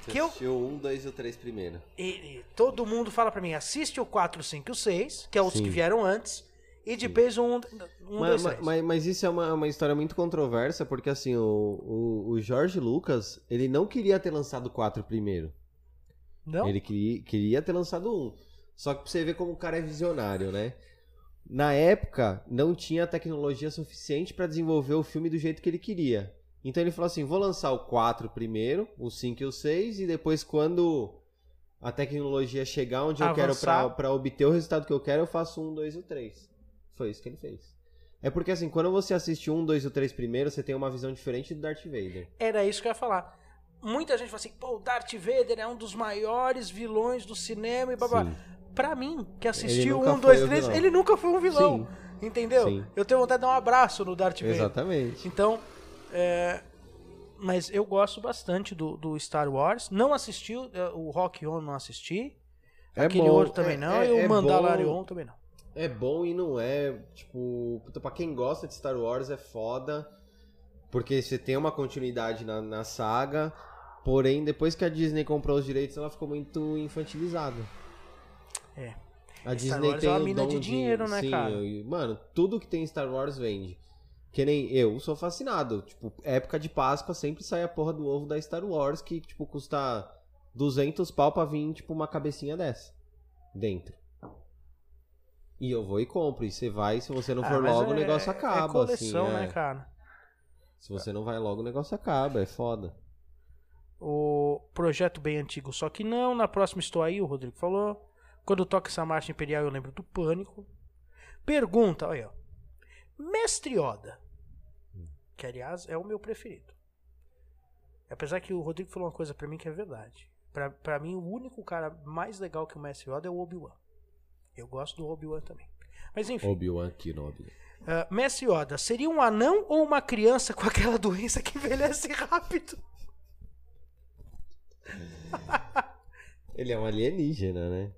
Você
Que eu-
assistiu um, dois ou três primeiro.
E, e todo mundo fala pra mim, assiste o 4, 5 e 6, que é os
Sim.
que vieram antes, e depois um, um
mas,
dois,
ma-
três.
mas, mas isso é uma, uma história muito controversa, porque assim, o, o, o Jorge Lucas, ele não queria ter lançado o 4 primeiro.
Não?
Ele queria, queria ter lançado um. Só que pra você ver como o cara é visionário, né? Na época, não tinha tecnologia suficiente pra desenvolver o filme do jeito que ele queria. Então ele falou assim: vou lançar o 4 primeiro, o 5 e o 6, e depois, quando a tecnologia chegar onde eu quero pra,
Avançar.
pra obter o resultado que eu quero, eu faço um, dois e o 3. Foi isso que ele fez. É porque assim, quando você assiste um, dois e o 3 primeiro, você tem uma visão diferente do Darth Vader.
Era isso que eu ia falar. Muita gente fala assim, pô, o Darth Vader é um dos maiores vilões do cinema e babá.
Sim.
Pra mim, que assistiu
nunca
um,
foi
dois,
o
três,
vilão.
ele nunca foi um vilão. Entendeu?
Sim.
Eu tenho vontade de dar um abraço no Darth Vader.
Exatamente.
Então, é, mas eu gosto bastante do, do Star Wars. Não assisti, o- é, o Rock On não assisti.
É
aquele
bom,
outro também
é-
não.
é-
e o
é bom.
Mandalorian um? também não.
É bom e não é. Tipo, puta, pra quem gosta de Star Wars é foda. Porque você tem uma continuidade na, na saga. Porém, depois que a Disney comprou os direitos, ela ficou muito infantilizada.
É.
A
Star
Disney
Wars é
tem
uma
o
mina
dom
de dinheiro, né,
Sim,
cara?
eu- mano, tudo que tem Star Wars vende. Que nem eu sou fascinado. Tipo, época de Páscoa sempre sai a porra do ovo da Star Wars que, tipo, custa 200 pau pra vir, tipo, uma cabecinha dessa. Dentro. E eu vou e compro. E você vai, se você não
Ah,
for
mas
logo, o
é-
negócio
É
acaba.
coleção,
assim, é.
né, cara?
Se você não vai logo, o negócio acaba. É foda.
O projeto bem antigo, só que não. Na próxima estou aí, o Rodrigo falou. Quando toca essa marcha imperial, eu lembro do pânico. Pergunta, olha. ó. Mestre Oda. Que, aliás, é o meu preferido. Apesar que o Rodrigo falou uma coisa pra mim que é verdade. Pra, pra mim, o único cara mais legal que o Mestre Oda é o Obi-Wan. Eu gosto do Obi-Wan também. Mas enfim.
Obi-Wan Kenobi.
Ah, Mestre Yoda, seria um anão ou uma criança com aquela doença que envelhece rápido?
Ele é um alienígena, né?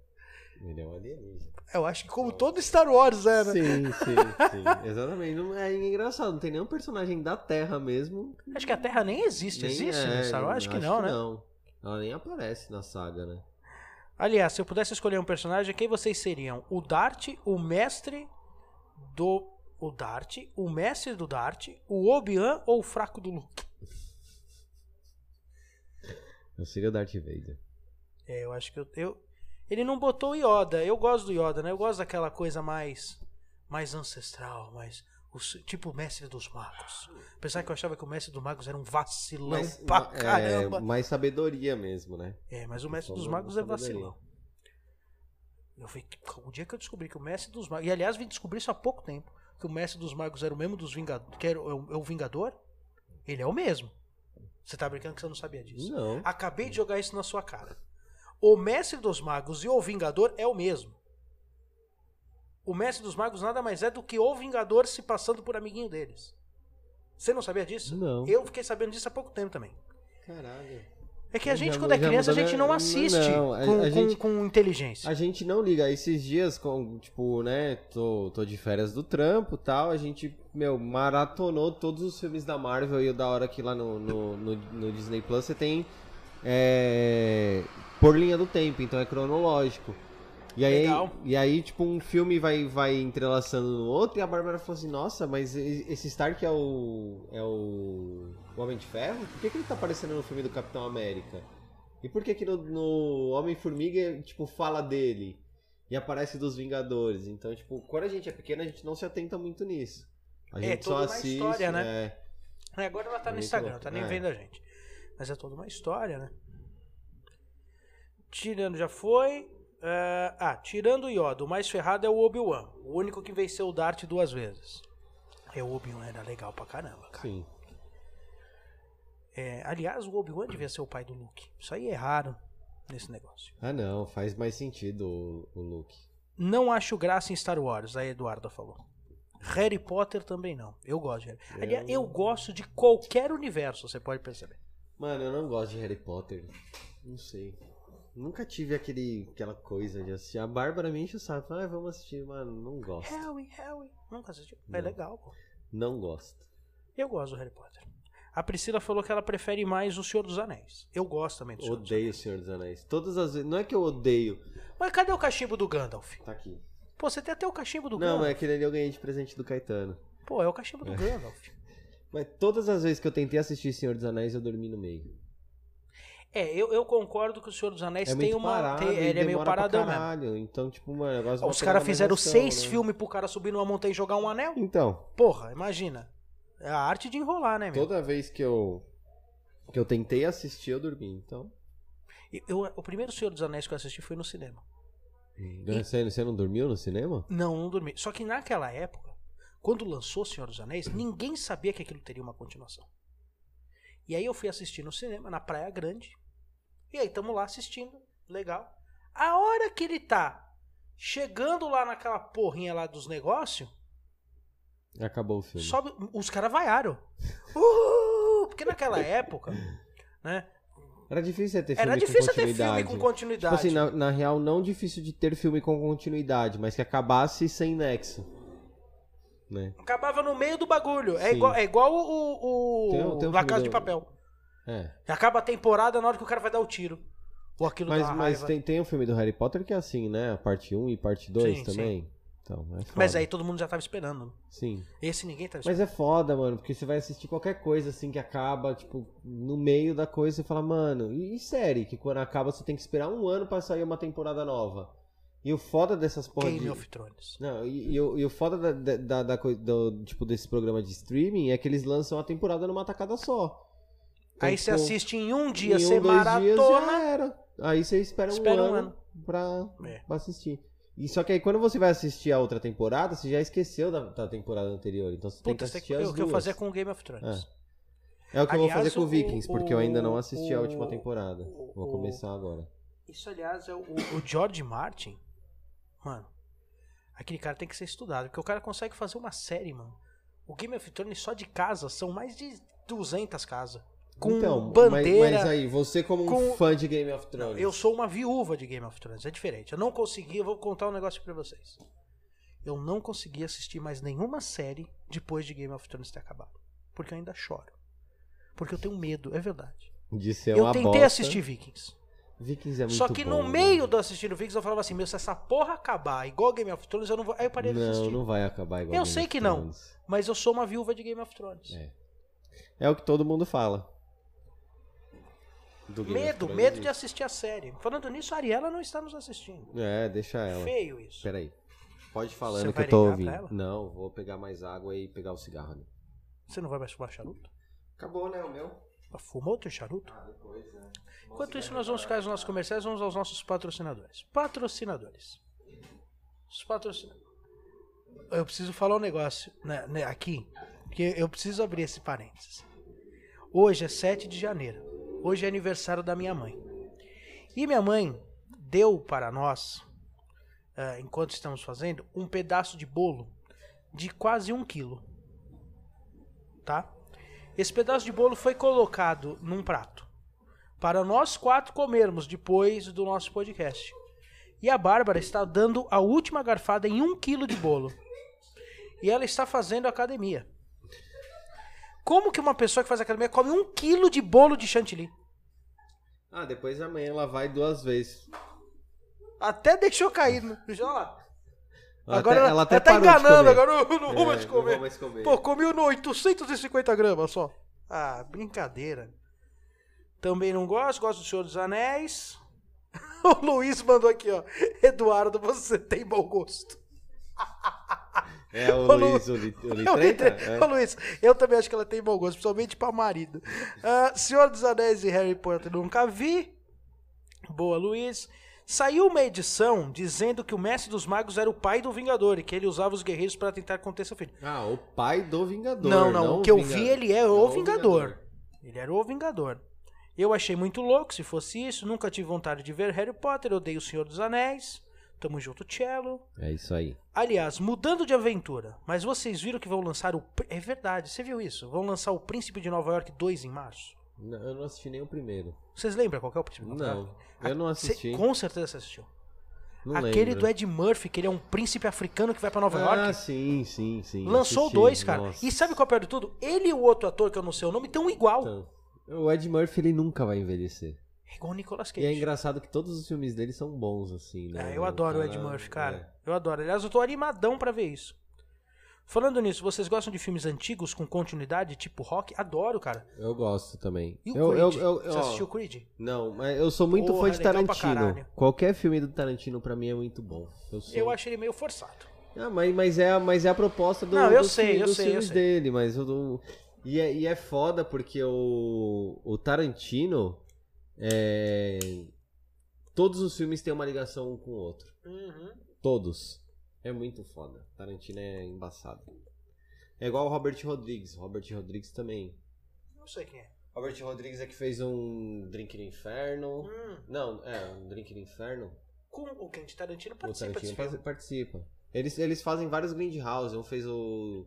Ele é um alienígena.
Eu acho que como todo Star Wars é, né?
Sim, sim, sim. Exatamente. Não, é engraçado, não tem nenhum personagem da Terra mesmo.
Acho que a Terra nem existe.
Nem
existe
é,
no Star Wars? Acho que não, né?
Não. Ela nem aparece na saga, né?
Aliás, se eu pudesse escolher um personagem, quem vocês seriam? O Dart, o mestre do... O Dart, o mestre do Dart, o Obi-Wan ou o fraco do Luke?
Eu seria o Darth Vader.
É, eu acho que eu, eu- Ele não botou o Yoda. Eu gosto do Yoda, né? Eu gosto daquela coisa mais. mais ancestral, mais. os- tipo o mestre dos magos. Apesar que eu achava que o mestre dos magos era um vacilão pra
ma- é,
caramba.
mais sabedoria mesmo, né?
É, mas o mestre
Só
dos
não-
magos
não
é
sabedoria.
vacilão. Eu vi que o dia que eu descobri que o mestre dos magos. E aliás, vim descobrir isso há pouco tempo. Que o mestre dos magos era o mesmo dos Vingadores. Que era, o- é, o, é o Vingador? Ele é o mesmo. Você tá brincando que você não sabia disso? Ah,
Não.
Acabei de jogar isso na sua cara. O Mestre dos Magos e o Vingador é o mesmo. O Mestre dos Magos nada mais é do que o Vingador se passando por amiguinho deles. Você não sabia disso?
Não.
Eu fiquei sabendo disso há pouco tempo também.
Caralho.
É que a
Já
gente,
mu-
quando é
já
criança, a
mudou,
gente
né?
não assiste
Não, a-
com,
a
com-
gente-
com inteligência.
A gente não liga. Esses dias, com, tipo, né? Tô, tô de férias do trampo e tal. A gente, meu, maratonou todos os filmes da Marvel e o da hora que lá no, no, no- no Disney Plus você tem. é, por linha do tempo, então é cronológico. E aí,
Legal.
e aí, tipo, um filme vai, vai entrelaçando no outro e a Bárbara falou assim: Nossa, mas e- esse Stark é o. é o. o Homem de Ferro? Por que, que ele tá aparecendo no filme do Capitão América? E por que que no, no Homem-Formiga, tipo, fala dele? E aparece dos Vingadores. Então, tipo, quando a gente é pequeno, a gente não se atenta muito nisso. A
É,
gente só
toda uma
assiste.
história, né?
é.
É, Agora ela tá no
Muito
Instagram,
louco.
tá nem
É.
vendo a gente. Mas é toda uma história, né? Tirando, já foi. É, ah, tirando o Yoda, o mais ferrado é o Obi-Wan. O único que venceu o Dart duas vezes. É, o Obi-Wan era legal pra caramba, cara.
Sim.
É, aliás, o Obi-Wan devia ser o pai do Luke. Isso aí é raro nesse negócio.
Ah, não, faz mais sentido o, o Luke.
Não acho graça em Star Wars, a Eduarda falou. Harry Potter também não. Eu gosto de Harry Aliás, eu gosto de qualquer universo, você pode perceber.
Mano, eu não gosto de Harry Potter. Não sei. Nunca tive aquele, aquela coisa de assistir. A Bárbara me enche o saco. Ah, vamos assistir. Mano, não gosto.
Harry, Harry. Nunca assistiu? É
Não.
legal, pô.
Não gosto.
Eu gosto do Harry Potter. A Priscila falou que ela prefere mais O Senhor dos Anéis. Eu gosto também do Senhor dos
Odeio o Senhor dos Anéis. Todas as vezes. Não é que eu odeio.
Anéis. Mas cadê o cachimbo do Gandalf?
Tá aqui.
Pô, você tem até o cachimbo do
Não,
Gandalf.
mas é aquele ali eu ganhei de presente do Caetano.
Pô, é o cachimbo do Gandalf.
Mas todas as vezes que eu tentei assistir Senhor dos Anéis, eu dormi no meio.
É, eu, eu concordo que o Senhor dos Anéis
É
tem
muito
uma.
parado,
tem-
e
ele é meio
demora pra
paradão mesmo.
caralho. Então, tipo, mano, eu gosto de
Os
uma
caras fizeram
programação,
seis
né?
filmes pro cara subir numa montanha e jogar um anel?
Então,
Porra, imagina. É a arte de enrolar, né, meu?
toda vez que eu que eu tentei assistir, eu dormi. Então,
E eu- o primeiro Senhor dos Anéis que eu assisti foi no cinema.
você, você não dormiu no cinema?
Não, não dormi. Só que naquela época, quando lançou Senhor dos Anéis, ninguém sabia que aquilo teria uma continuação. E aí eu fui assistir no cinema, na Praia Grande. E aí tamo lá assistindo, legal. A hora que ele tá chegando lá naquela porrinha lá dos negócios,
Acabou o filme.
sobe, os caras vaiaram. Uh, porque naquela época, né?
Era difícil ter filme
Era
com
difícil ter
continuidade.
filme com continuidade.
Tipo assim, na, na real, não difícil de ter filme com continuidade, mas que acabasse sem nexo. Né?
Acabava no meio do bagulho. É
Sim.
igual, é igual o, o,
Tem um- tem um
La
filme
Casa de
do-
Papel.
É.
Acaba a temporada na hora que o cara vai dar o tiro. Ou aquilo
Mas,
dá uma
mas
raiva.
tem, tem um filme do Harry Potter que é assim, né? A parte 1 e parte 2
Sim,
também. Então, é foda.
Mas aí todo mundo já tava esperando.
Sim.
Esse ninguém tava esperando.
Mas é foda, mano, porque você vai assistir qualquer coisa assim que acaba, tipo, no meio da coisa você fala, mano, e, e série? Que quando acaba você tem que esperar um ano pra sair uma temporada nova. E o foda dessas porra
Game
de-
of Thrones.
Não, e, e o, e o foda da, da, da- da coi- do, tipo, desse programa de streaming é que eles lançam a temporada numa tacada só. Então,
aí você
tipo,
assiste em um dia,
em um,
você
dois dias já
maratona.
era. Aí você espera um
Espera um
ano, Pra,
É.
pra assistir. E só que aí quando você vai assistir a outra temporada, você já esqueceu da, da temporada anterior. Então você
Puta,
tem
tem
que assistir
que, é
as
o que eu
duas.
fazia com o Game of Thrones.
É o que eu vou
Aliás,
fazer com
o-
o Vikings, porque eu ainda não
o-
assisti a última
o-
temporada. Vou
o-
começar agora.
Isso, aliás, é o, o George Martin. Mano, aquele cara tem que ser estudado. Porque o cara consegue fazer uma série, mano. O Game of Thrones só de casa são mais de 200 casas. Com
então,
bandeira.
mas, mas aí, você como um
com-
fã de Game of Thrones.
Eu sou uma viúva de Game of Thrones, é diferente. Eu não consegui, eu vou contar um negócio pra vocês. Eu não consegui assistir mais nenhuma série depois de Game of Thrones ter acabado. Porque eu ainda choro. Porque eu tenho medo, é verdade.
De ser
eu
uma
tentei
bosta.
assistir Vikings.
Vikings é muito
só que
bom,
no
mano.
meio do assistindo Vikings eu falava assim: meu, se essa porra acabar igual Game of Thrones, eu não vou. Aí eu parei de
Não,
assistir.
não vai acabar igual
Eu
Game
sei
of
que não.
Thrones.
Mas eu sou uma viúva de Game of Thrones.
É. É o que todo mundo fala. Do Game of
medo,
Thrones,
medo de assistir a série. Falando nisso, a Ariela não está nos assistindo.
É, deixa ela.
Feio isso.
Peraí. Pode ir
Você
falando que
vai
eu tô
ligar pra
ouvindo.
ela?
Não, vou pegar mais água e pegar o cigarro ali.
Você não vai mais fumar charuto?
Acabou, né, o meu?
Fumou o teu charuto?
Ah, depois, né?
Enquanto isso, nós vamos ficar nos nossos comerciais, vamos aos nossos patrocinadores. Patrocinadores. Os patrocinadores. Eu preciso falar um negócio né, né, aqui, porque eu preciso abrir esse parênteses. Hoje é 7 de janeiro. Hoje é aniversário da minha mãe. E minha mãe deu para nós, eh, enquanto estamos fazendo, um pedaço de bolo de quase um quilo. Tá? Esse pedaço de bolo foi colocado num prato para nós quatro comermos depois do nosso podcast. E a Bárbara está dando a última garfada em um quilo de bolo. E ela está fazendo academia. Como que uma pessoa que faz academia come um quilo de bolo de chantilly?
Ah, depois amanhã ela vai duas vezes.
Até deixou cair. né? Deixa lá.
Ela
agora
até-
ela,
ela até
ela tá
parou de
enganando,
comer.
agora eu não, vou
É,
mais
não
comer.
vou mais comer.
Pô, comi no 850 gramas só. Ah, brincadeira. Também não gosto, gosto do Senhor dos Anéis. O Luiz mandou aqui, ó. Eduardo, você tem bom gosto.
É o
Ô, Lu-
Luiz, o, Li, o
Eu me
Litreta? É.
entre- Ô, Luiz, eu também acho que ela tem bom gosto, principalmente pra marido. Ah, Senhor dos Anéis e Harry Potter nunca vi. Boa, Luiz. Saiu uma edição dizendo que o Mestre dos Magos era o pai do Vingador e que ele usava os guerreiros para tentar conter seu filho.
É. Ah, o pai do Vingador.
Não, não, o que eu vi, ele é
não
o Vingador. Ele era o Vingador. Eu achei muito louco se fosse isso. Nunca tive vontade de ver Harry Potter. Odeio o Senhor dos Anéis. Tamo junto, Cello.
É isso aí.
Aliás, mudando de aventura, mas vocês viram que vão lançar o. Pr- É verdade, você viu isso? Vão lançar o Príncipe de Nova York 2 em março.
Não, eu não assisti nem o primeiro.
Vocês lembram qual que é o Príncipe de Nova
Não,
York?
eu não
Ah, cê-
assisti.
com certeza você assistiu.
Não
Aquele
lembro.
do Ed Murphy, que ele é um príncipe africano que vai pra Nova York.
Ah, sim, sim, sim.
Lançou
assisti,
dois, cara.
nossa.
E sabe qual é o pior de tudo? Ele e o outro ator, que eu não sei o nome, tão igual.
Então, o Ed Murphy, ele nunca vai envelhecer.
É igual o Nicolas
E
Cage.
é engraçado que todos os filmes dele são bons, assim, né?
Ah, eu adoro o Ed Murphy, cara. Eu adoro. Aliás, eu tô animadão pra ver isso. Falando nisso, vocês gostam de filmes antigos com continuidade, tipo rock? Adoro, cara.
É, eu gosto também.
E o
eu, eu,
Creed?
eu, eu-
Você
ó,
assistiu o Creed?
Não, mas eu sou muito
Porra,
fã de
legal pra
Tarantino.
caralho.
Qualquer filme do Tarantino pra mim é muito bom. Eu, sou...
Eu acho ele meio forçado.
Ah, mas, mas, é, a- mas é a proposta do,
Não, eu
dos
sei,
filmes-
eu
dos
sei, eu
filmes
sei.
dele, mas eu não- E é, e é foda porque o, o Tarantino. é, Todos os filmes têm uma ligação um com o outro. Uhum. Todos. É muito foda. Tarantino é embaçado. É igual o Robert Rodrigues. Robert Rodrigues também.
Não sei quem é.
Robert Rodrigues é que fez um Drink no Inferno.
Hum,
Não, é, um Drink no Inferno.
com o Quentin Tarantino
o
participa desse
Tarantino
filme.
par- participa. Eles, eles fazem vários Grindhouse. Um fez o.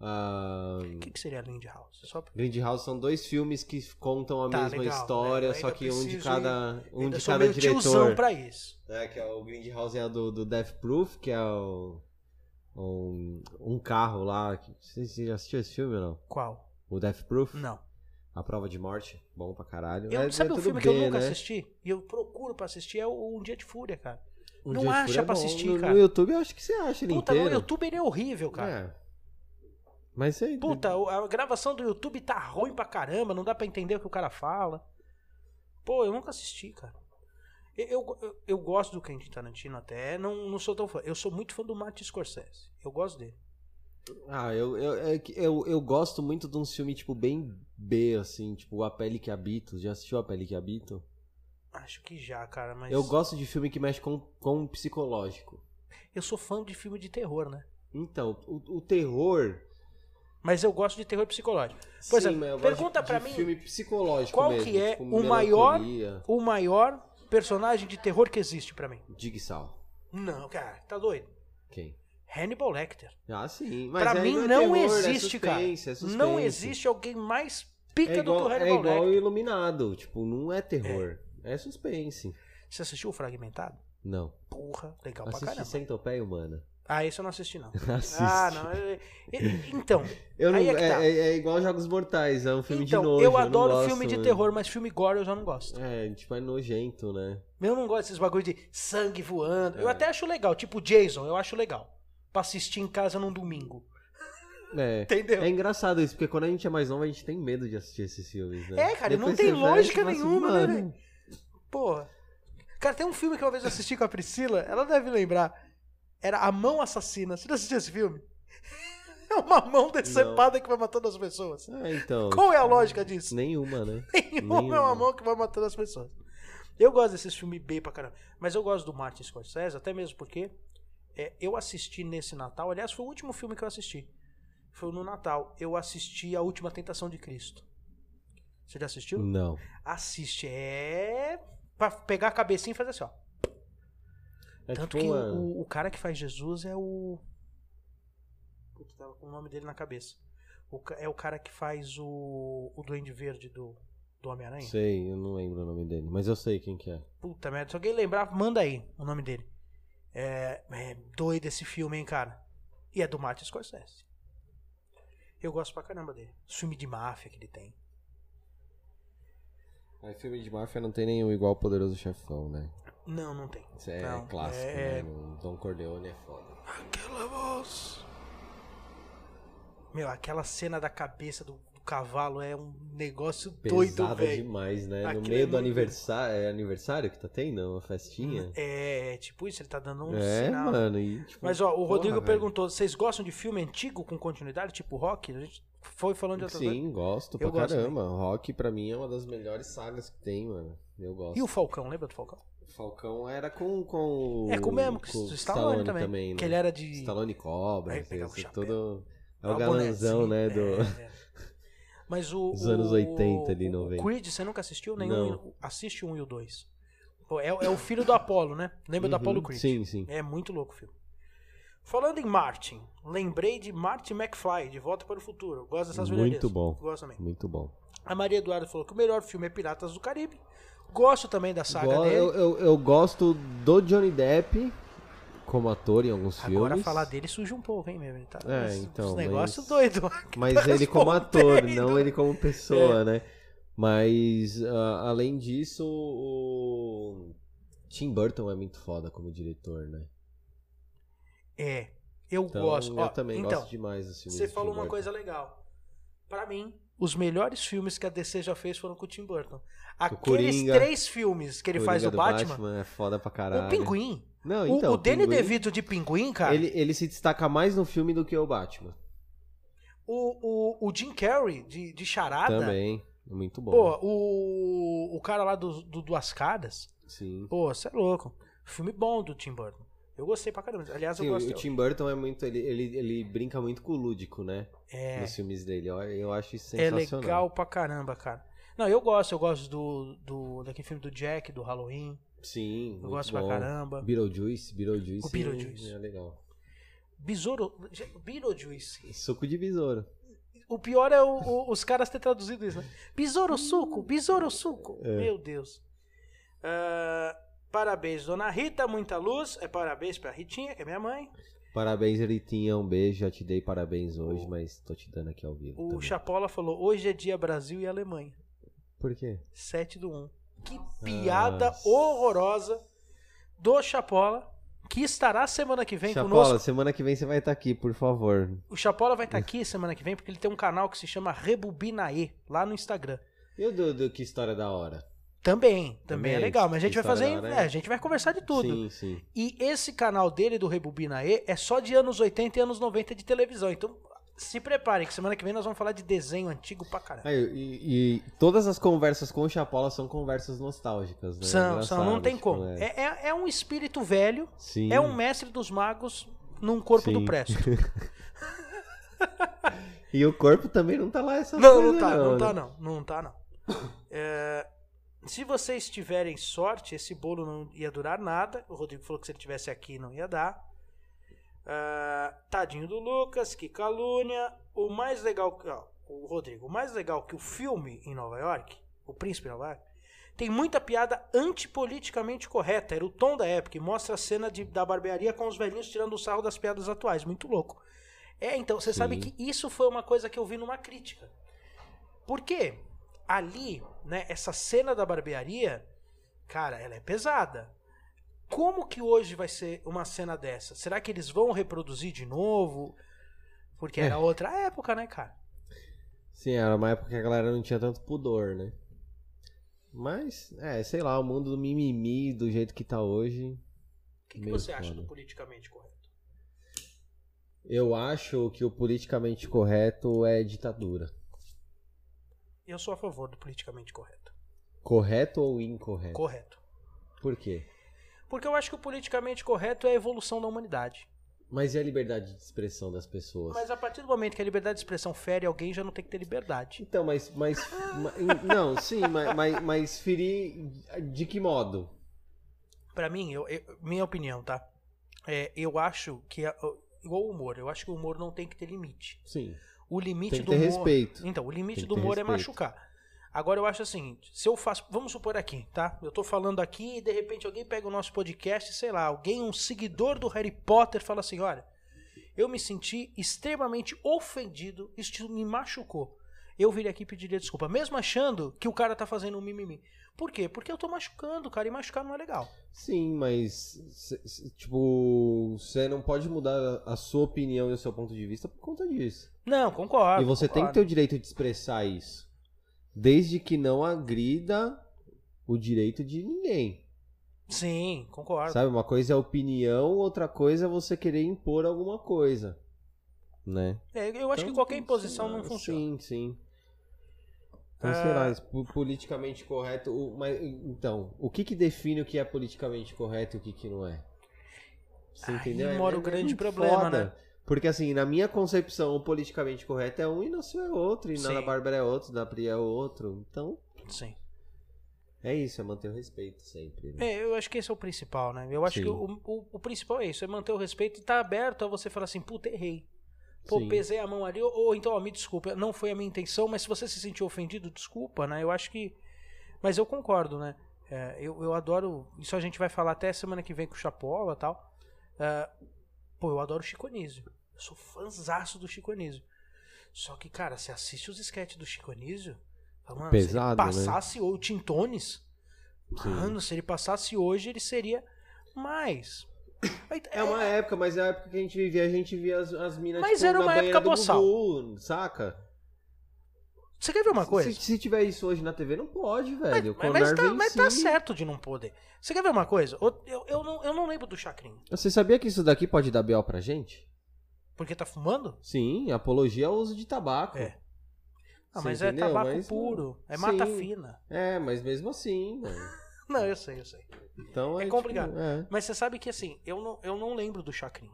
ah,
O que, que seria Lindhouse? Só pra...
Grindhouse são dois filmes que contam a
Tá,
mesma
legal,
história,
né? Eu
só
ainda
que um de
preciso
cada, um
Ainda
de
sou
cada
meio tiozão
diretor.
pra isso.
né, que é o Grindhouse é do, do Death Proof, que é o. Um, um carro lá. que- Você você já assistiu esse filme ou não?
Qual?
O Death Proof?
Não.
A Prova de Morte? Bom pra caralho.
Eu,
É-
sabe
é
um
tudo
filme que
B,
eu nunca
né?
assisti? E eu procuro pra assistir é o Um Dia de Fúria, cara.
O
Não
Dia de
acha
Fúria é
pra
bom.
assistir,
No-
cara.
No YouTube eu acho que você acha ele
Puta,
inteiro.
no YouTube ele é horrível, cara.
É. Mas é, você...
Puta, o- a gravação do YouTube tá ruim pra caramba, não dá pra entender o que o cara fala. Pô, eu nunca assisti, cara. Eu, eu, eu- eu gosto do Quentin Tarantino até, não, não sou tão fã. Eu sou muito fã do Martin Scorsese. Eu gosto dele.
Ah, eu, eu, é que eu, eu gosto muito de um filme, tipo, bem B, assim, tipo, A Pele que Habito. Já assistiu A Pele que Habito?
Acho que já, cara, mas
Eu gosto de filme que mexe com, com o psicológico.
eu sou fã de filme de terror, né?
Então, o, o terror...
Mas eu gosto de terror psicológico. Pois é,
sim, mas eu gosto
pergunta
de,
pra
de
mim
filme psicológico
qual
mesmo,
que é
tipo,
o maior-
melancolia.
O maior personagem de terror que existe pra mim.
Jigsaw.
Não, cara, tá doido.
Quem?
Hannibal Lecter.
Ah, sim. Mas
Pra
aí
mim
é
não
terror, é
existe, cara.
suspense, é suspense.
Não existe alguém mais pica
É
do
igual,
que o
é
Hannibal
igual
Lecter.
Iluminado. Tipo, não é terror. É, suspense.
Você assistiu o Fragmentado?
Não.
Porra, legal Tá pra
Assiste
caramba.
Centopeia Humana.
Ah, isso eu não assisti, não.
Assiste.
Ah, não. é- é- Então,
Eu não-
Aí é
é,
que tá.
é- é igual Jogos Mortais, é um filme
então
de nojo.
eu
não
adoro
gosto,
filme de
né?
terror, mas filme gore eu já não gosto.
É, tipo, é nojento, né?
Eu não gosto desses bagulho de sangue voando.
É.
Eu até acho legal, tipo Jason, eu acho legal. Pra assistir em casa num domingo.
É.
Entendeu?
É engraçado isso, porque quando a gente é mais novo, a gente tem medo de assistir esses filmes, né?
É, cara, não
Depois
tem
você vai,
lógica
você fala assim,
nenhuma, né,
"Mano,
Porra. Cara, tem um filme que uma vez eu assisti com a Priscila, ela deve lembrar. Era A Mão Assassina. Você já assistiu esse filme? É uma mão decepada que vai matando as pessoas.
É, então.
Qual é a lógica disso?
Nenhuma, né?
Nenhuma é uma
Nenhuma.
mão que vai matando as pessoas. Eu gosto desses filmes B pra caramba. Mas eu gosto do Martin Scorsese, até mesmo porque é, eu assisti nesse Natal. Aliás, foi o último filme que eu assisti. Foi no Natal. Eu assisti A Última Tentação de Cristo. Você já assistiu?
Não.
Assiste. É. Pra pegar a cabecinha e fazer assim, ó.
É
Tanto
tipo
que
uma-
o, o cara que faz Jesus é o. Puta, tava com o nome dele na cabeça. O ca- é o cara que faz o, o Duende Verde do, do Homem-Aranha.
Sei, eu não lembro o nome dele, mas eu sei quem que é.
Puta merda, se alguém lembrar, manda aí o nome dele. É, é doido esse filme, hein, cara. E é do Martin Scorsese. Eu gosto pra caramba dele. Os filme de máfia que ele tem.
Aí filme de máfia não tem nenhum igual ao Poderoso Chefão, né?
Não, não tem.
Isso é
Não,
clássico,
é-
né? O Don Corleone é foda.
Aquela voz. Meu, aquela cena da cabeça do, do cavalo é um negócio doido,
Pesada
velho.
demais, né?
Aquilo
no
é
meio do
muito-
aniversário. É aniversário que tá tendo? Uma festinha?
É, tipo isso, ele tá dando um
é,
sinal.
mano. E, tipo,
Mas ó, o
porra,
Rodrigo
velho.
perguntou: vocês gostam de filme antigo com continuidade, tipo rock? A gente foi falando de outras coisas.
Sim, gosto pra
Eu gosto
caramba. Rock pra mim é uma das melhores sagas que tem, mano. Eu gosto.
E o Falcão, lembra do Falcão?
Falcão era com, com
é com o mesmo, que
com
o Stallone também.
né?
Que ele era de.
Stallone Cobra,
Aí
esse-
pegava o
esse
chapéu.
todo. É
Ah,
o galanzão, né?
bonezinho,
Do...
é, é. Mas o.
Dos anos
o-
80 ali,
o
90.
Creed, você nunca assistiu nenhum?
Não.
Assiste um e o dois. Pô, é, é o filho do Apollo, né? Lembra do
Uhum,
Apollo Creed?
Sim, sim.
É muito louco o filme. Falando em Martin, lembrei de Martin McFly, De Volta para o Futuro. Gosto dessas
Muito
velharias.
bom.
Gosto também.
Muito bom.
A Maria Eduarda falou que o melhor filme é Piratas do Caribe. Gosto também da saga
Go-
dele.
eu, eu, eu gosto do Johnny Depp como ator em alguns filmes.
Agora falar dele surge um pouco, hein, meu? Ele tá
É,
uns- uns
então, mas-
negócios doidos.
Mas
Tá
ele como ator,
respondendo.
não ele como
É.
pessoa, né? Mas a- além disso, o Tim Burton é muito foda como diretor, né?
É, eu
Então,
gosto.
eu
Ó,
também
então,
gosto demais dos filmes
Você
do
falou
Tim
uma
Burton.
coisa legal. Pra mim, os melhores filmes que a DC já fez foram com o Tim Burton. Aqueles
Coringa.
três filmes que ele faz do
Coringa
Batman,
é foda pra caralho.
o Pinguim,
Não,
o-
então,
o Danny
Pinguim,
DeVito de Pinguim, cara,
Ele, ele se destaca mais no filme do que o Batman.
o, o, o Jim Carrey de, de Charada,
Também. Muito bom.
pô, o, o cara lá do, do Duas Caras,
Sim.
pô, você é louco. Filme bom do Tim Burton. Eu gostei pra caramba. Aliás,
Sim,
eu
o,
gosto.
o Tim Burton é muito. Ele, ele, ele brinca muito com o lúdico, né?
É.
Nos filmes dele. Eu, eu acho isso
É
sensacional.
legal pra caramba, cara. Não, eu gosto, eu gosto do, do daquele filme do Jack, do Halloween.
Sim.
Eu
muito
gosto
bom.
pra caramba.
Beetlejuice, Beetlejuice.
O Beetlejuice.
É legal.
Besouro. gente, Beetlejuice.
Suco de besouro.
O pior é o- o- os caras ter traduzido isso, né? Besouro suco, besouro suco.
É.
Meu Deus. Ah, parabéns, dona Rita, muita luz. É parabéns pra Ritinha, que é minha mãe.
Parabéns, Ritinha. Um beijo. Já te dei parabéns hoje, mas tô te dando aqui ao vivo.
O
também.
Chapola falou: hoje é dia Brasil e Alemanha.
Por quê?
7 do 1. Que piada
Nossa.
horrorosa do Chapola, que estará semana que vem
Chapola,
conosco.
semana que vem você vai estar aqui, por favor.
O Chapola vai estar aqui semana que vem porque ele tem um canal que se chama Rebubinaê, lá no Instagram.
E o do, do Que História da Hora?
Também, também,
Também,
é legal, mas a gente vai
história
fazer,
da hora,
é,
né?
a gente vai conversar de tudo.
Sim, sim.
E esse canal dele do Rebubinaê é só de anos 80 e anos 90 de televisão. Então, se preparem que semana que vem nós vamos falar de desenho antigo pra caralho.
Aí, e, e todas as conversas com o Chapola são conversas nostálgicas, né?
são, são, não
Engraçado,
tem
tipo,
como.
é.
É, é, é um espírito velho,
Sim.
é um mestre dos magos num corpo do
Sim.
presto.
E o corpo também não tá lá essa
Não,
coisa,
não tá, não tá
né?
não, não tá não. É, se vocês tiverem sorte, esse bolo não ia durar nada. O Rodrigo falou que se ele tivesse aqui não ia dar. É, tadinho do Lucas, que calúnia. O mais legal, que- ó, o Rodrigo, o mais legal que o filme em Nova York, o Príncipe em Nova York, tem muita piada antipoliticamente correta. Era o tom da época. E mostra a cena de- da barbearia com os velhinhos tirando o sarro das piadas atuais. Muito louco. É, então, você
Sim.
sabe que isso foi uma coisa que eu vi numa crítica. Por quê? Ali, né, essa cena da barbearia, cara, ela é pesada. Como que hoje vai ser uma cena dessa? Será que eles vão reproduzir de novo? Porque
É.
era outra época, né, cara?
Sim, era uma época que a galera não tinha tanto pudor, né? Mas, é, sei lá, o mundo do mimimi, do jeito que tá hoje,
O que, que
Meio
você acha
foda.
do politicamente correto?
eu acho que o politicamente correto é ditadura.
Eu sou a favor do politicamente correto.
Correto ou incorreto?
Correto.
Por quê?
Porque eu acho que o politicamente correto é a evolução da humanidade.
Mas e a liberdade de expressão das pessoas?
Mas a partir do momento que a liberdade de expressão fere alguém, já não tem que ter liberdade.
Então, mas. mas ma- em- não, sim, mas, mas, mas ferir de que modo?
Pra mim, eu- eu- minha opinião, tá? É, eu acho que. a- igual o humor, eu acho que o humor não tem que ter limite.
Sim.
O limite
Tem que
do
ter
humor.
respeito.
Então, o limite
Tem que
do
ter
humor é
respeito.
machucar. Agora eu acho assim, se eu faço, vamos supor aqui, tá? Eu tô falando aqui e de repente alguém pega o nosso podcast, sei lá, alguém um seguidor do Harry Potter fala assim, olha, eu me senti extremamente ofendido, isso me machucou. Eu virei aqui e pediria desculpa, mesmo achando que o cara tá fazendo um mimimi. Por quê? Porque eu tô machucando, cara, e machucar não é legal.
Sim, mas. se- se- Tipo, você não pode mudar a sua opinião e o seu ponto de vista por conta disso.
Não, concordo.
e você tem que
Ah, concordo.
ter o direito de expressar isso. Desde que não agrida o direito de ninguém.
Sim, concordo.
Sabe? Uma coisa é opinião, outra coisa é você querer impor alguma coisa. Né?
É, eu acho
Então,
que qualquer
sei
imposição
lá,
não funciona.
Sim, sim. Então,
Ah.
sei lá, isso, po- politicamente correto. o- mas, então, o que, que define o que é politicamente correto e o que, que não é? Você
Aí
entendeu? É,
mora o grande problema, né?
Porque, assim, na minha concepção, o politicamente correto é um e na sua é outro. E na
Sim.
da Bárbara é outro, da Pri é outro. Então,
Sim.
é isso, é manter o respeito sempre. né?
É, eu acho que esse é o principal, né? Eu acho
Sim.
que o, o- o principal é isso, é manter o respeito e tá aberto a você falar assim, puta, errei. Pô,
Sim.
pesei a mão ali, ou, ou então, ó, me desculpa, não foi a minha intenção, mas se você se sentiu ofendido, desculpa, né? Eu acho que. Mas eu concordo, né? É, eu, eu adoro. Isso a gente vai falar até semana que vem com o Chapola e tal. Ah, pô, eu adoro o Chico Anísio. Eu sou fanzaço do Chico Anísio. Só que, cara, você assiste os sketches do Chico Anísio, fala, mano,
Pesado,
se
né?
ele passasse, ou o Tintones,
Sim.
É, mano, se ele passasse hoje, ele seria mais. Aí, tá,
É uma época, mas é a época que a gente vivia, a gente via as, as minas
Mas
tipo,
era
na
uma
banheira
época
do
boçal.
Gugu, saca?
Você quer ver uma coisa?
Se, se tiver isso hoje na TV, não pode, velho. o
Mas,
Conar
mas tá,
vem
mas tá
sim.
certo de não poder. Você quer ver uma coisa? Eu, eu- eu não, eu não lembro do Chacrinha.
Você sabia que isso daqui pode dar B.O. pra gente?
Porque tá fumando?
Sim, apologia ao uso de tabaco.
É. Ah,
Você
mas
entendeu?
é tabaco
Mas, hum,
puro. É
sim.
mata fina.
É, mas mesmo assim, mano.
Não, eu sei, eu sei.
Então
É
é,
complicado.
tipo, é.
Mas você sabe que assim, eu não, eu não lembro do Chacrinha.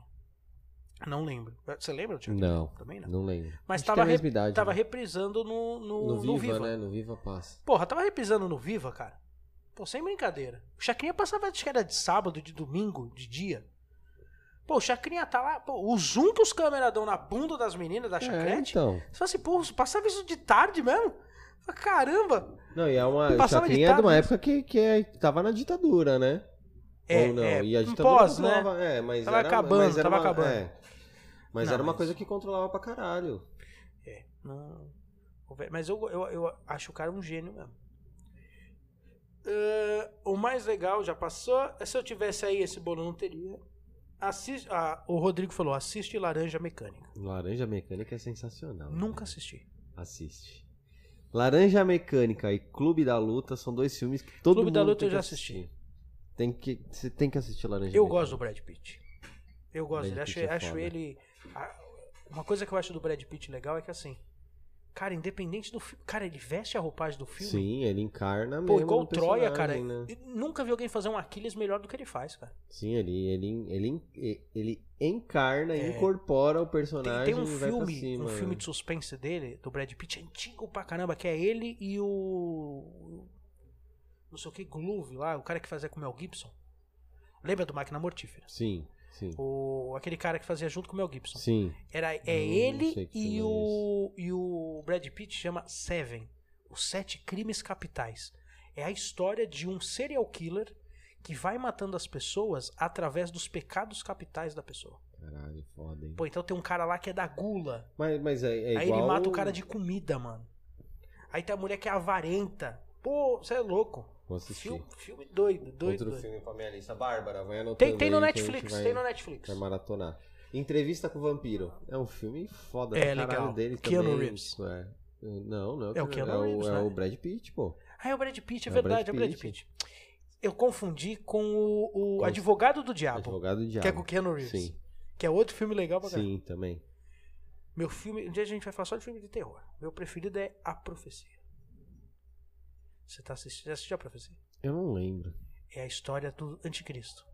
Não lembro. Você lembra do Chacrinha?
Não.
Também não.
Não lembro.
Mas
Acho que
tava,
tem a
re-
mesma idade,
tava
né?
reprisando no, no,
no,
no
Viva,
Viva.
né? No Viva passa.
Porra, tava reprisando no Viva, cara. Pô, sem brincadeira. O Chacrinha passava, acho que era de sábado, de domingo, de dia. Pô, o Chacrinha tá lá. Pô, o zoom que os câmeras dão na bunda das meninas da
É,
chacrete.
então.
Você fala assim, pô, passava isso de tarde mesmo? Fala, Caramba!
Não, e é uma.
E
O
passava
Chacrinha é de uma
ditado. né?
época que, que é- tava na ditadura, né?
É,
Ou não.
é,
e a
um
ditadura
pós, né?
controlava, É, mas
Tava
era,
acabando,
mas era
tava
uma,
acabando.
é. Mas
Não,
era uma
mas-
coisa que controlava pra caralho.
É, não. o velho- Mas eu, eu, eu acho o cara um gênio mesmo. Ah, o mais legal já passou. é Se eu tivesse aí, esse bolo não teria. Assiste, ah, o Rodrigo falou: assiste Laranja Mecânica.
Laranja Mecânica é sensacional.
Nunca assisti.
Assiste. Laranja Mecânica e Clube da Luta são dois filmes que todo
Clube
mundo
da Luta
tem
eu já
que assistir. Tem que, você tem que assistir Laranja
Eu
Mecânica.
gosto do Brad Pitt. Eu
Brad
gosto dele. Acho,
Pitt é
acho
foda.
ele. a- Uma coisa que eu acho do Brad Pitt legal é que assim. Cara, independente do filme. Cara, ele veste a roupagem do filme.
Sim, ele encarna
Pô,
mesmo
igual
no
o Troia, cara. é
personagem, né?
eu Nunca vi alguém fazer um Aquiles melhor do que ele faz, cara.
Sim, ele, ele, ele, ele encarna,
É.
incorpora o
Tem,
personagem
tem um
e vai pra
filme,
cima. né?
um filme de suspense dele, do Brad Pitt, antigo pra caramba, que é ele e o. Não sei o que, Glove lá, o cara que fazia com o Mel Gibson. Lembra do Máquina Mortífera?
Sim, sim.
O, aquele cara que fazia junto com o Mel Gibson.
Sim.
Era, é
Não Hum, sei
ele
que filme
e
é
o, e o Brad Pitt chama Seven. Os Sete Crimes Capitais. É a história de um serial killer que vai matando as pessoas através dos pecados capitais da pessoa.
Caralho, foda, hein?
Pô, então tem um cara lá que é da gula.
Mas, mas é, é
Aí
igual...
ele mata o cara de comida, mano. Aí tem a mulher que é avarenta. Pô, você é louco.
Vou assistir.
Filme, filme doido, doido.
Outro
doido.
filme pra minha lista. Bárbara, vai anotando
Tem, tem no
aí que a gente
Netflix,
vai-
tem no Netflix.
Vai maratonar. Entrevista com o Vampiro. É um filme foda.
É,
pra caralho
legal.
Dele
Keanu
também.
Reeves.
É. Não, não
É o Keanu
é,
Reeves,
o, é
né?
o Brad Pitt, pô.
Ah, é o Brad Pitt, é,
É o
verdade,
Brad
é o Brad
Pitt.
Pitt. Eu confundi com o, o
Com-
Advogado do Diabo,
Advogado do Diabo.
que é com o Keanu Reeves.
Sim,
Que é outro filme legal pra caralho.
sim, também.
Meu filme, um dia a gente vai falar só de filme de terror. Meu preferido é A Profecia. Você tá assistindo, já assistiu A Profecia?
Eu não lembro.
é a história do anticristo.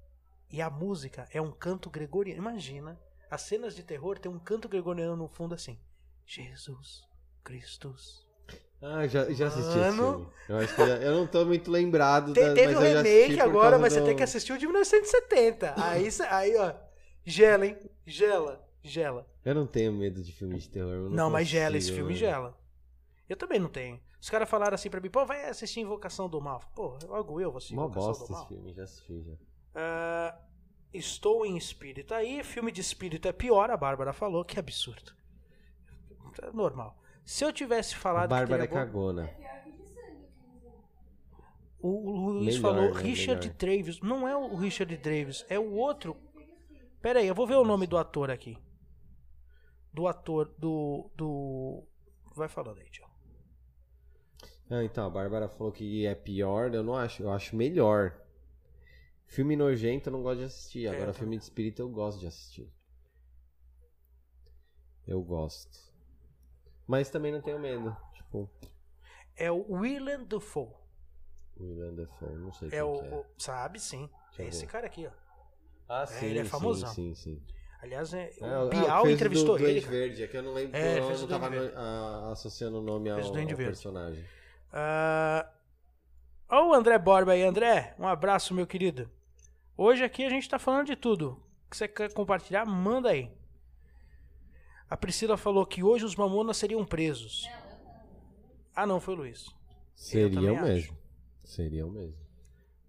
E a música é um canto gregoriano. Imagina, as cenas de terror tem um canto gregoriano no fundo assim. Jesus Cristos.
Ah, já, já assisti
Mano.
esse filme. Eu, acho que eu, eu não tô muito lembrado.
Te-
da,
teve
mas
um
eu já assisti
remake
por
agora,
causa
mas você
do-
tem que assistir o de 1970. Aí, cê- aí ó, gela, hein? Gela, gela.
Eu não tenho medo de filme de terror. eu
Não, mas gela, esse
consigo, né?
filme
mano.
gela. Eu também não tenho. Os caras falaram assim pra mim, pô, vai assistir Invocação do Mal. Pô, logo eu vou assistir
Mó
Invocação
bosta
do
esse
Mal.
filme, já assisti já.
Ah, estou em espírito aí. Filme de espírito é pior, a Bárbara falou, que absurdo. É normal. Se eu tivesse
A
falado
Bárbara
que é teria algum-
Cagona.
Pior que de sangue, que eles usam.
o o Luiz
Melhor,
falou
né?
Richard
Melhor.
Travis. Não é o Richard Travis, é o outro. Pera aí, eu vou ver o nome do ator aqui. Do ator do do vai falando aí, tio.
Ah, então, a Bárbara falou que é pior, eu não acho, eu acho melhor. Filme nojento eu não gosto de assistir,
É, eu
agora
também.
filme de espírito eu gosto de assistir. Eu gosto. Mas também não tenho medo, tipo,
É o Willem Dafoe.
Willem Dafoe, não sei
É
quem
o,
que é.
o- sabe sim.
Deixa
É
eu
esse
ver.
cara aqui, ó.
Ah,
sim, ele é sim, famosão.
Sim, sim.
Aliás, é,
É,
o
ah,
Bial
fez o
entrevistou
do,
ele.
Duende
cara.
Verde, é que eu não lembro,
É,
eu
fez o
não tava
Duende Verde.
no- a- associando o nome ao,
Fez o
ao
Duende Verde.
personagem.
Ah, Ó o André Borba aí, André. Um abraço, meu querido. Hoje aqui a gente tá falando de tudo. O que você quer compartilhar, manda aí. A Priscila falou que hoje os mamonas seriam presos. Ah, não, foi o Luiz.
Seriam
também acho.
mesmo. Seriam mesmo.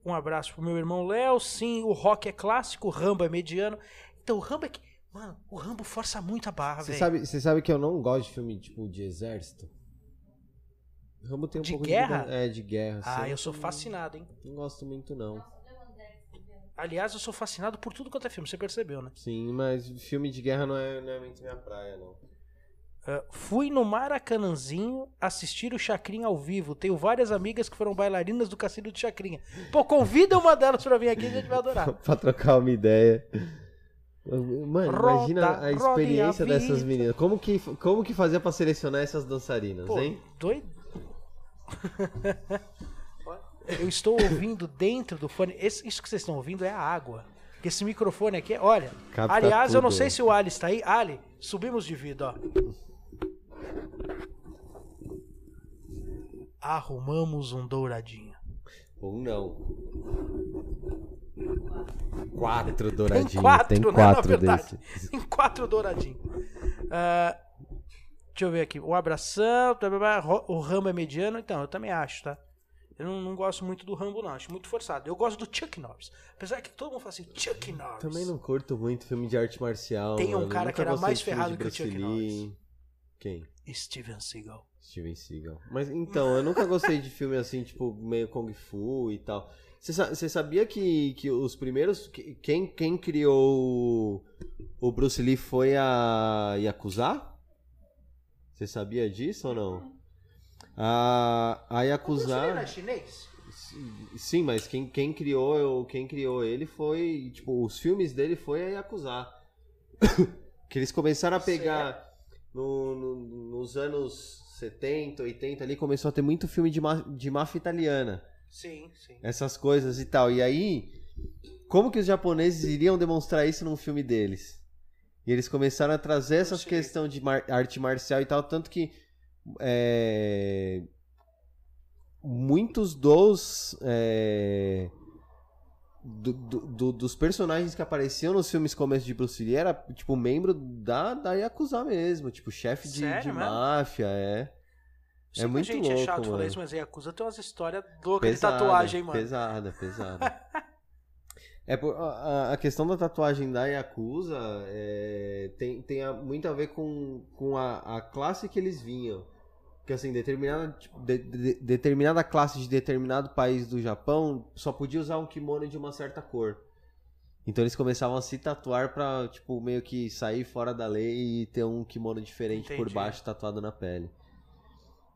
Um abraço pro meu irmão Léo. Sim, o rock é clássico, o Rambo é mediano. Então, o Rambo é que. Mano, o Rambo força muito a barra,
Você
velho.
sabe, você sabe que eu não gosto de filme, tipo, de exército? Rambo tem um
De
pouco
guerra?
de... vida- É, de guerra.
Ah,
assim.
eu sou fascinado, hein?
Não gosto muito, não.
Nossa, deu uma ideia de ver.
Aliás, eu sou fascinado por tudo quanto é filme, você percebeu, né?
Sim, mas filme de guerra não é, não é muito minha praia, não.
Ah, fui no Maracanãzinho assistir o Chacrinha ao vivo. Tenho várias amigas que foram bailarinas do Cassino do Chacrinha. Pô, convida uma delas pra vir aqui, a gente vai adorar.
pra trocar uma ideia. Mano, imagina
Roda,
a experiência
roda a
dessas
vida.
meninas. Como que, como que fazia pra selecionar essas dançarinas,
Pô,
hein?
doido. Eu estou ouvindo dentro do fone. esse- isso que vocês estão ouvindo é a água. Porque esse microfone aqui, olha.
Capta
aliás, eu não
tudo.
sei se o Ali está aí. Ali, subimos de vida, ó. Arrumamos um douradinho.
Ou não.
Quatro
Tem
douradinhos.
quatro,
tem
né?
quatro
Na verdade.
desses.
Tem quatro douradinhos. Ah, deixa eu ver aqui. O abração, blá, blá, blá. Ro- o Rambo é mediano. Então, eu também acho, tá? Eu não, não gosto muito do Rambo, não. Acho muito forçado. Eu gosto do Chuck Norris. Apesar que todo mundo fala assim, Chuck Norris.
Também não curto muito filme de arte marcial.
Tem um
mano.
cara
Nunca
que era
gostei
mais
de filme
ferrado
de
que o Chuck
Bruce Lee. Quem?
Steven Seagal.
Steven Seagal. Mas então, eu nunca gostei de filme assim, tipo, meio Kung Fu e tal. Você sa- Você sabia que, que os primeiros. que- Quem, quem criou o- o Bruce Lee foi a Yakuza? Você sabia disso ou não? A, a
Não é
Yakuza.
chinês?
Sim, mas quem, quem, criou, eu- quem criou ele foi. Tipo, os filmes dele foi a Yakuza. que eles começaram a pegar no- no- nos anos 70, 80 ali, começou a ter muito filme de, ma- de máfia italiana.
Sim, sim.
Essas coisas e tal. E aí, como que os japoneses iriam demonstrar isso num filme deles? E eles começaram a trazer essas
sei.
questões de mar- arte marcial e tal, tanto que é, muitos dos é, do- do- do- dos personagens que apareciam nos filmes começo de Bruce Lee era tipo membro da, da Yakuza mesmo, tipo chefe de,
Sério
de
mesmo?
máfia, é.
Eu sei que
muito
a gente é
louco,
chato falar
mano.
isso, mas Yakuza tem umas histórias loucas
Pesada,
de tatuagem, mano.
Pesada, pesada. é por, a, a- a questão da tatuagem da Yakuza é, tem, tem a- muito a ver com, com a, a classe que eles vinham. Porque assim, determinada, tipo, de- de- determinada classe de determinado país do Japão só podia usar um kimono de uma certa cor. Então eles começavam a se tatuar pra, tipo, meio que sair fora da lei e ter um kimono diferente por
Entendi.
baixo tatuado na pele.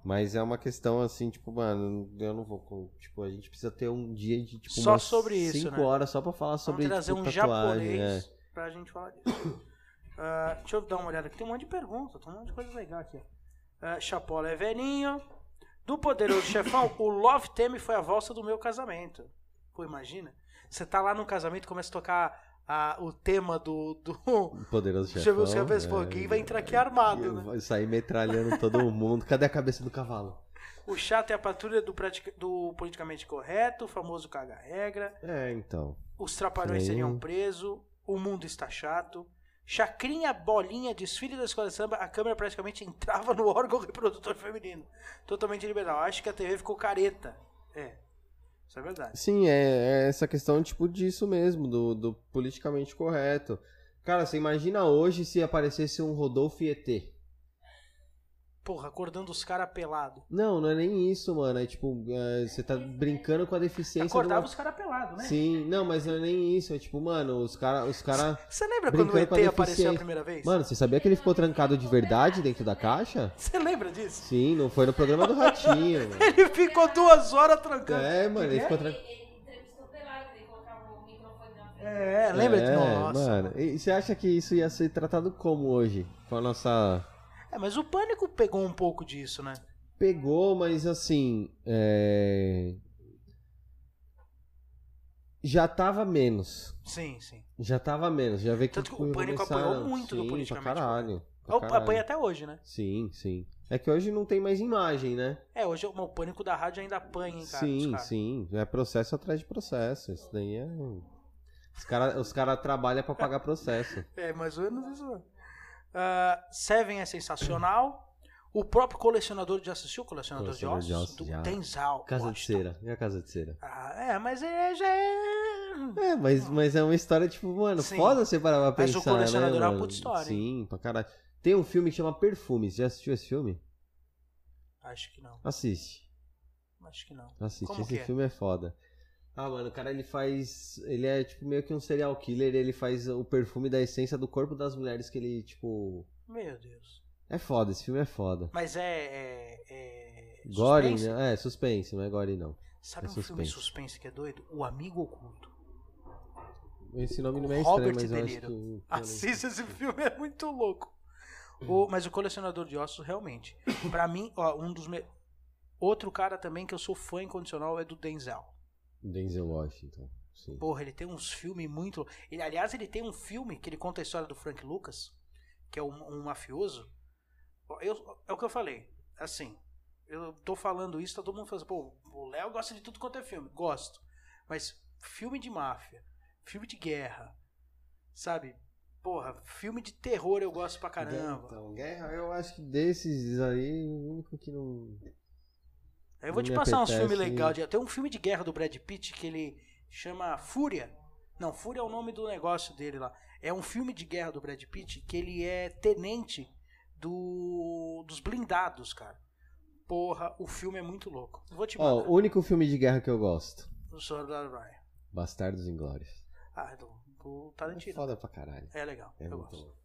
Mas é uma questão assim, tipo, mano, eu não vou. com- Tipo, a gente precisa ter um dia de tipo
Só
umas
sobre isso,
cinco
né?
horas só pra falar sobre
Vamos trazer
tipo,
um
tatuagem.
japonês
é.
pra gente falar disso. Ah, deixa eu dar uma olhada aqui. Tem um monte de pergunta, tem um monte de coisa legal aqui. Ah, Chapola é velhinho. Do poderoso chefão, o Love Theme foi a valsa do meu casamento. Pô, imagina. Você tá lá num casamento e começa a tocar ah, o tema do. do...
Poderoso
Deixa eu ver
chefão.
os cabelos. Pô,
é.
quem vai entrar aqui armado, né?
Vai sair metralhando todo mundo. Cadê a cabeça do cavalo?
O chato é a patrulha do, pratica- do politicamente correto, o famoso caga-regra.
É, então.
Os trapalhões
Sim.
seriam presos, o mundo está chato. Chacrinha, bolinha, desfile da escola de samba, a câmera praticamente entrava no órgão reprodutor feminino. Totalmente liberal. Acho que a TV ficou careta. É. Isso é verdade.
Sim, é, é essa questão, tipo, disso mesmo, do, do politicamente correto. Cara, você imagina hoje se aparecesse um Rodolfo ET.
Porra, acordando os caras pelado.
Não, não é nem isso, mano. É tipo, é, você tá brincando com a deficiência de uma
Acordava os caras pelado, né?
Sim, não, mas não é nem isso. É tipo, mano, os cara, os cara.
Você lembra quando o
Brincando
ET
com a
apareceu a
deficiência.
primeira vez?
Mano, você sabia que ele ficou trancado de verdade dentro da caixa?
Você lembra disso?
Sim, não foi no programa do Ratinho. mano.
Ele ficou duas horas trancando.
É, mano, ele ficou trancado.
Ele, ele entrevistou pelado, ele colocava o microfone na frente.
É, lembra?
é,
Nossa.
mano. E você acha que isso ia ser tratado como hoje? Com a nossa.
É, mas o pânico pegou um pouco disso, né?
Pegou, mas assim. é, Já tava menos.
Sim, sim.
Já tava menos. Já vê que
Tanto que o
tipo,
Pânico
começaram-
apoiou muito do
Sim,
politicamente É
pra caralho. pra
Ou Apanha
caralho.
até hoje, né?
Sim, sim. É que hoje não tem mais imagem, né?
É, hoje o o pânico da rádio ainda apanha, hein, cara? os
sim,
caras.
sim. É processo atrás de processo. Isso daí é. um- Os caras os cara trabalham pra pagar processo.
É, mais ou menos isso. mesmo. Ah, Seven é sensacional. O próprio colecionador de assistiu o colecionador de
Colecionador
ossos?
de ossos,
do
já.
Tenzal.
Casa de
Washington.
cera. É a casa de cera.
Ah, é, mas é, já é.
É, mas, mas é uma história, tipo, mano,
Sim.
foda você parar pra
Mas o
pensar.
colecionador
né,
é uma
mano?
puta história,
Sim, pra caralho. Tem um filme que chama Perfume. Você já assistiu esse filme?
Acho que não.
Assiste.
Acho que não.
Assiste.
Como
esse
que é?
filme é foda. Ah, mano, o cara ele faz. Ele é tipo meio que um serial killer. Ele faz o perfume da essência do corpo das mulheres que ele, tipo.
Meu Deus.
É foda, esse filme é foda.
Mas é. é, é
Gore,
suspense?
né? É, suspense, não é Gore, não.
Sabe
É
um filme
suspense.
suspense que é doido? O Amigo Oculto.
Esse nome não é estranho,
Robert
mas eu
De
acho
Niro.
que.
Assista esse filme, é muito louco. O- mas o colecionador de ossos, realmente. Pra mim, ó, um dos. Me... Outro cara também que eu sou fã incondicional é do Denzel.
um Denzel Washington. Sim.
Porra, ele tem uns filmes muito. Ele, aliás, ele tem um filme que ele conta a história do Frank Lucas, que é um, um mafioso. Ó, eu- é o que eu falei. Assim, eu tô falando isso, tá todo mundo falando, pô, o Léo gosta de tudo quanto é filme. Gosto. Mas filme de máfia, filme de guerra, sabe? Porra, filme de terror eu gosto pra caramba.
Então, guerra, eu acho que desses aí, o único que não.
Aí eu vou te
me
passar uns
apetece.
filmes legais. de- Tem um filme de guerra do Brad Pitt que ele chama Fúria. Não, Fúria é o nome do negócio dele lá. É um filme de guerra do Brad Pitt que ele é tenente do dos blindados, cara. Porra, o filme é muito louco. Eu Vou te
Ó,
mandar.
o único filme de guerra que eu gosto:
O Soldado Ryan.
Bastardos Inglórios.
Ah, do, do
É
Tarantino.
foda pra caralho.
É legal,
É
eu
muito
gosto.
bom.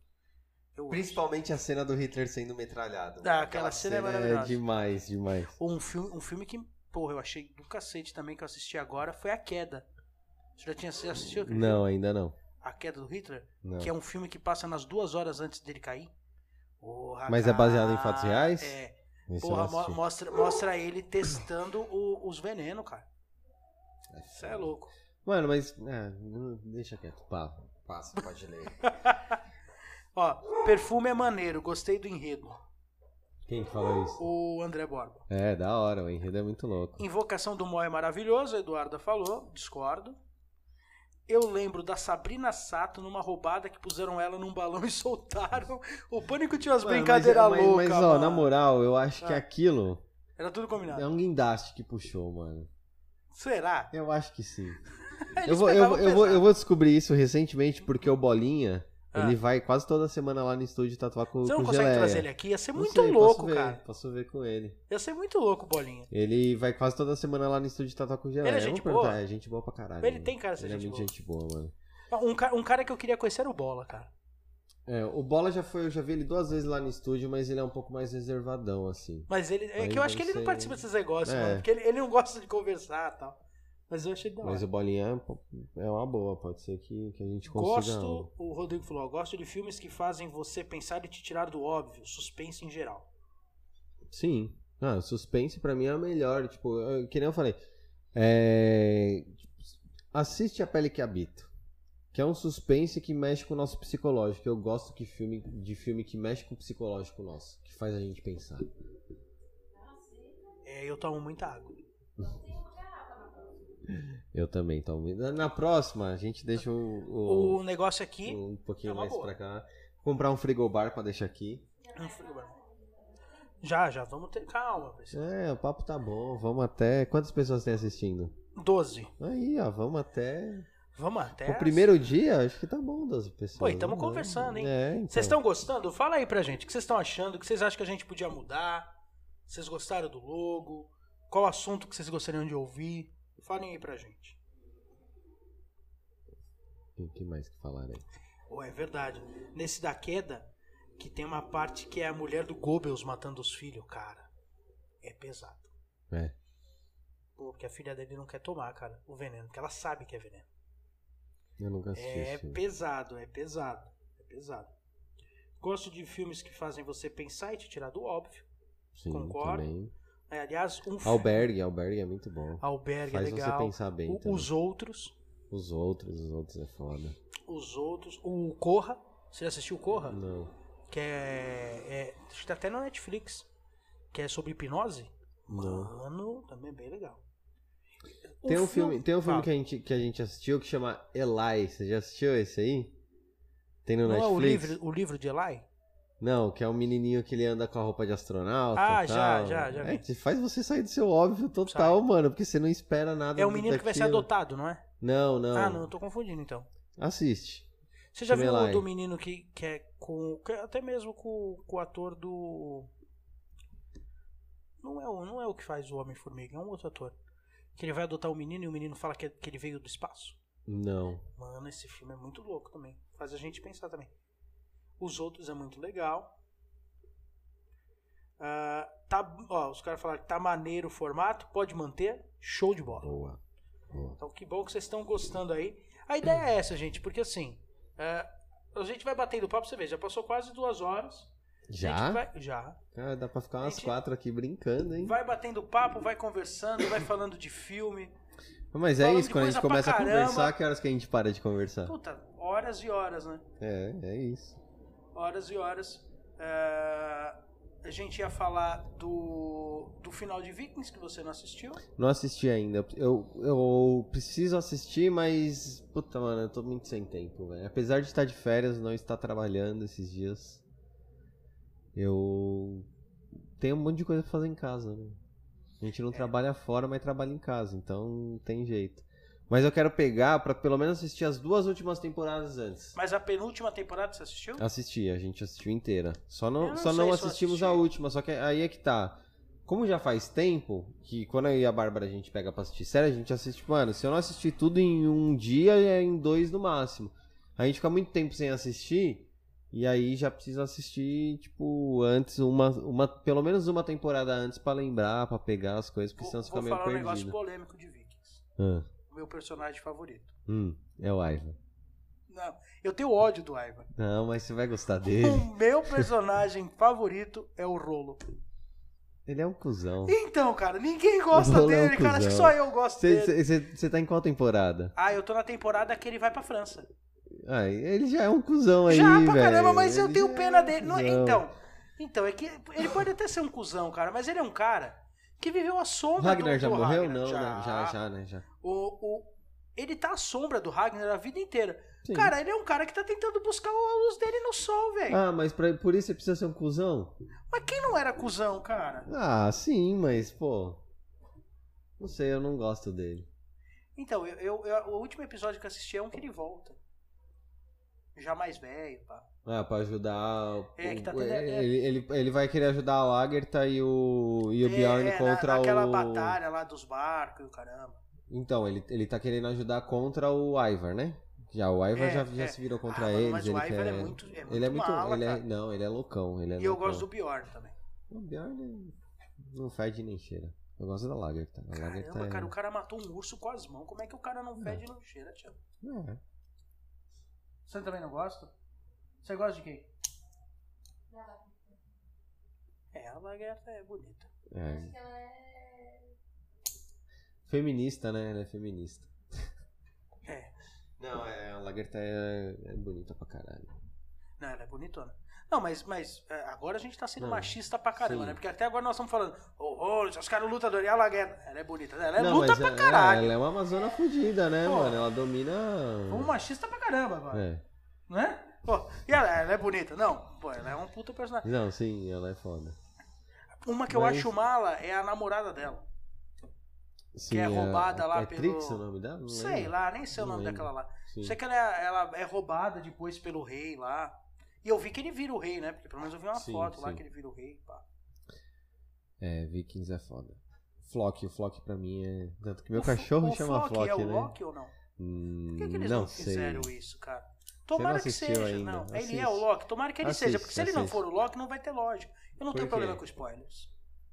Eu gosto.
Principalmente a cena do Hitler sendo metralhado.
Ah, aquela cena é
É
maravilhosa.
demais, demais.
Um filme, um filme que, porra, eu achei do cacete também que eu assisti agora foi A Queda. Você já tinha você já assistiu? aquele filme?
Não, ainda não.
A Queda do Hitler?
Não.
que é um filme que passa nas duas horas antes dele cair. Porra,
Mas é
cara,
baseado em fatos reais?
É.
Esse eu
Porra,
não
mo-
assisti.
mostra, mostra ele testando o- os venenos, cara. Isso é louco.
Mano, mas. ah, não- deixa quieto. Pá.
Passa, pode ler.
Ó, perfume é maneiro, gostei do enredo.
Quem que falou isso?
O André Borba.
É, da hora, o enredo é muito louco.
Invocação do Mó é maravilhoso, a Eduarda falou, discordo. Eu lembro da Sabrina Sato numa roubada que puseram ela num balão e soltaram. O pânico tinha umas
Mano, mas- é,
brincadeiras
mas,
loucas.
Mas, ó, na
mano.
moral, eu acho que
Ah.
aquilo
Era tudo combinado.
é um guindaste que puxou, mano.
Será?
Eu acho que sim. Eu
Eles
vou, eu,
pegavam
vou- eu, vou,
pesado.
eu vou descobrir isso recentemente, porque o Bolinha,
Ah.
ele vai quase toda semana lá no estúdio tatuar com,
Você
com
não
o
consegue
Geleia.
trazer ele aqui? Ia ser
Não
muito
sei,
louco,
posso ver,
cara.
Posso ver com ele.
Ia ser muito louco, Bolinha.
Ele vai quase toda semana lá no estúdio tatuar com o Geleia.
Ele é
Eu vou
gente
perguntar,
boa?
É gente boa pra caralho.
Ele
mano.
tem cara de ser
Ele é
gente
muito
boa.
gente boa, mano.
Um, ca- um cara que eu queria conhecer era o Bola, cara.
É, o Bola já foi, eu já vi ele duas vezes lá no estúdio, mas ele é um pouco mais reservadão, assim.
Mas ele. É
Aí
que eu
deve
acho que ele não
ser-
participa desses negócios,
É.
mano. Porque ele, ele não gosta de conversar e tal. Mas eu achei da
Mas
hora.
o Bolinha é um pouco- é uma boa, pode ser que, que a gente consiga. um.
Gosto, o Rodrigo falou, ó, gosto de filmes que fazem você pensar e te tirar do óbvio, suspense em geral.
Sim. Ah, o suspense pra mim é o melhor. Tipo, eu- que nem eu falei. É, Assiste A Pele que Habito. Que é um suspense que mexe com o nosso psicológico. Eu gosto que filme, de filme que mexe com o psicológico nosso. Que faz a gente pensar.
É, eu tomo muita água.
Eu também, então. Na, na próxima, a gente deixa o, o-
O negócio aqui.
um
é
pouquinho
uma
mais
boa.
pra cá. Comprar um frigobar pra deixar aqui.
um frigobar. Já, já, vamos ter. Calma, precisa.
É, o papo tá bom. Vamos até. Quantas pessoas tem assistindo?
12.
Aí, ó, vamos até.
Vamos até.
O primeiro dia, acho que tá bom, 12 pessoas.
É assim. Pô, e tamo
né?
conversando, hein?
É, então.
Vocês estão gostando? Fala aí pra gente. O que vocês estão achando? O que vocês acham que a gente podia mudar? Vocês gostaram do logo? Qual assunto que vocês gostariam de ouvir? Falem aí pra gente.
O que mais que falaram aí?
Ou é verdade. Nesse da queda, que tem uma parte que é a mulher do Goebbels matando os filhos, cara. É pesado.
É.
Pô, porque a filha dele não quer tomar, cara, o veneno, porque ela sabe que é veneno.
Eu nunca assisti
É
esse filme.
pesado, é pesado. É pesado. Gosto de filmes que fazem você pensar e te tirar do óbvio.
Sim,
concordo.
também.
É, aliás, um fi-
Albergue, Albergue é muito bom.
Albergue é
Faz
legal.
você pensar bem.
O-
também.
os outros,
Os outros, os outros é foda.
os outros, o Corra, você já assistiu o Corra?
Não.
Que é, é- acho que tá até na Netflix, que é sobre hipnose.
Não.
Mano, também é bem legal. O
Tem um filme, tem um filme
fala.
que, a gente, que a gente assistiu que chama Eli. Você já assistiu esse aí? Tem no
não é o
Netflix?
livro, o livro de Eli?
Não, que é um menininho que ele anda com a roupa de astronauta.
Ah,
e
já,
tal.
já, já
É,
vi.
que faz você sair do seu óbvio total, mano, porque você não espera nada.
É o menino que vai ser
daquilo.
adotado, não é?
Não, não.
Ah, não, eu tô confundindo então.
Assiste.
Você já
Vê
viu
lá
o
aí.
do menino que, que é com. que é até mesmo com, com o ator do. Não é, o, não é o que faz o Homem-Formiga, é um outro ator. Que ele vai adotar o menino e o menino fala que, é, que ele veio do espaço.
Não.
Mano, esse filme é muito louco também. Faz a gente pensar também. Os outros é muito legal. Ah, tá, ó, os caras falaram que tá maneiro o formato, pode manter, show de bola.
Boa. Boa.
Então, que bom que vocês estão gostando aí. A ideia é essa, gente, porque assim, é, a gente vai batendo papo, você vê, já passou quase duas horas. A
Já?
gente vai, já.
Cara, dá pra ficar umas
gente-
quatro aqui brincando, hein?
Vai batendo papo, vai conversando, vai falando de filme.
Mas é
falando
isso,
de
quando a gente
coisa pra
começa a
caramba.
conversar, que horas que a gente para de conversar?
Puta, horas e horas, né?
É, é isso.
Horas e horas. É, a gente ia falar do, do final de Vikings, que você não assistiu.
Não assisti ainda. Eu, eu preciso assistir, mas. Puta, mano, eu tô muito sem tempo, velho. Apesar de estar de férias, não estar trabalhando esses dias. Eu. Tenho um monte de coisa pra fazer em casa, né? A gente não trabalha fora, mas trabalha em casa, então não tem jeito. Mas eu quero pegar pra pelo menos assistir as duas últimas temporadas antes.
Mas a penúltima temporada você assistiu?
Assisti, a gente assistiu inteira. Só
Eu
não,
não
só
sei
não
se eu
assistimos
assisti.
a última, só que aí é que tá. Como já faz tempo que quando eu e a Bárbara a gente pega pra assistir série, a gente assiste, mano, se eu não assistir tudo em um dia, é em dois no máximo. A gente fica muito tempo sem assistir, e aí já precisa assistir, tipo, antes, uma, uma pelo menos uma temporada antes pra lembrar, pra pegar as coisas, porque
Vou,
senão
vou
você fica
falar
meio
um negócio
perdido.
polêmico de Vikings.
Ah,
O meu personagem favorito.
hum, é o Ivan.
Não, eu tenho ódio do Ivan.
Não, mas você vai gostar dele.
O meu personagem favorito é o Rolo.
Ele é um cuzão.
Então, cara, ninguém gosta
O Rolo é um
dele, cara. Acho que
cuzão.
só eu gosto dele.
Você tá em qual temporada?
Ah, eu tô na temporada que ele vai pra França.
Ah, ele já é um cuzão aí,
Já pra
velho.
caramba, mas eu
Ele já
tenho
é
pena
um
dele. Não,
cuzão.
então, então, é que ele pode até ser um cuzão, cara, mas ele é um cara que viveu a
O
sombra
Ragnar
do,
já
do
morreu?
um Ragnar.
Não, né? Já, já, né? Já.
O, o- ele tá à sombra do Ragnar a vida inteira.
Sim.
Cara, ele é um cara que tá tentando buscar a luz dele no sol, velho.
Ah, mas pra- por isso você precisa ser um cuzão?
Mas quem não era cuzão, cara?
Ah, sim, mas, pô. Não sei, eu não gosto dele.
Então, eu, eu- eu- o último episódio que eu assisti é um que ele volta. Já mais velho, pá.
Ah, pra ajudar. o-
É, que tá
o-
tendo-
ele,
é.
ele, ele vai querer ajudar a Lagertha e o, e o Bjorn
é, na-
contra
naquela
o.
batalha lá dos barcos e o caramba.
Então, ele, ele tá querendo ajudar contra o Ivar, né? Já, o Ivar
É,
já, já
é.
se virou contra
Ah, mano,
eles.
mas
ele
o Ivar
quer-
é muito, é muito
Ele é muito.
mala,
ele é-
cara.
Não, ele é loucão. Ele é
E eu
loucão.
gosto do Bjorn também.
O Bjorn não fede nem cheira. Eu gosto da Lagertha. A Lagertha
Caramba,
é... Hum.
cara, o cara matou um urso com as mãos. Como é que o cara não fede e não cheira, tio?
É.
Você também não gosta? Você gosta de quem?
Da Lagertha.
É, a lagarta é bonita.
É.
Acho que ela é.
Feminista, né? Ela é feminista.
É.
Não, é, a Lagertha é, é bonita pra caralho.
Não, ela é bonitona. Não, mas, mas é, agora a gente tá sendo
Não.
machista pra caramba,
Sim.
né? Porque até agora nós estamos falando, ô, oh, os caras lutadores, e a lagarta. Ela é bonita. Ela é
não,
luta pra
ela,
caralho.
Ela é uma amazona fodida, né,
Pô.
mano? Ela domina.
Vamos machista pra caramba agora.
É.
né? Pô, e ela, ela é bonita. Não, pô, ela é um puta personagem.
Não, sim, ela é foda.
Uma que eu
Mas-
acho mala é a namorada dela.
Sim,
é
a-
roubada
a,
lá
é
pelo-
Trix o nome dela? Não
Sei
lembro.
lá, nem sei o
Não
nome
lembro.
daquela lá.
Sim.
Sei que ela é, ela é roubada depois pelo rei lá. E eu vi que ele vira o rei, né? Porque pelo menos eu vi uma
Sim,
foto lá
sim.
que ele vira o rei. Pá.
É, Vikings é foda. Flock, o Flock pra mim é. Tanto que meu
O Flo-
cachorro
o
chama
Flock,
Flock,
é o
né? Hum,
Loki ou não? Por que, que eles não, fizeram isso, cara? Tomara que
assistiu
seja,
ainda,
não.
assiste.
Ele é o Loki, tomara que ele seja, porque se ele
Assiste,
não
assiste.
for o Loki, não vai ter lógica. Eu não
Por
tenho
quê?
problema com spoilers.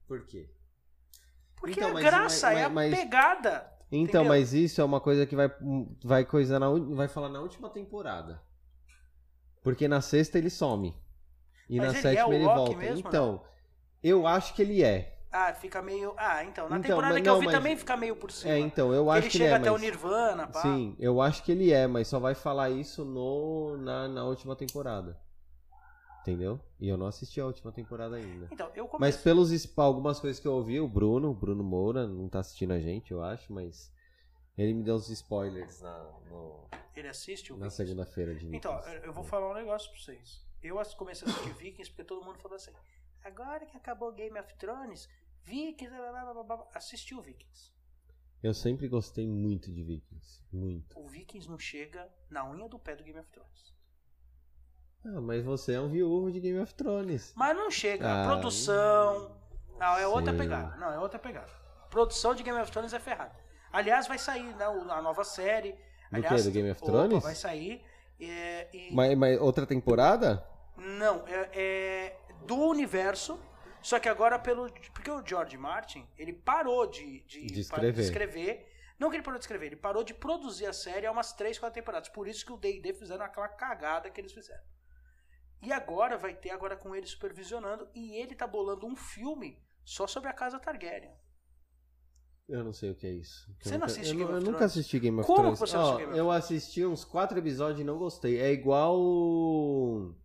Por quê?
Porque
Então,
a
mas-
graça
mas-
é a
mas-
pegada.
Então,
Entendeu?
mas isso é uma coisa que vai, hum, vai coisa na, ú- vai falar na última temporada. Porque na sexta ele some. E
Mas
na
ele é
sétima
o
ele
Loki
volta.
mesmo, né?
então, eu acho que ele é.
Ah, fica meio. Ah, então. Na
Então,
temporada
mas-
que eu
não,
vi
mas-
também fica meio por cima.
É, então, eu
ele
acho que
chega
ele é.
até
mas-
o Nirvana, pá.
Sim, eu acho que ele é, mas só vai falar isso no, na, na última temporada. Entendeu? E eu não assisti a última temporada ainda.
Então, eu
Mas
comecei.
pelos spa- algumas coisas que eu ouvi, o Bruno, o Bruno Moura, não tá assistindo a gente, eu acho, mas Ele me deu uns spoilers na, no-
Ele assiste o
na
Vikings?
segunda-feira de
Então,
Vikings.
eu- eu vou falar um negócio pra vocês. Eu as- comecei a assistir Vikings porque todo mundo falou assim: agora que acabou Game of Thrones, Vikings, blá, blá, blá, blá, blá, blá." assistiu Vikings.
Eu sempre gostei muito de Vikings. Muito.
O Vikings não chega na unha do pé do Game of Thrones.
Ah, mas você é um viúvo de Game of Thrones.
Mas não chega. A
Ah,
produção. Não, é outra
sei.
pegada. Não, é outra pegada. Produção de Game of Thrones é ferrada. Aliás, vai sair né, o- a nova série.
Do
Aliás,
quê? Do Game of
opa,
Thrones?
vai sair. é, e-
Mas, mas outra temporada?
Não, é, é do universo. Só que agora pelo. Porque o George Martin, ele parou de, de,
De escrever.
de escrever. Não que ele parou de escrever, ele parou de produzir a série há umas 3, 4 temporadas. Por isso que o DD fizeram aquela cagada que eles fizeram. E agora vai ter agora com ele supervisionando. E ele tá bolando um filme só sobre a casa Targaryen.
Eu não sei o que é isso.
Você
Eu
não
nunca-
assiste
eu
Game
nu-
of
Eu nunca
Thrones?
assisti Game of
Como
Thrones.
você não assiste
Ó,
Game of
eu assisti uns quatro episódios e não gostei. É igual o...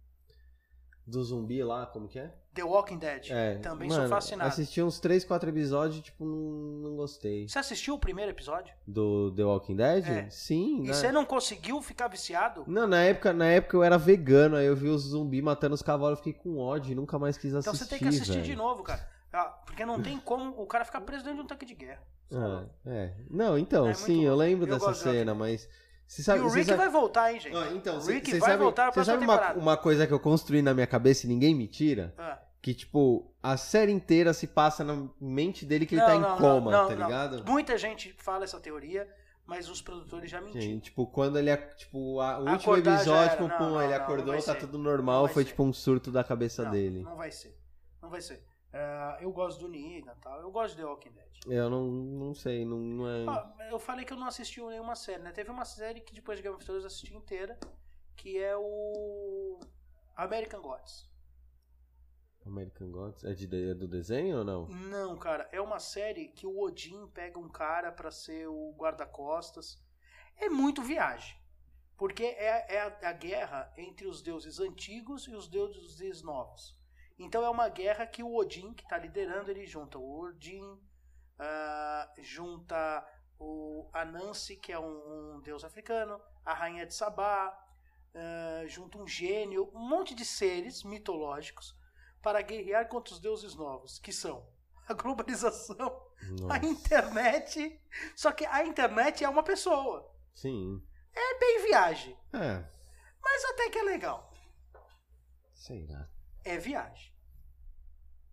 do zumbi lá, como que é?
The Walking Dead.
É,
Também
mano,
sou fascinado.
Assisti uns três, quatro episódios, tipo, não, não gostei.
Você assistiu o primeiro episódio?
Do The Walking Dead?
É.
Sim, né?
E
na-
você não conseguiu ficar viciado?
Não, na época, na época eu era vegano, aí eu vi os zumbi matando os cavalos, eu fiquei com ódio e nunca mais quis assistir.
Então você tem que assistir
velho.
de novo, cara. Ah, Porque não tem como o cara ficar preso dentro de um tanque de guerra.
Ah, é. Não, então,
É muito
sim, eu
louco.
lembro
Eu
dessa
gosto de
cena, mas. Você
e
sabe,
o
você
Rick
sabe...
vai voltar, hein, gente?
Ah, então,
o
cê-
Rick
cê
vai
sabe-
voltar na
cê
próxima
sabe uma,
temporada.
uma coisa que eu construí na minha cabeça e ninguém me tira?
Ah,
Que, tipo, a série inteira se passa na mente dele que ele
Não,
tá em
não, não,
coma,
não,
tá
não.
ligado?
Muita gente fala essa teoria, mas os produtores já mentiram.
Sim, tipo, quando ele, ac- tipo, a- o último
Acordar já
episódio,
era.
tipo,
Não,
pum,
não,
ele
não, não
acordou,
vai
tá
ser.
tudo
Não
normal,
vai
foi
ser.
tipo um surto da cabeça
não,
dele.
não vai ser. Não vai ser. Ah, eu gosto do Negan e tal. Eu gosto de The Walking Dead.
Eu não, não sei, não, não é...
Ah, eu falei que eu não assisti nenhuma série, né? Teve uma série que depois de Game of Thrones eu assisti inteira, que é o American Gods.
American Gods? É, de, é do desenho ou não?
Não, cara, é uma série que o Odin pega um cara pra ser o guarda-costas. É muito viagem. Porque é, é a, a guerra entre os deuses antigos e os deuses novos. Então é uma guerra que o Odin, que tá liderando, ele junta o Odin, ah, junta o Anansi, que é um, um deus africano, a rainha de Sabá, ah, junta um gênio, um monte de seres mitológicos para guerrear contra os deuses novos, que são a globalização, a
Nossa.
internet. Só que a internet é uma pessoa.
Sim.
É bem viagem,
É,
mas até que é legal.
sei lá.
É viagem.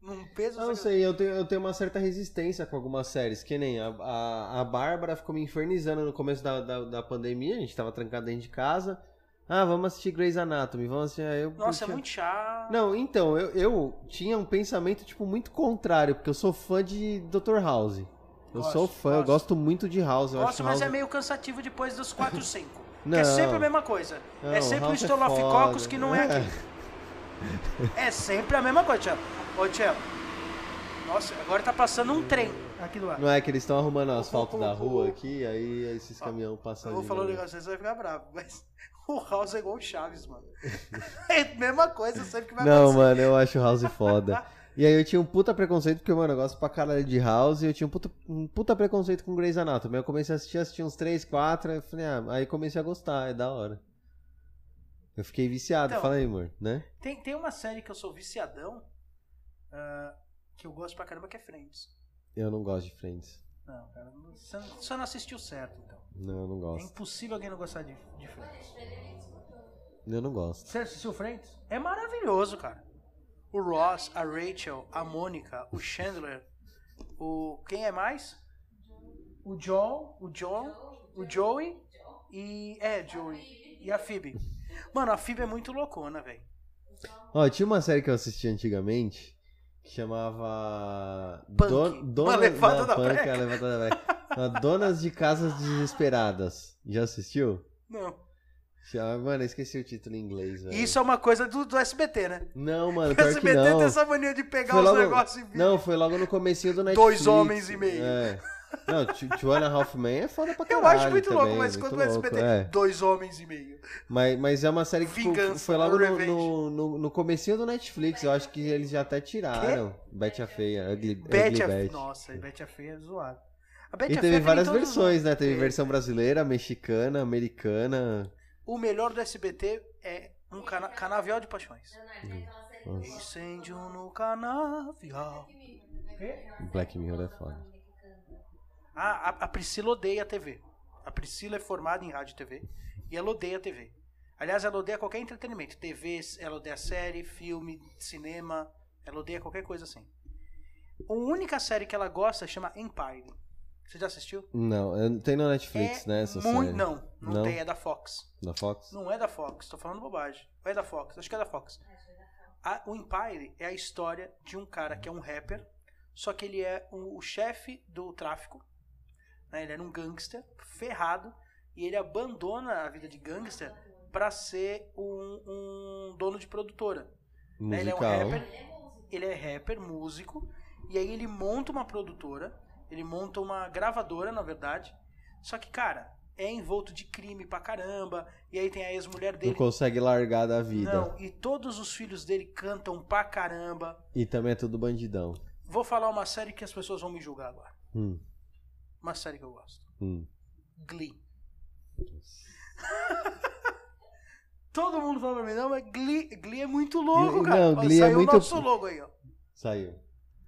Num peso.
Eu não sei, eu tenho, eu tenho uma certa resistência com algumas séries, que nem a, a, a Bárbara ficou me infernizando no começo da, da, da pandemia, a gente tava trancado dentro de casa. Ah, vamos assistir Grey's Anatomy, vamos assistir... ah, Eu,
Nossa, é
eu-
muito chato.
Não, então, eu, eu tinha um pensamento, tipo, muito contrário, porque eu sou fã de Dr. House. Eu
Gosto,
sou fã, eu
gosto.
gosto muito de House. Eu
Gosto,
acho
mas
House...
é meio cansativo depois dos 4 5.
Não.
É sempre a mesma coisa. é
Não,
sempre o
House é foda.
Stolofococus
né?
que não é, aqui. É sempre a mesma coisa, Tchelo. Ô, Tchelo. Nossa, agora tá passando um trem aqui do lado.
Não é que eles estão arrumando o asfalto
o-
da
o-
rua aqui, aí esses
Ó,
caminhão passam
Eu vou
de
falar um
novo.
negócio, você vai ficar bravo, mas o House é igual o Chaves, mano. É a mesma coisa sempre que vai
Não,
acontecer.
mano, eu acho House foda. E aí eu tinha um puta preconceito, porque, mano, eu gosto pra caralho de House, e eu tinha um puta, um puta preconceito com Grey's Anatomy. Eu comecei a assistir, assisti uns 3, 4, aí eu falei, ah, aí comecei a gostar, é da hora. Eu fiquei viciado,
Então-
fala aí, amor, né?
Tem, tem uma série que eu sou viciadão, ah, que eu gosto pra caramba, que é Friends.
Eu não gosto de Friends.
Não, cara, não- você não- você não assistiu certo, então.
Não, eu não
É
gosto.
impossível alguém não gostar de, de Friends.
Eu não gosto.
Você assistiu Friends? É maravilhoso, cara. O Ross, a Rachel, a Mônica, o Chandler, o... Quem é mais? O John, o John, o Joey e... É, Joey. E a Phoebe. Mano, a Phoebe é muito loucona, velho.
Ó, tinha uma série que eu assisti antigamente que chamava.
Punk. Uma
Dona...
Levada
não,
da
Punk,
Breca.
é a Levada da Breca. Não, Donas de Casas Desesperadas. Já assistiu?
Não.
Já- Mano, eu esqueci o título em inglês, velho.
Isso é uma coisa do, do SBT, né?
Não, mano,
O
pior que
SBT tem
não.
essa mania de pegar
Foi
os
logo-
negócios e...
Não, foi logo no comecinho do Netflix.
Dois homens e meio.
É. Não, Tw- Joanna Hoffman é foda pra
Eu
caralho
acho muito
também,
louco, mas
muito
quando o SBT...
louco, é.
Dois homens e meio.
Mas, mas é uma série que tipo,
Vingança,
foi logo no,
Revenge.
no, no, no comecinho do Netflix. Eu acho que eles já até tiraram. Betty a Feia. Ugly,
Betty
Ugly
a...
Betty.
Nossa, Betty a é Feia é zoada. A Betty
E
é
teve
Fé
várias
tem todos os
versões, né? Teve
É.
versão brasileira, mexicana, americana.
O melhor do SBT é um cana canavial de paixões.
Não, não, ele tem aquela série que eu
Nossa.
gosto.
Incêndio no canavial.
Black Mirror, né?
Quê?
Aquela série
Black
que
Mirror é
toda
foda.
família que canta.
Ah, a, a Priscila odeia a TV. A Priscila é formada em rádio e TV e ela odeia a TV. Aliás, ela odeia qualquer entretenimento. TV, ela odeia série, filme, cinema. Ela odeia qualquer coisa assim. A única série que ela gosta chama Empire. Você já assistiu?
Não, eu- tem na Netflix,
é
né? Essa
mui-
série.
Não, não,
Não?
tem. É da Fox.
Da Fox?
Não é da Fox. Tô falando bobagem. Ou é da Fox? Acho que é da Fox. A- o Empire é a história de um cara que é um rapper, só que ele é o, o chefe do tráfico, né? ele era um gangster ferrado, e ele abandona a vida de gangster pra ser um, um dono de produtora. né? Ele é um
Musical.
rapper, ele é rapper, músico, e aí ele monta uma produtora, ele monta uma gravadora, na verdade, só que, cara, é envolto de crime pra caramba, e aí tem a ex-mulher
Não
dele
consegue largar da vida.
não, e todos os filhos dele cantam pra caramba.
E também é tudo bandidão.
Vou falar uma série que as pessoas vão me julgar agora.
Hum,
Uma série que eu gosto.
hum.
Glee. Todo mundo fala pra mim, não, mas Glee, Glee é muito louco,
Glee-
cara.
não,
Ó,
Glee é
Saiu
muito-
o nosso logo aí, ó.
Saiu.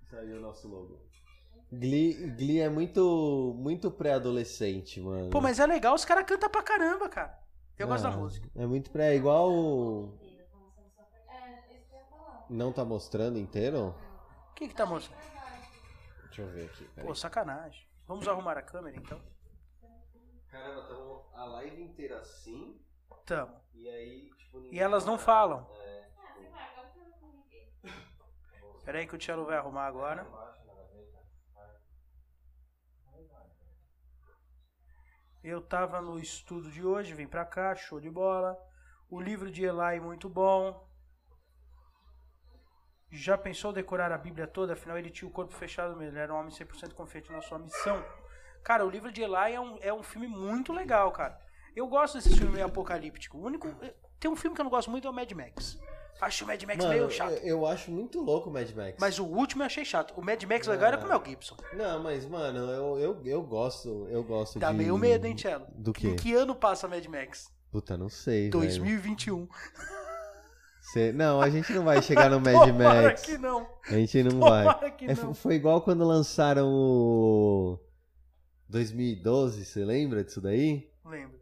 Saiu o nosso logo. Glee, Glee é muito, muito pré-adolescente, mano.
Pô, mas é legal, os caras cantam pra caramba, cara. Eu gosto da
Ah,
música.
É muito pré, igual. o-
É, isso que eu ia falar.
Não tá mostrando inteiro?
O que que tá mostrando?
Deixa eu ver aqui.
Pô, sacanagem. Vamos arrumar a câmera, então?
Caramba, tamo a live inteira assim.
Tamo.
E aí, tipo,
E elas não falam.
Ah, sei lá, agora eu não comuniquei.
Pera aí que o Tchelo vai arrumar agora. Eu tava no estudo de hoje, vim pra cá, show de bola. O livro de Eli muito bom. Já pensou decorar a Bíblia toda? Afinal, ele tinha o corpo fechado mesmo. Ele era um homem 100% confiante na sua missão. Cara, o livro de Eli é um, é um filme muito legal, cara. Eu gosto desse filme meio apocalíptico. O único... Tem um filme que eu não gosto muito, é o Mad Max. Acho o Mad Max
Mano,
meio chato.
eu, eu acho muito louco o Mad Max.
Mas o último eu achei chato. O Mad Max
Ah.
legal era com o Mel Gibson.
Não, mas, mano, eu, eu, eu gosto. Eu gosto
Dá
de.
meio medo, hein, Tchelo?
Do quê?
Em que ano passa Mad Max?
Puta, não sei. velho.
2021.
Cê- Não, a gente não vai chegar no Mad
Tomara
Max.
que não.
A gente não vai.
Tomara que
É,
não.
f- foi igual quando lançaram o 2012, você lembra disso daí?
Lembro.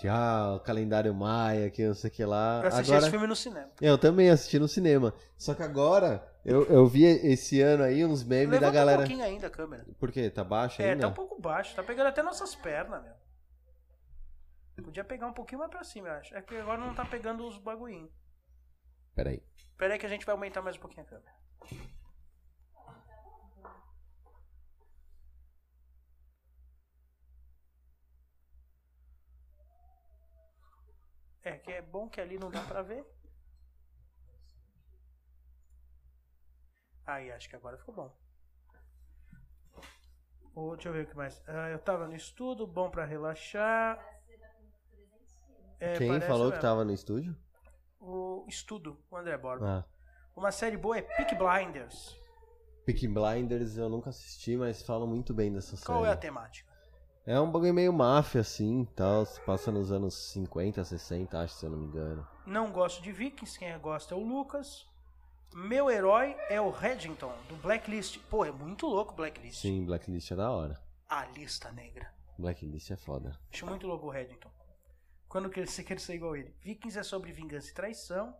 Que ah, o calendário maia, que não sei o que lá.
Eu assisti
Ah, Agora,
esse filme no cinema.
É, eu também assisti no cinema. Só que agora eu, eu vi esse ano aí uns memes
Levanta
da galera.
um pouquinho ainda a câmera.
Por quê? Tá baixo
É,
ainda?
tá um pouco baixo. Tá pegando até nossas pernas, meu. Podia pegar um pouquinho mais pra cima, eu acho. É que agora não tá pegando os bagulhinhos.
Peraí.
Pera aí que a gente vai aumentar mais um pouquinho a câmera. É que é bom que ali não dá pra ver. Aí, acho que agora ficou bom. Ô, deixa eu ver o que mais. Ah, eu tava no estudo, bom pra relaxar. É,
Quem
parece
falou que
mesmo.
tava no estúdio?
O estudo, o André Borba.
Ah.
Uma série boa é Peak Blinders.
Peaky Blinders eu nunca assisti, mas falam muito bem dessa série.
Qual é a temática?
É um bagulho meio máfia, assim, tal. Se passa nos anos 50, 60, acho, se eu não me engano.
Não gosto de Vikings, quem gosta é o Lucas. Meu herói é o Reddington, do Blacklist. Pô, é muito louco o Blacklist.
Sim, Blacklist é da hora.
A lista negra.
Blacklist é foda.
Acho muito louco o Reddington. Quando que você quer ser igual a ele? Vikings é sobre vingança e traição.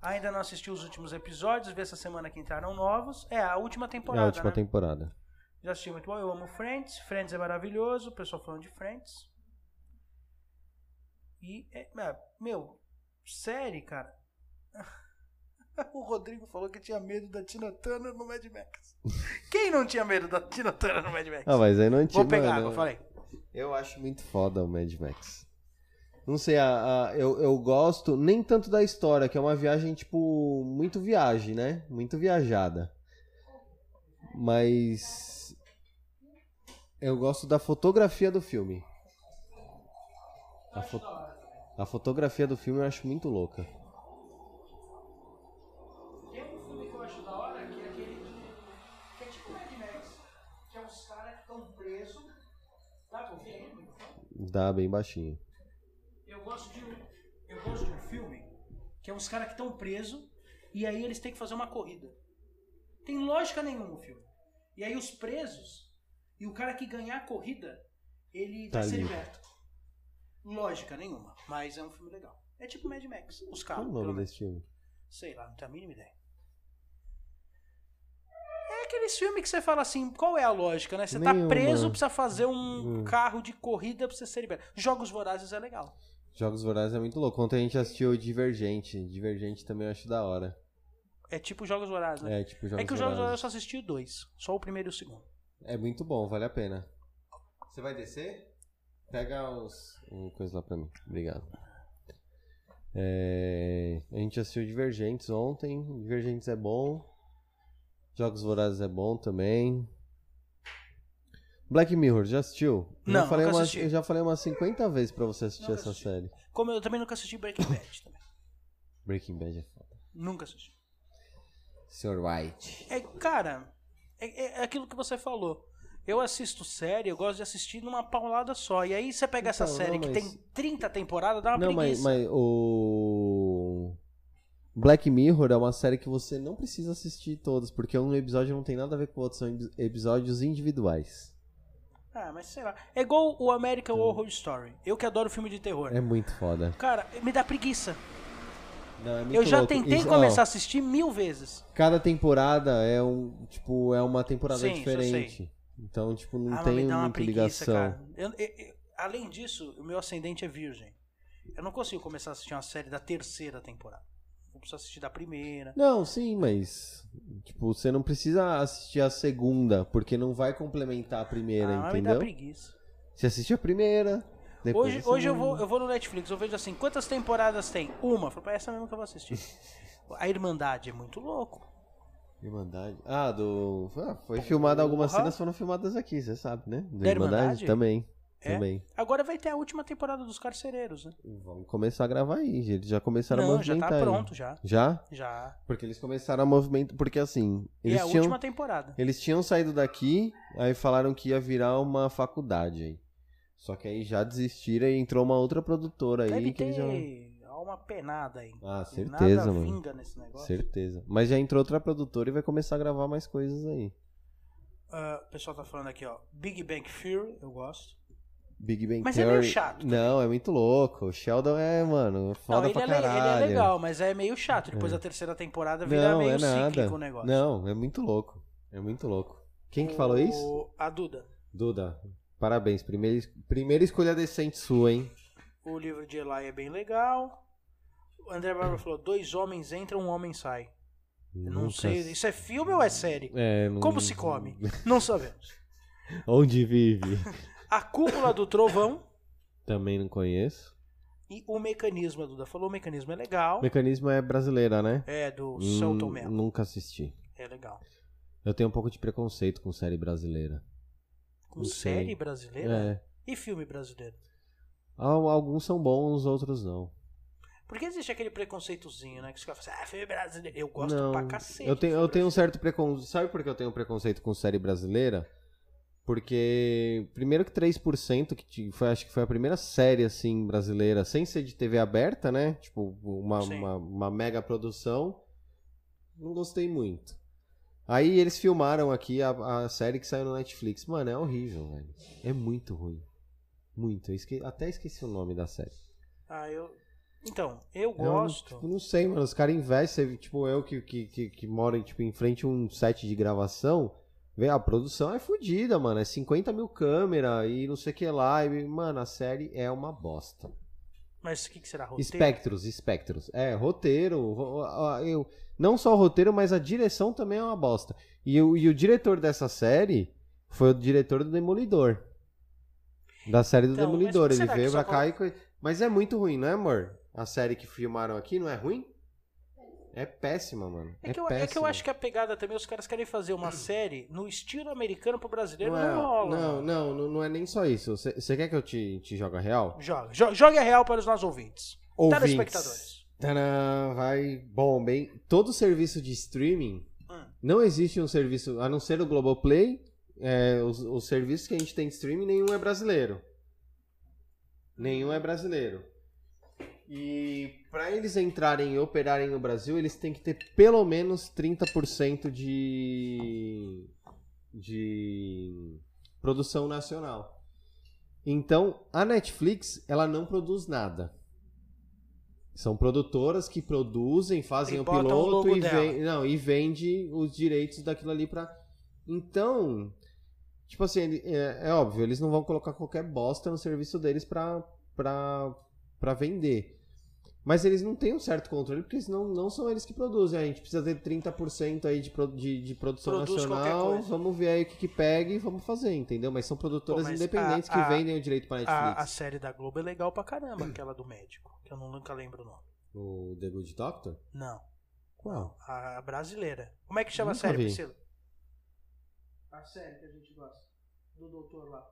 Ainda não assisti os últimos episódios, vi essa semana que entraram novos. É a última temporada,
é a última
né?
temporada.
Já assisti muito bom, eu amo Friends. Friends é maravilhoso, o pessoal falando de Friends. E, é, é, meu, série, cara. O Rodrigo falou que tinha medo da Tina Turner no Mad Max. Quem não tinha medo da Tina Turner no Mad Max?
Ah, mas aí não tinha.
Vou pegar
mano,
água, falei.
Eu acho muito foda o Mad Max. Não sei, a, a- eu, eu gosto nem tanto da história, que é uma viagem, tipo, muito viagem, né? Muito viajada. Mas. Eu gosto da fotografia do filme. A, fo- a fotografia do filme eu acho muito louca.
Tem um filme que eu acho da hora, que é aquele que, que é tipo Mad Max, que é uns caras que estão presos
Tá bem baixinho.
Eu gosto de um, eu gosto de um filme que é uns caras que estão presos e aí eles têm que fazer uma corrida. Tem lógica nenhuma o filme. E aí os presos e o cara que ganhar a corrida, ele
Tá
vai ser
livre.
liberto. Lógica nenhuma, mas é um filme legal. É tipo Mad Max, os
Qual
carros.
é o
pelo
nome
menos.
desse filme?
Sei lá, não tenho a mínima ideia. É aqueles filmes que você fala assim, qual é a lógica, né? Você tá
Nenhuma.
preso, precisa fazer um
Hum.
carro de corrida pra você ser liberto. Jogos Vorazes é legal.
Jogos Vorazes é muito louco. Ontem a gente assistiu Divergente. Divergente também eu acho da hora.
É tipo Jogos Vorazes, né?
É, tipo, Jogos
É, que os Jogos Vorazes eu
Vorazes.
só assisti dois. Só o primeiro e o segundo.
É muito bom, vale a pena. Você vai descer? Pega os. Uma coisa lá pra mim. Obrigado. É, A gente assistiu Divergentes ontem. Divergentes é bom. Jogos Vorazes é bom também. Black Mirror, já assistiu? Eu
Não,
já falei
nunca
umas-
assisti.
Eu já falei umas 50 vezes pra você assistir
Nunca
essa
assisti.
série.
Como eu também nunca assisti Breaking Bad também.
Breaking Bad é foda.
Nunca assisti.
Sr. White.
É, cara, é, é- é aquilo que você falou. Eu assisto série, eu gosto de assistir numa paulada só. E aí você pega essa
Então,
série
não,
que
mas-
tem 30 temporadas, dá uma
Não, mas,
preguiça.
mas o. Black Mirror é uma série que você não precisa assistir todas, porque um episódio não tem nada a ver com o outro, são epi- episódios individuais.
Ah, mas sei lá. É igual o American Horror Story. Eu que adoro filme de terror.
Então. É muito foda.
Cara, me dá preguiça.
Não, é muito
eu já
louco.
tentei
Isso- ó,
começar a assistir mil vezes.
cada temporada é um. Tipo, é uma temporada
Sim, isso eu
diferente. Então, tipo, não
ah, mas
tem
me dá uma
muita
preguiça,
ligação.
cara. Eu- eu- eu- além disso, o meu ascendente é virgem. Eu não consigo começar a assistir uma série da terceira temporada. Eu preciso assistir da primeira.
Não, sim, mas. Tipo, você não precisa assistir a segunda, porque não vai complementar a primeira,
ah, mas me dá
entendeu?
preguiça.
Você assiste a primeira. depois
Hoje,
você
hoje eu,
não-
vou, eu vou no Netflix, eu vejo assim, quantas temporadas tem? Uma. Eu Falo, "Pá, essa mesmo que eu vou assistir. A Irmandade é muito louco.
Irmandade. Ah, do. Ah, foi filmada algumas
Porra.
cenas, foram filmadas aqui, você sabe, né? Do
Da Irmandade?
Também.
É?
Também.
Agora vai ter a última temporada dos Carcereiros, né?
Vamos começar a gravar aí, gente. Eles já começaram a
Não, já
movimentar.
tá
aí.
pronto já.
Já?
Já.
Porque eles começaram a movimentar. Porque assim,
E é
eles
a
tinham.
última temporada.
Eles tinham saído daqui, aí falaram que ia virar uma faculdade aí. Só que aí já desistiram e entrou uma outra produtora aí
Deve
que eles já.
ter alma penada aí.
Ah,
E
certeza,
Nada
mano.
vinga nesse negócio.
Certeza. Mas já entrou outra produtora e vai começar a gravar mais coisas aí.
Ah, o pessoal tá falando aqui, ó. Big Bang Theory, eu gosto.
Big Bang
Mas é
Theory.
meio chato também.
Não, é muito louco. O Sheldon é, mano, foda
Não, ele,
pra
é, le- ele é
caralho.
legal, mas é meio chato. Depois da terceira temporada vira
Não,
meio
é nada.
cíclico o negócio.
Não, é muito louco. É muito louco. Quem que falou isso?
O- A Duda.
Duda. Parabéns. Primeira, es- primeira escolha decente sua, hein?
O livro de Eli é bem legal. O André Barber falou: dois homens entram, um homem sai. Eu Não
Nunca
sei,
s-
isso é filme ou é série?
É, não-
Como se come? Não sabemos.
Onde vive?
A cúpula do trovão
Também não conheço.
e o mecanismo. A Duda falou: o mecanismo é legal.
Mecanismo é brasileira, né?
É do
Hum,
São Tomé.
Nunca assisti.
É legal.
Eu tenho um pouco de preconceito com série brasileira.
Com
Não sei.
série brasileira
É.
e filme brasileiro.
Al- Alguns são bons, outros não.
Porque existe aquele preconceitozinho, né? Que os caras falam assim, ah, filme brasileiro. Eu gosto
Não,
pra cacete.
Eu tenho,
de
eu
filme
tenho um certo preconceito. Sabe por que eu tenho um preconceito com série brasileira? Porque, primeiro que 3%, que ti- foi, acho que foi a primeira série, assim, brasileira, sem ser de TV aberta, né? Tipo, uma,
Sim.
uma, uma mega produção. Não gostei muito. Aí eles filmaram aqui a, a série que saiu no Netflix. Mano, é horrível, velho. É muito ruim. Muito. Eu esque- até esqueci o nome da série.
Ah, eu. Então, eu
Eu não-
gosto.
tipo, não sei, mano. Os caras investem, tipo, eu que, que, que, que moro tipo, em frente a um set de gravação. Vê, a produção é fodida, mano. É 50 mil câmera e não sei o que lá. E, mano, a série é uma bosta.
Mas o que, que será roteiro?
Espectros, espectros. É, roteiro. ro- ó, Eu, não só o roteiro, mas a direção também é uma bosta. E, o- e o diretor dessa série foi o diretor do Demolidor. Da série do
Então, mas por
Demolidor.
que
Ele
será que
veio
só
pra cá e. coi- Mas é muito ruim, não é, amor? A série que filmaram aqui não é ruim? É péssima, mano. É,
É que, eu,
péssima.
é que eu acho que a pegada também, os caras querem fazer uma série no estilo americano pro brasileiro,
não,
não,
é,
rola.
não, não, não, não é nem só isso. Você quer que eu te, te jogue a real?
Joga, jo- joga a real para os nossos ouvintes.
Ouvintes.
Telespectadores.
Tadã, vai. Bom, bem. Todo serviço de streaming.
Hum.
Não existe um serviço, a não ser o Globoplay. É, os, os serviços que a gente tem de streaming, nenhum é brasileiro. Nenhum é brasileiro. E para eles entrarem e operarem no Brasil, eles têm que ter pelo menos 30% de de produção nacional. Então, a Netflix, ela não produz nada. São produtoras que produzem, fazem
E
o
botam o
piloto
logo
e,
dela.
ven- não, e vende os direitos daquilo ali para Então, tipo assim, ele- é, é óbvio, eles não vão colocar qualquer bosta no serviço deles pra, pra, pra vender. Mas eles não têm um certo controle, porque senão não são eles que produzem. A gente precisa ter 30% aí de, pro- de, de produção
Produz qualquer
nacional.
coisa.
Vamos ver aí o que, que pega e vamos fazer, entendeu? Mas são produtoras
Pô, mas
independentes
a-
que
a-
vendem o direito pra Netflix.
A, a série da Globo é legal pra caramba, aquela do médico, que eu não- nunca lembro o nome.
O The Good Doctor?
Não,
Qual?
a brasileira. Como é que chama
Nunca
a série,
vi.
Priscila? A série que a gente gosta, do doutor lá.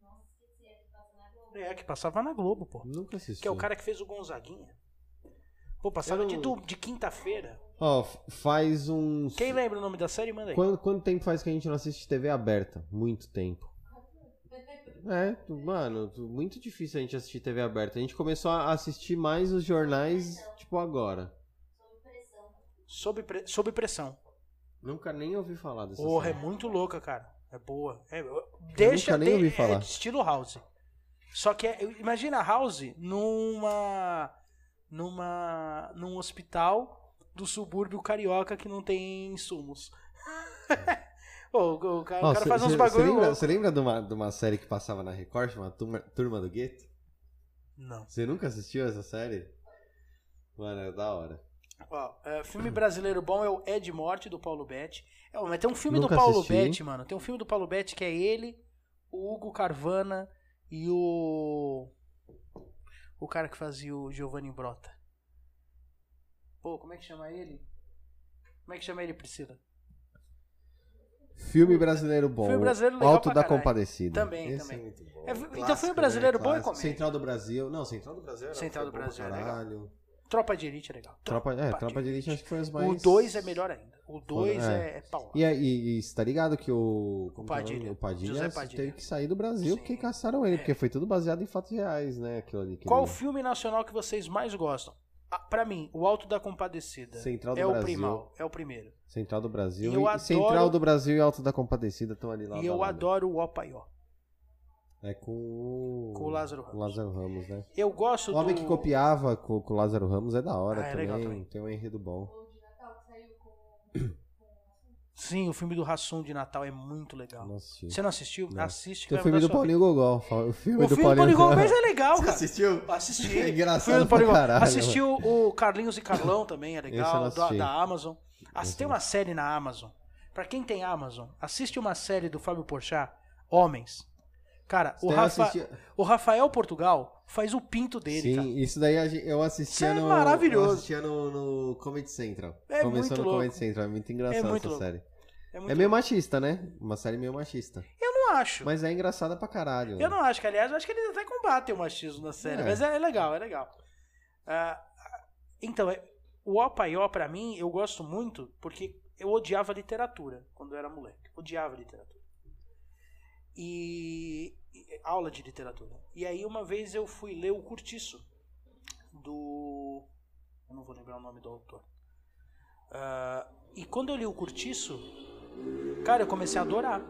Nossa, esqueci, é que passa na Globo.
É, que passava na Globo, pô.
Nunca assisti.
Que é o cara que fez o Gonzaguinha. Pô, passava
Eu
de,
não-
du- de quinta-feira.
Ó, f- faz uns.
Quem lembra o nome da série, manda aí.
Quanto, quanto tempo faz que a gente não assiste TV aberta? Muito tempo. É, tu- mano, tu- muito difícil a gente assistir TV aberta. A gente começou a assistir mais os jornais, tipo, agora.
Sob pressão.
Sob, pre- Sob pressão.
Nunca nem ouvi falar dessa
Porra, é
série.
muito louca, cara. É boa. É, deixa
nunca nem
de-
ouvi
é
falar.
de estilo House. Só que é, imagina House numa numa num hospital do subúrbio carioca que não tem insumos. Pô, o, o cara, é o
Ó,
cara
cê-
faz uns
cê-
bagulho
cê lembra,
louco.
cê lembra de, uma, de uma série que passava na Record, chamada Turma, Turma do Gueto?
Não.
Você nunca assistiu essa série? Mano, é da hora.
Ó, é, filme brasileiro bom é o Ed Morte, do Paulo Betti. É, ó, mas tem um filme
Nunca
do Paulo
assisti.
Betti, mano. Tem um filme do Paulo Betti que é ele, o Hugo Carvana e o. O cara que fazia o Giovanni Brota. Pô, como é que chama ele? Como é que chama ele, Priscila?
Filme brasileiro bom.
Filme brasileiro legal
Alto
pra
da
caralho.
Compadecida.
Também,
Esse
também.
É muito bom.
É, então,
Clássico, né?
filme brasileiro bom é
Clássico.
comédia.
Central do Brasil. Não, Central do Brasil era
Central do
foi bom
Brasil
pra
era legal.
caralho.
Tropa de Elite é legal.
Tropa, é, Tropa de Elite acho que foi os mais...
O 2 é melhor ainda. O 2
Foda-
é, é pau.
E, aí, e você tá ligado que o, como que é nome?
Padilha.
o Padilha,
José Padilha.
teve que sair do Brasil
Sim. É.
porque caçaram ele, porque foi tudo baseado em fatos reais, né? Aquilo ali, que
Qual
ele-
filme nacional que vocês mais gostam? Ah, pra mim, O Alto da Compadecida.
Central do
é o
Brasil.
primal, é o primeiro.
Central do Brasil. E,
E eu
e
adoro-
Central do Brasil e Alto da Compadecida estão ali lá.
e eu
lado a lado.
adoro o Opaió.
É com o.
Com o Lázaro Ramos.
com o Lázaro Ramos, né?
Eu gosto
O homem
do...
que copiava com, com o Lázaro Ramos é da hora
Ah, é
também,
legal também.
Tem um enredo bom.
O de Natal que saiu com.
Sim, o filme do Rassum de Natal é muito legal.
Não assisti.
Você não assistiu?
Não.
Assiste. que
Tem o
vai
filme
mudar
do
sua vida.
Paulinho Gogol. fa- O filme
O
do
filme do Paulinho Gomes
Gogol.
é legal,
Você
cara.
assistiu?
Assisti.
É engraçado
Filme do
pra
Paulinho Gomes.
caralho,
Assisti o, o Carlinhos e Carlão também, é
Esse eu
legal,
não
da,
assisti.
da Amazon. Assi-
Esse eu
Tem
não
uma série na Amazon. Pra quem tem Amazon, assiste uma série do Fábio Porchat, Homens. Cara, o,
Você
Rafa-
assistiu-
o Rafael Portugal faz o pinto dele,
Sim,
cara.
isso daí a gen- eu assistia
Isso é
no.
maravilhoso.
Eu assistia no, no Comedy Central.
É
Começou
muito
no
louco.
Comedy Central. É muito engraçada
É muito
essa
louco.
série.
muito
É meio machista, né? Uma série meio machista.
Eu não acho.
Mas é engraçada pra caralho.
Eu não acho que, aliás, eu acho que eles até combatem o machismo na série.
É.
Mas é, é legal, é legal. Ah, então, é- o Opaió, pra mim, eu gosto muito porque eu odiava literatura quando eu era moleque. Odiava literatura. E. e- aula de literatura. E aí, uma vez eu fui ler O Curtiço, do. Eu não vou lembrar o nome do autor. Ah, e quando eu li O Curtiço, cara, eu comecei a adorar.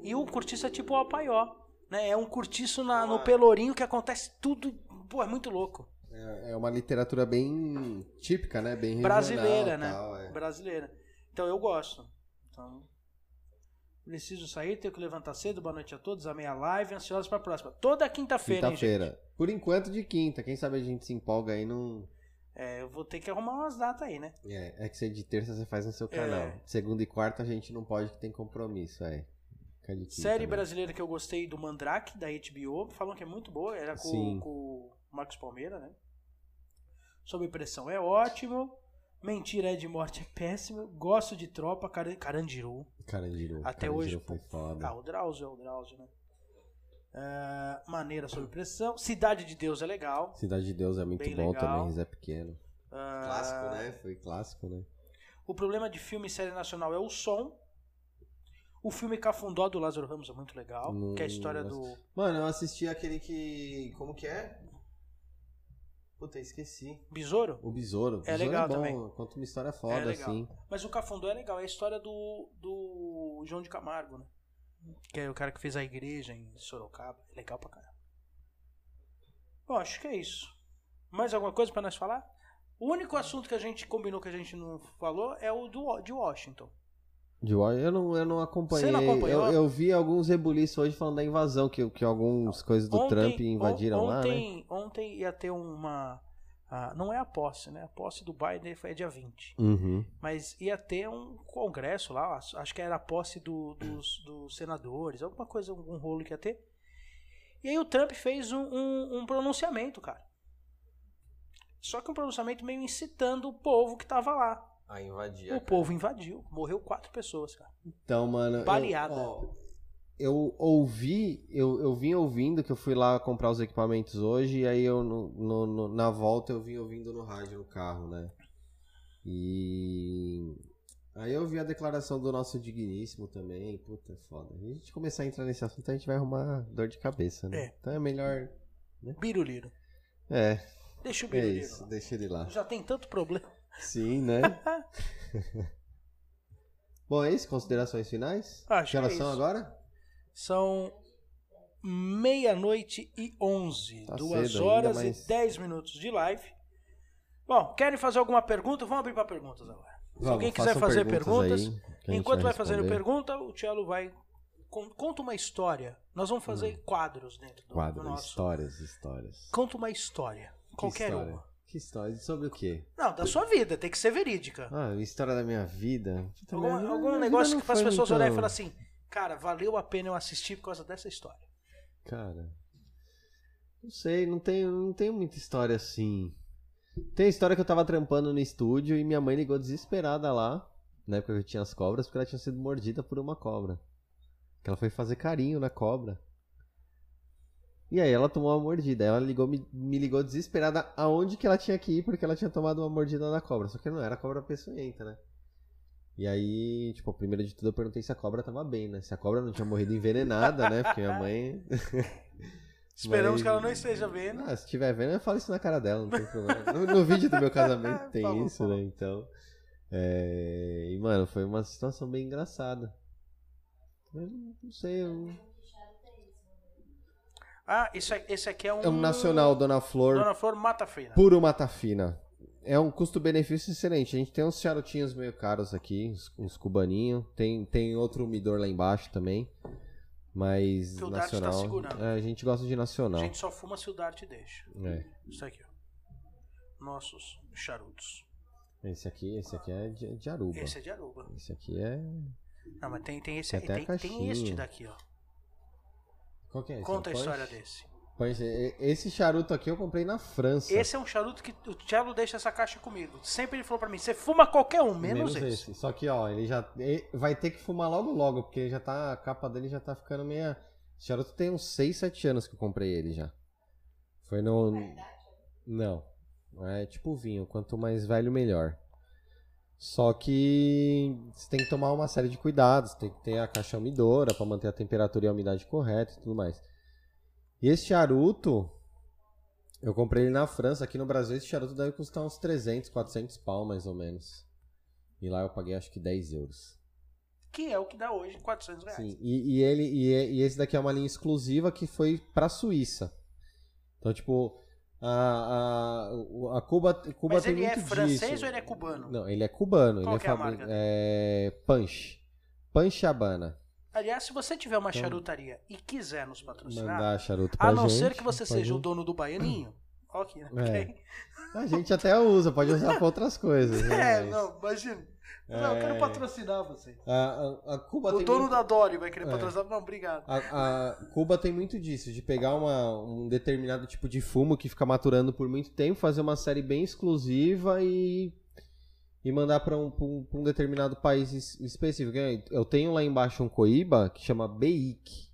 E o cortiço é tipo o apaió, né? É um cortiço na-
Ah.
no pelourinho que acontece tudo. Pô, é muito louco.
É é uma literatura bem típica, né? Bem regional,
Brasileira, né?
tal, é.
Brasileira. Então eu gosto. Então, preciso sair, tenho que levantar cedo. Boa noite a todos. Amei a live. Ansiosos pra próxima. Toda quinta-feira, hein, gente?
Quinta-feira. Por enquanto de quinta. Quem sabe a gente se empolga aí num.
É, eu vou ter que arrumar umas datas aí, né?
É, é que você de terça você faz no seu canal.
É.
Segunda e quarta a gente não pode que tem compromisso, é. Fica de quinta,
Série
né?
brasileira que eu gostei do Mandrake, da HBO. Falam que é muito boa. Era com,
Sim.
com o Marcos Palmeira, né? Sob pressão é ótimo. Mentira é de morte é péssimo. Gosto de tropa, Cara- Carandiru.
Carandiru.
Até
Carandiru
hoje,
Foi foda.
Ah, o Drauzio é o Drauzio, né? Ah, maneira sob pressão. Cidade de Deus é legal.
Cidade de Deus é muito
Bem
bom
legal.
também, Zé Pequeno.
Ah,
Clássico, né? Foi clássico, né?
O problema de filme e série nacional é o som. O filme Cafundó do Lázaro Ramos é muito legal, que é a história do.
Mano, eu assisti aquele que. Como que é? Puta, esqueci.
Besouro?
O Besouro. O Besouro
É
é
legal
bom,
também.
Conta uma história foda,
É legal.
assim.
Mas o Cafundó é legal, é a história do, do João de Camargo, né? Que é o cara que fez a igreja em Sorocaba. É Legal pra caramba. Bom, acho que é isso. Mais alguma coisa pra nós falar? O único assunto que a gente combinou que a gente não falou é o do, Wa- de Washington.
De War, eu não, eu não acompanhei.
Você não acompanhou?
Eu, eu vi alguns rebuliços hoje falando da invasão, que, que algumas coisas do Trump invadiram
on-
lá, né?
ontem, Ontem ia ter uma. ah, não é a posse, né? A posse do Biden foi dia 20.
Uhum.
Mas ia ter um congresso lá, acho- acho que era a posse do- dos, dos senadores, alguma coisa, algum rolo que ia ter. E aí o Trump fez um, um- um pronunciamento, cara. Só que um pronunciamento meio incitando o povo que tava lá.
A invadir.
O povo invadiu, morreu quatro pessoas, cara.
Então, mano. eu-
Baleada.
ó, Eu, ouvi, eu, eu vim ouvindo que eu fui lá comprar os equipamentos hoje, e aí eu no- no- no- na volta eu vim ouvindo no rádio no carro, né? E. Aí eu vi a declaração do nosso digníssimo também. Puta, é foda. Se a gente começar a entrar nesse assunto, a gente vai arrumar dor de cabeça, né?
É.
Então é melhor.
Biruliro.
É,
Deixa o
é
biruliro.
isso. Deixa ele lá.
lá. Já tem tanto problema.
Sim, né? Bom, é isso? Considerações finais?
Acho
que horas
que é
são
isso.
agora?
São meia-noite e onze.
Tá
duas
cedo ainda,
horas
mas-
e dez minutos de live. Bom, querem fazer alguma pergunta? Vamos abrir para perguntas agora. Se alguém quiser
façam
fazer perguntas,
perguntas aí, que a gente
enquanto vai fazendo
responder.
pergunta, o Tielo vai. con- Conta uma história. Nós vamos fazer
Hum.
quadros dentro do,
Quadros,
do nosso.
histórias, histórias.
Conta uma história. Qualquer
que história?
uma.
Que história? Sobre o quê?
Não, da sua vida, tem que ser verídica.
Ah, história da minha vida. Puta,
Alguma-
minha- minha
algum
vida
negócio
não
que faz as
foi
pessoas
muito-
olharem e falar assim: Cara, valeu a pena eu assistir por causa dessa história.
Cara. Não sei, não tenho, não tenho muita história assim. Tem a história que eu tava trampando no estúdio e minha mãe ligou desesperada lá, na época que eu tinha as cobras, porque ela tinha sido mordida por uma cobra. Que ela foi fazer carinho na cobra. E aí ela tomou uma mordida. Ela ligou, me, me ligou desesperada aonde que ela tinha que ir, porque ela tinha tomado uma mordida na cobra. Só que não era cobra peçonhenta, né? E aí, tipo, primeiro de tudo eu perguntei se a cobra tava bem, né? Se a cobra não tinha morrido envenenada, né? Porque minha mãe
Esperamos
Mas-
que ela não esteja vendo.
ah, se tiver vendo, eu falo isso na cara dela, não tem problema. No, no vídeo do meu casamento tem
Falou,
isso,
falou.
né? Então. é, E, mano, foi uma situação bem engraçada. Eu não- não sei, eu...
Ah, isso é- esse aqui é um.
É um nacional, Dona Flor,
Dona Flor Mata Fina.
puro mata fina. É um custo-benefício excelente. A gente tem uns charutinhos meio caros aqui, uns, uns cubaninhos. Tem, tem outro umidor lá embaixo também. Mas
Que o Dart tá
nacional.
segurando.
é, a gente gosta de
A
nacional.
gente só fuma se o Dart deixa.
É.
Isso aqui, ó. Nossos charutos.
Esse aqui, esse aqui é de, de Aruba.
Esse é de Aruba.
esse aqui é
Não, mas tem, tem esse
Tem
aí,
até
tem,
a
tem
caixinha.
este daqui, ó.
Qual que é esse?
Conta a
Punch?
história desse.
Punch. E- Esse charuto aqui eu comprei na França.
Esse é um charuto que o Thiago deixa essa caixa comigo. Sempre ele falou pra mim, você fuma qualquer um, menos, esse.
Só que, ó, ele já ele vai ter que fumar logo logo, porque ele já tá a capa dele já tá ficando meia Esse charuto tem uns 6, 7 anos que eu comprei ele já. Foi no Não. É tipo vinho, quanto mais velho melhor. Só que você tem que tomar uma série de cuidados, tem que ter a caixa umidora pra manter a temperatura e a umidade correta e tudo mais. E esse charuto, eu comprei ele na França, aqui no Brasil esse charuto deve custar uns 300, 400 pau mais ou menos. E lá eu paguei acho que 10 euros.
Que é o que dá hoje, 400 reais.
Sim, e, e ele, e, é- e esse daqui é uma linha exclusiva que foi pra Suíça. Então, tipo, a, a, o- a Cuba, Cuba
Mas
tem
ele é
muito
francês
disso.
ou ele é cubano?
Não, ele é cubano.
Qual
ele
que
é,
é a
fabri-
marca dele?
é Punch. Punch Habana.
Aliás, se você tiver uma
Então-
charutaria e quiser nos patrocinar,
Mandar charuto pra
a não
gente,
ser que você
pode-
seja o dono do baianinho, ok, né?
É.
Ok?
A gente até usa, pode usar pra outras coisas. né,
É,
mas-
não, imagina. Não, eu quero
É.
patrocinar você.
A, a- a Cuba
O
tem
dono
muito-
da Dory vai querer
É.
patrocinar. Não, obrigado.
A, a Cuba tem muito disso, de pegar uma- um determinado tipo de fumo que fica maturando por muito tempo, fazer uma série bem exclusiva e, e mandar para um, pra um- pra um determinado país es- específico. Eu tenho lá embaixo um coíba que chama Beic.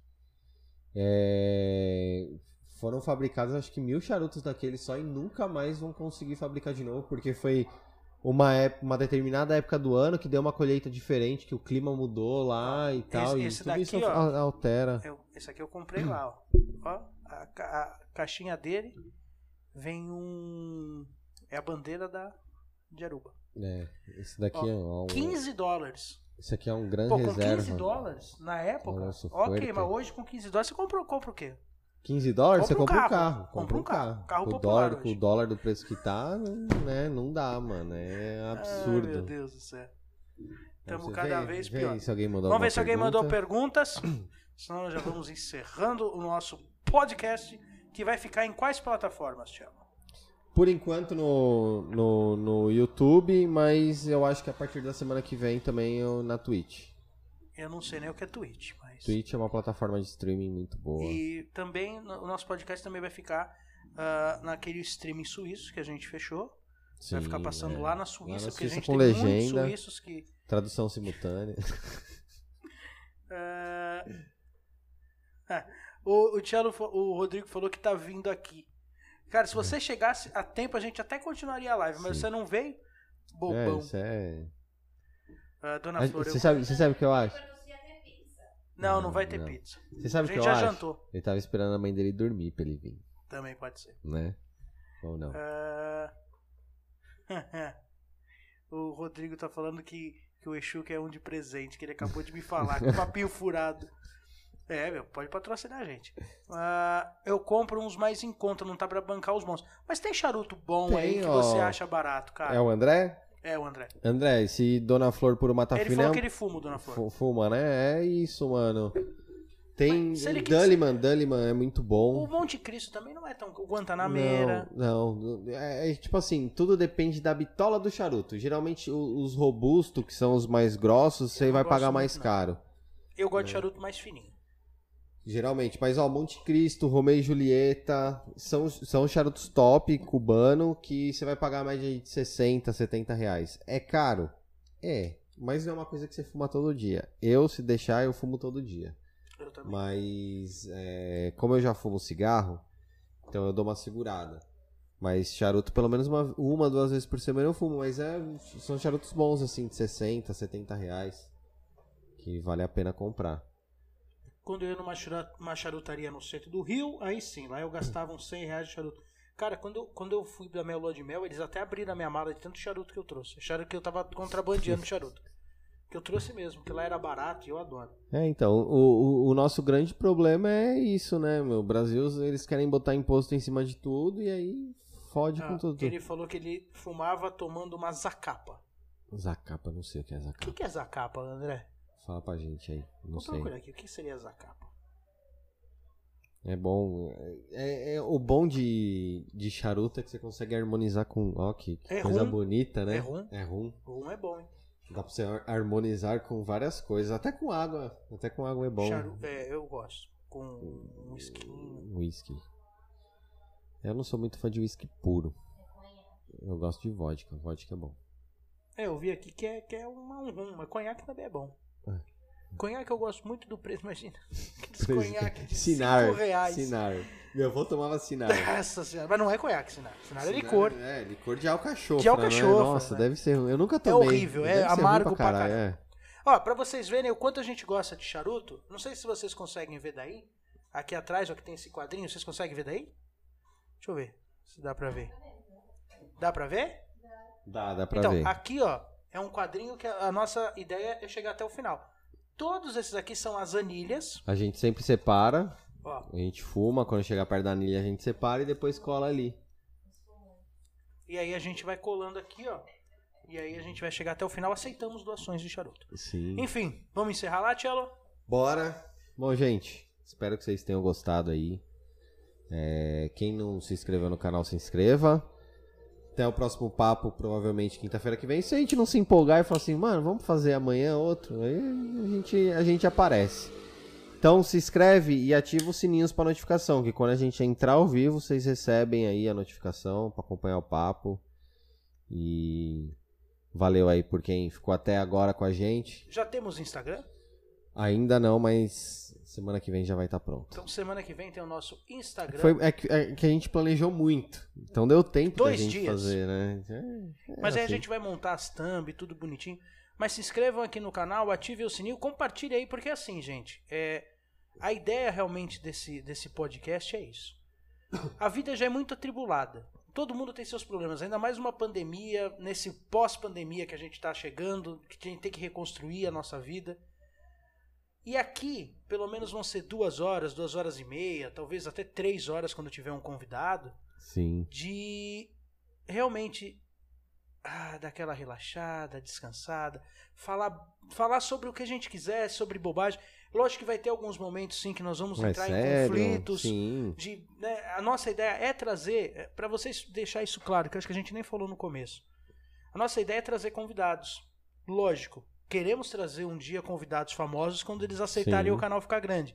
É, foram fabricados acho que mil charutos daqueles só e nunca mais vão conseguir fabricar de novo, porque foi uma, ép- uma determinada época do ano que deu uma colheita diferente, que o clima mudou lá e tal. e
esse
tudo isso ah,
daqui, ó.
al- altera.
Eu, esse aqui eu comprei lá, ó. Ó, a, ca- a caixinha dele vem um. É a bandeira da de Aruba.
É, esse daqui
Ó,
é um.
15 dólares.
Esse aqui é um grande
Pô, com
reserva.
15 dólares na época.
Nossa,
ok,
fuerte.
mas hoje com 15 dólares você compra, compra o quê?
15 dólares, você
Compra um
compra um
carro.
carro.
Compra um carro. Carro
com o
popular
dólar, com
hoje.
o dólar do preço que tá, né? Não dá, mano. É absurdo.
Ai, meu Deus do céu. Estamos
Você
cada
vê-
vez
vê
pior.
aí se alguém mandou
Vamos ver
alguma
se alguém
pergunta.
mandou perguntas. Senão nós já vamos encerrando o nosso podcast, que vai ficar em quais plataformas, Thiago?
Por enquanto no, no, no YouTube, mas eu acho que a partir da semana que vem também eu, na Twitch.
Eu não sei nem o que é Twitch, mas.
Twitch é uma plataforma de streaming muito boa.
E também no- o nosso podcast também vai ficar ah, naquele streaming suíço que a gente fechou.
Sim,
vai ficar passando
é.
lá na Suíça,
na
porque a
Suíça
gente
com
tem muitos
legenda.
suíços que.
Tradução simultânea.
ah, é. o, o, Thiago fa- o Rodrigo falou que tá vindo aqui. Cara, se você chegasse a tempo, a gente até continuaria a live, mas
Uhum. Sim.
você não veio?
é,
Bobão.
isso é.
Ah, dona
A-
Flor, eu-
Você sabe, você sabe o que eu acho?
Produzir até pizza.
Não, não vai ter
Não.
pizza.
Você
A
sabe o que
gente
eu
já
acho?
jantou.
Ele tava esperando a mãe dele dormir pra ele vir,
Também pode ser.
né? Ou não?
Ah, o Rodrigo tá falando que, que o Exu quer um de presente, que ele acabou de me falar, com papinho furado. É, meu, pode patrocinar a gente. Ah, eu compro uns mais em conta, não tá pra bancar os bons. Mas tem charuto bom
Tem,
aí que
ó.
você acha barato, cara.
É o André?
É, o André.
André, se Dona Flor por uma
ele
tafina é
falou
um
que ele fuma, dona Flor.
Fu- Fuma, né? É isso, mano. Tem.
Mas se ele quiser-
Dulliman, Dulliman é muito
O
bom.
Monte Cristo também não é tão. O Guantanameira.
Não, não. É, é tipo assim, tudo depende da bitola do charuto. Geralmente o- os robustos, que são os mais grossos, você
não
vai
gosto
pagar
muito,
mais
não.
caro.
Eu gosto de charuto mais fininho.
Geralmente, mas ó, Monte Cristo, Romeu e Julieta, são, são charutos top cubano que você vai pagar mais de 60, 70 reais. É caro? É, mas não é uma coisa que você fuma todo dia. Eu, se deixar, eu fumo todo dia.
Eu também.
Mas é, como eu já fumo cigarro, então eu dou uma segurada. Mas charuto, pelo menos uma, uma, duas vezes por semana eu fumo, mas é, são charutos bons, assim, de 60, 70 reais. Que vale a pena comprar.
Quando eu ia numa chara- uma charutaria no centro do Rio, aí sim, lá eu gastava uns 100 reais de charuto. Cara, quando eu, quando eu fui da minha lua de mel, eles até abriram a minha mala de tanto charuto que eu trouxe. Acharam que eu tava contrabandeando charuto. Que eu trouxe mesmo, que lá era barato e eu adoro.
É, então, o, o, o nosso grande problema é isso, né, meu? O Brasil, eles querem botar imposto em cima de tudo e aí fode
Ah,
com tudo.
ele falou que ele fumava tomando uma zacapa.
Zacapa, não sei o que é
O que,
Zacapa.
que é zacapa, André?
Fala pra gente aí, não
Vou
sei.
procurar aqui, o que seria zacapa?
É bom. É, é- o bom de, de charuto é que você consegue harmonizar com. Ó, que
É
coisa
rum.
bonita, né?
É rum.
É rum.
Um é bom, hein?
Dá pra você har- harmonizar com várias coisas. Até com água. Até com água é bom.
Charu- é, eu gosto. Com um skin.
Hum, Whisky. Eu não sou muito fã de whisky puro. Eu gosto de vodka. Vodka é bom.
É, eu vi aqui que é, que é uma, um rum, mas conhaque também é bom.
É.
Conhaque eu gosto muito do preço, imagina. Aqueles
Preço.
conhaque de 5
Sinar.
reais.
Sinar. Meu avô tomava Sinar.
Nossa senhora, mas não é conhaque, Sinar. Sinar é
Sinar
licor.
É, licor de alcachofra.
De alcachofra,
Né? Nossa,
né?
deve ser. ruim. Eu nunca tomei.
horrível, é
Deve ser ruim
amargo pra
pra caralho. é.
Ó, pra vocês verem o quanto a gente gosta de charuto, não sei se vocês conseguem ver daí. Aqui atrás, ó, que tem esse quadrinho, vocês conseguem ver daí? Deixa eu ver se dá pra ver. Dá pra ver?
Dá, dá pra
então,
ver.
aqui, ó, é um quadrinho que a a nossa ideia é chegar até o final. Todos esses aqui são as anilhas.
A gente sempre separa.
Ó,
A gente fuma, quando chegar perto da anilha a gente separa e depois cola ali.
E aí a gente vai colando aqui, ó. E aí a gente vai chegar até o final. Aceitamos doações de charuto.
Sim.
Enfim, vamos encerrar lá, Tchelo?
Bora! Bom, gente, espero que vocês tenham gostado aí. É, quem não se inscreveu no canal, se inscreva. Até o próximo papo, provavelmente quinta-feira que vem. Se a gente não se empolgar e falar assim, mano, vamos fazer amanhã outro, aí a gente, a gente aparece. Então se inscreve e ativa os sininhos para notificação, que quando a gente entrar ao vivo, vocês recebem aí a notificação para acompanhar o papo. E valeu aí por quem ficou até agora com a gente.
Já temos Instagram?
Ainda não, mas Semana que vem já vai estar pronto.
Então semana que vem tem o nosso Instagram.
Foi, é, que, é que a gente planejou muito. Então deu tempo
Dois
da gente
dias.
fazer, né? É- é
Mas aí a
assim.
gente vai montar as thumb, tudo bonitinho. Mas se inscrevam aqui no canal, ativem o sininho, compartilhe aí, porque assim, gente, é, a ideia realmente desse, desse podcast é isso. A vida já é muito atribulada. Todo mundo tem seus problemas, ainda mais uma pandemia, nesse pós-pandemia que a gente está chegando, que a gente tem que reconstruir a nossa vida. E aqui, pelo menos vão ser duas horas, duas horas e meia, talvez até três horas quando tiver um convidado
Sim.
de realmente ah, dar aquela relaxada, descansada, falar, falar sobre o que a gente quiser, sobre bobagem. Lógico que vai ter alguns momentos sim que nós vamos
Mas
entrar em
É sério,
conflitos.
Sim.
De, né, a nossa ideia é trazer, para vocês deixar isso claro, que eu acho que a gente nem falou no começo. A nossa ideia é trazer convidados. Lógico, queremos trazer um dia convidados famosos quando eles aceitarem
Sim.
o canal ficar grande.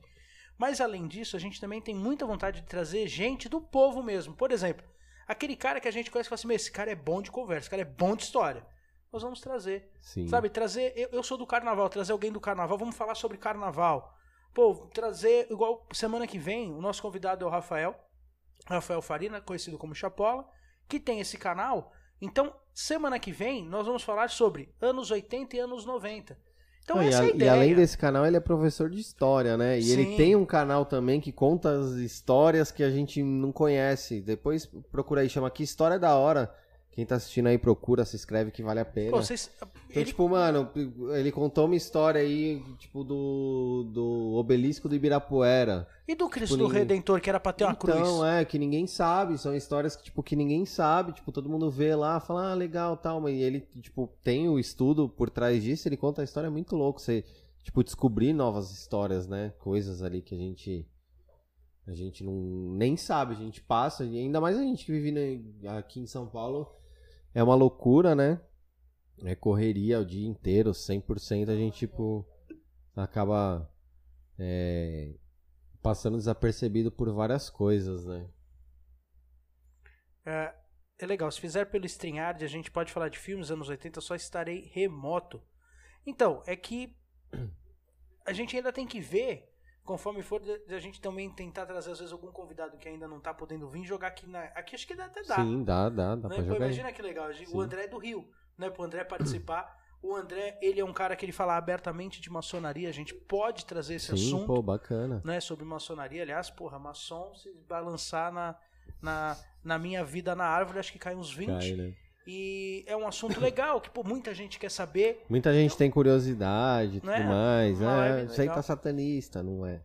Mas além disso, a gente também tem muita vontade de trazer gente do povo mesmo. Por exemplo, aquele cara que a gente conhece que fala assim: "Meu, esse cara é bom de conversa, esse cara é bom de história. Nós vamos trazer.
Sim.
Sabe, trazer. Eu, eu sou do carnaval, trazer alguém do carnaval, vamos falar sobre carnaval. Pô, trazer. Igual semana que vem, o nosso convidado é o Rafael. Rafael Farina, conhecido como Chapola, que tem esse canal. Então, semana que vem, nós vamos falar sobre anos 80 e anos 90. Então,
Não, e,
essa
a-
é a
e
ideia.
além desse canal, ele é professor de história, né? E
Sim.
ele tem um canal também que conta as histórias que a gente não conhece. Depois procura aí, chama Que História da Hora. Quem tá assistindo aí, procura, se inscreve que vale a pena.
Pô, vocês-
Então,
ele-
tipo, mano, ele contou uma história aí, tipo, do, do obelisco do Ibirapuera.
e do Cristo
ninguém-
Redentor, que era pra ter uma cruz?
tipo, Então, é, que ninguém sabe, são histórias que, tipo, que ninguém sabe, tipo, todo mundo vê lá, fala, ah, legal, tal, mas ele, tipo, tem o estudo por trás disso, ele conta a história é muito louco, você, tipo, descobrir novas histórias, né, coisas ali que a gente, a gente não, nem sabe, a gente passa, e ainda mais a gente que vive né, aqui em São Paulo, é uma loucura, né, é correria o dia inteiro, 100%, a gente, tipo, acaba passando desapercebido por várias coisas, né.
É, é legal, se fizer pelo StreamYard, a gente pode falar de filmes anos 80, eu só estarei remoto. Então, é que a gente ainda tem que ver, conforme for, de- de a gente também tentar trazer, às vezes, algum convidado que ainda não tá podendo vir jogar aqui na. Aqui acho que dá- até dá.
Sim, dá, dá, dá
né?
pra
Pô,
jogar. aí.
imagina que legal. a gente- O
Sim.
André é do Rio, né? Pro André participar. O André, ele é um cara que ele fala abertamente de maçonaria, a gente pode trazer esse
Sim,
assunto
pô, bacana.
né, sobre maçonaria. Aliás, porra, maçom, se balançar na, na, na minha vida na árvore, acho que cai uns 20.
Cai, né?
E é um assunto legal, que pô, muita gente quer saber.
Muita gente tem curiosidade e tudo
Né?
mais.
Uma
Ah,
vibe
isso aí
legal.
tá satanista, não é?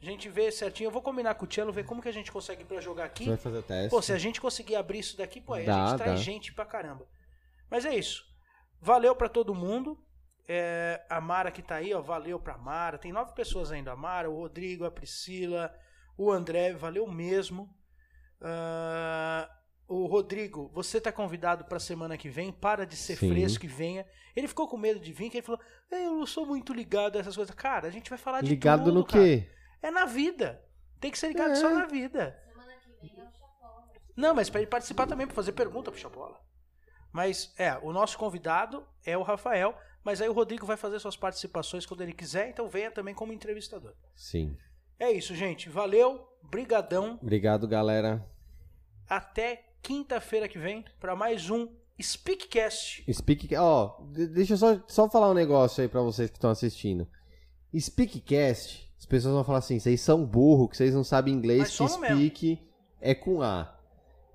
A gente vê certinho. Eu vou combinar com o Tchelo, ver como que a gente consegue pra jogar aqui.
Você vai fazer o teste.
Pô, se a gente conseguir abrir isso daqui, pô, aí a
É, Dá,
gente traz
dá.
gente pra caramba. Mas é isso. Valeu pra todo mundo. É, a Mara que tá aí, ó, valeu pra Mara. Tem nove pessoas ainda. A Mara, o Rodrigo, a Priscila, o André, valeu mesmo. Ah, o Rodrigo, você tá convidado pra semana que vem. Para de ser
Sim.
fresco e venha. Ele ficou com medo de vir, que ele falou: "É, Eu não sou muito ligado a essas coisas. Cara, a gente vai falar tá de
Ligado
tudo,
no
cara.
quê?
É na vida. Tem que ser ligado
É.
só na vida.
Semana que vem é o chapão.
Não, mas para ele participar também, para fazer pergunta pro Chapola. Mas, é, o nosso convidado é o Rafael, mas aí o Rodrigo vai fazer suas participações quando ele quiser, então venha também como entrevistador.
Sim.
É isso, gente. Valeu, brigadão.
Obrigado, galera.
Até quinta-feira que vem para mais um Speakcast.
Speak... Ó, de- deixa eu só, só falar um negócio aí pra vocês que estão assistindo. Speakcast, as pessoas vão falar assim, vocês são burro, que vocês não sabem
Mas
inglês, que
somos mesmo.
speak é com A.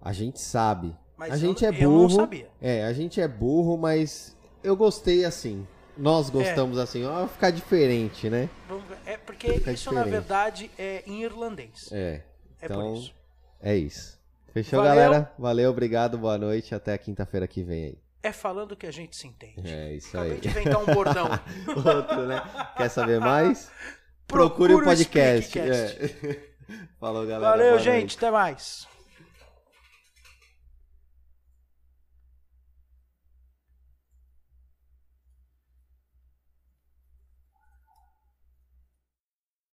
A gente sabe.
Mas
a
eu-
gente é
eu não
burro.
sabia.
É, a gente é burro, mas eu gostei assim. Nós
É.
gostamos assim. Ó, vai ficar diferente, né?
Vamos ver. É porque
Fica
isso, na
diferente.
verdade, é em irlandês.
É.
É,
então-
por isso.
É isso. Fechou,
Valeu.
galera? Valeu, obrigado, boa noite. Até a quinta-feira que vem aí.
É falando que a gente se entende.
É isso
Acabei
aí.
de inventar um bordão.
Outro, né? Quer saber mais? Procure o podcast.
Speakcast.
É. Falou, galera.
Valeu,
boa
gente.
noite.
Até mais.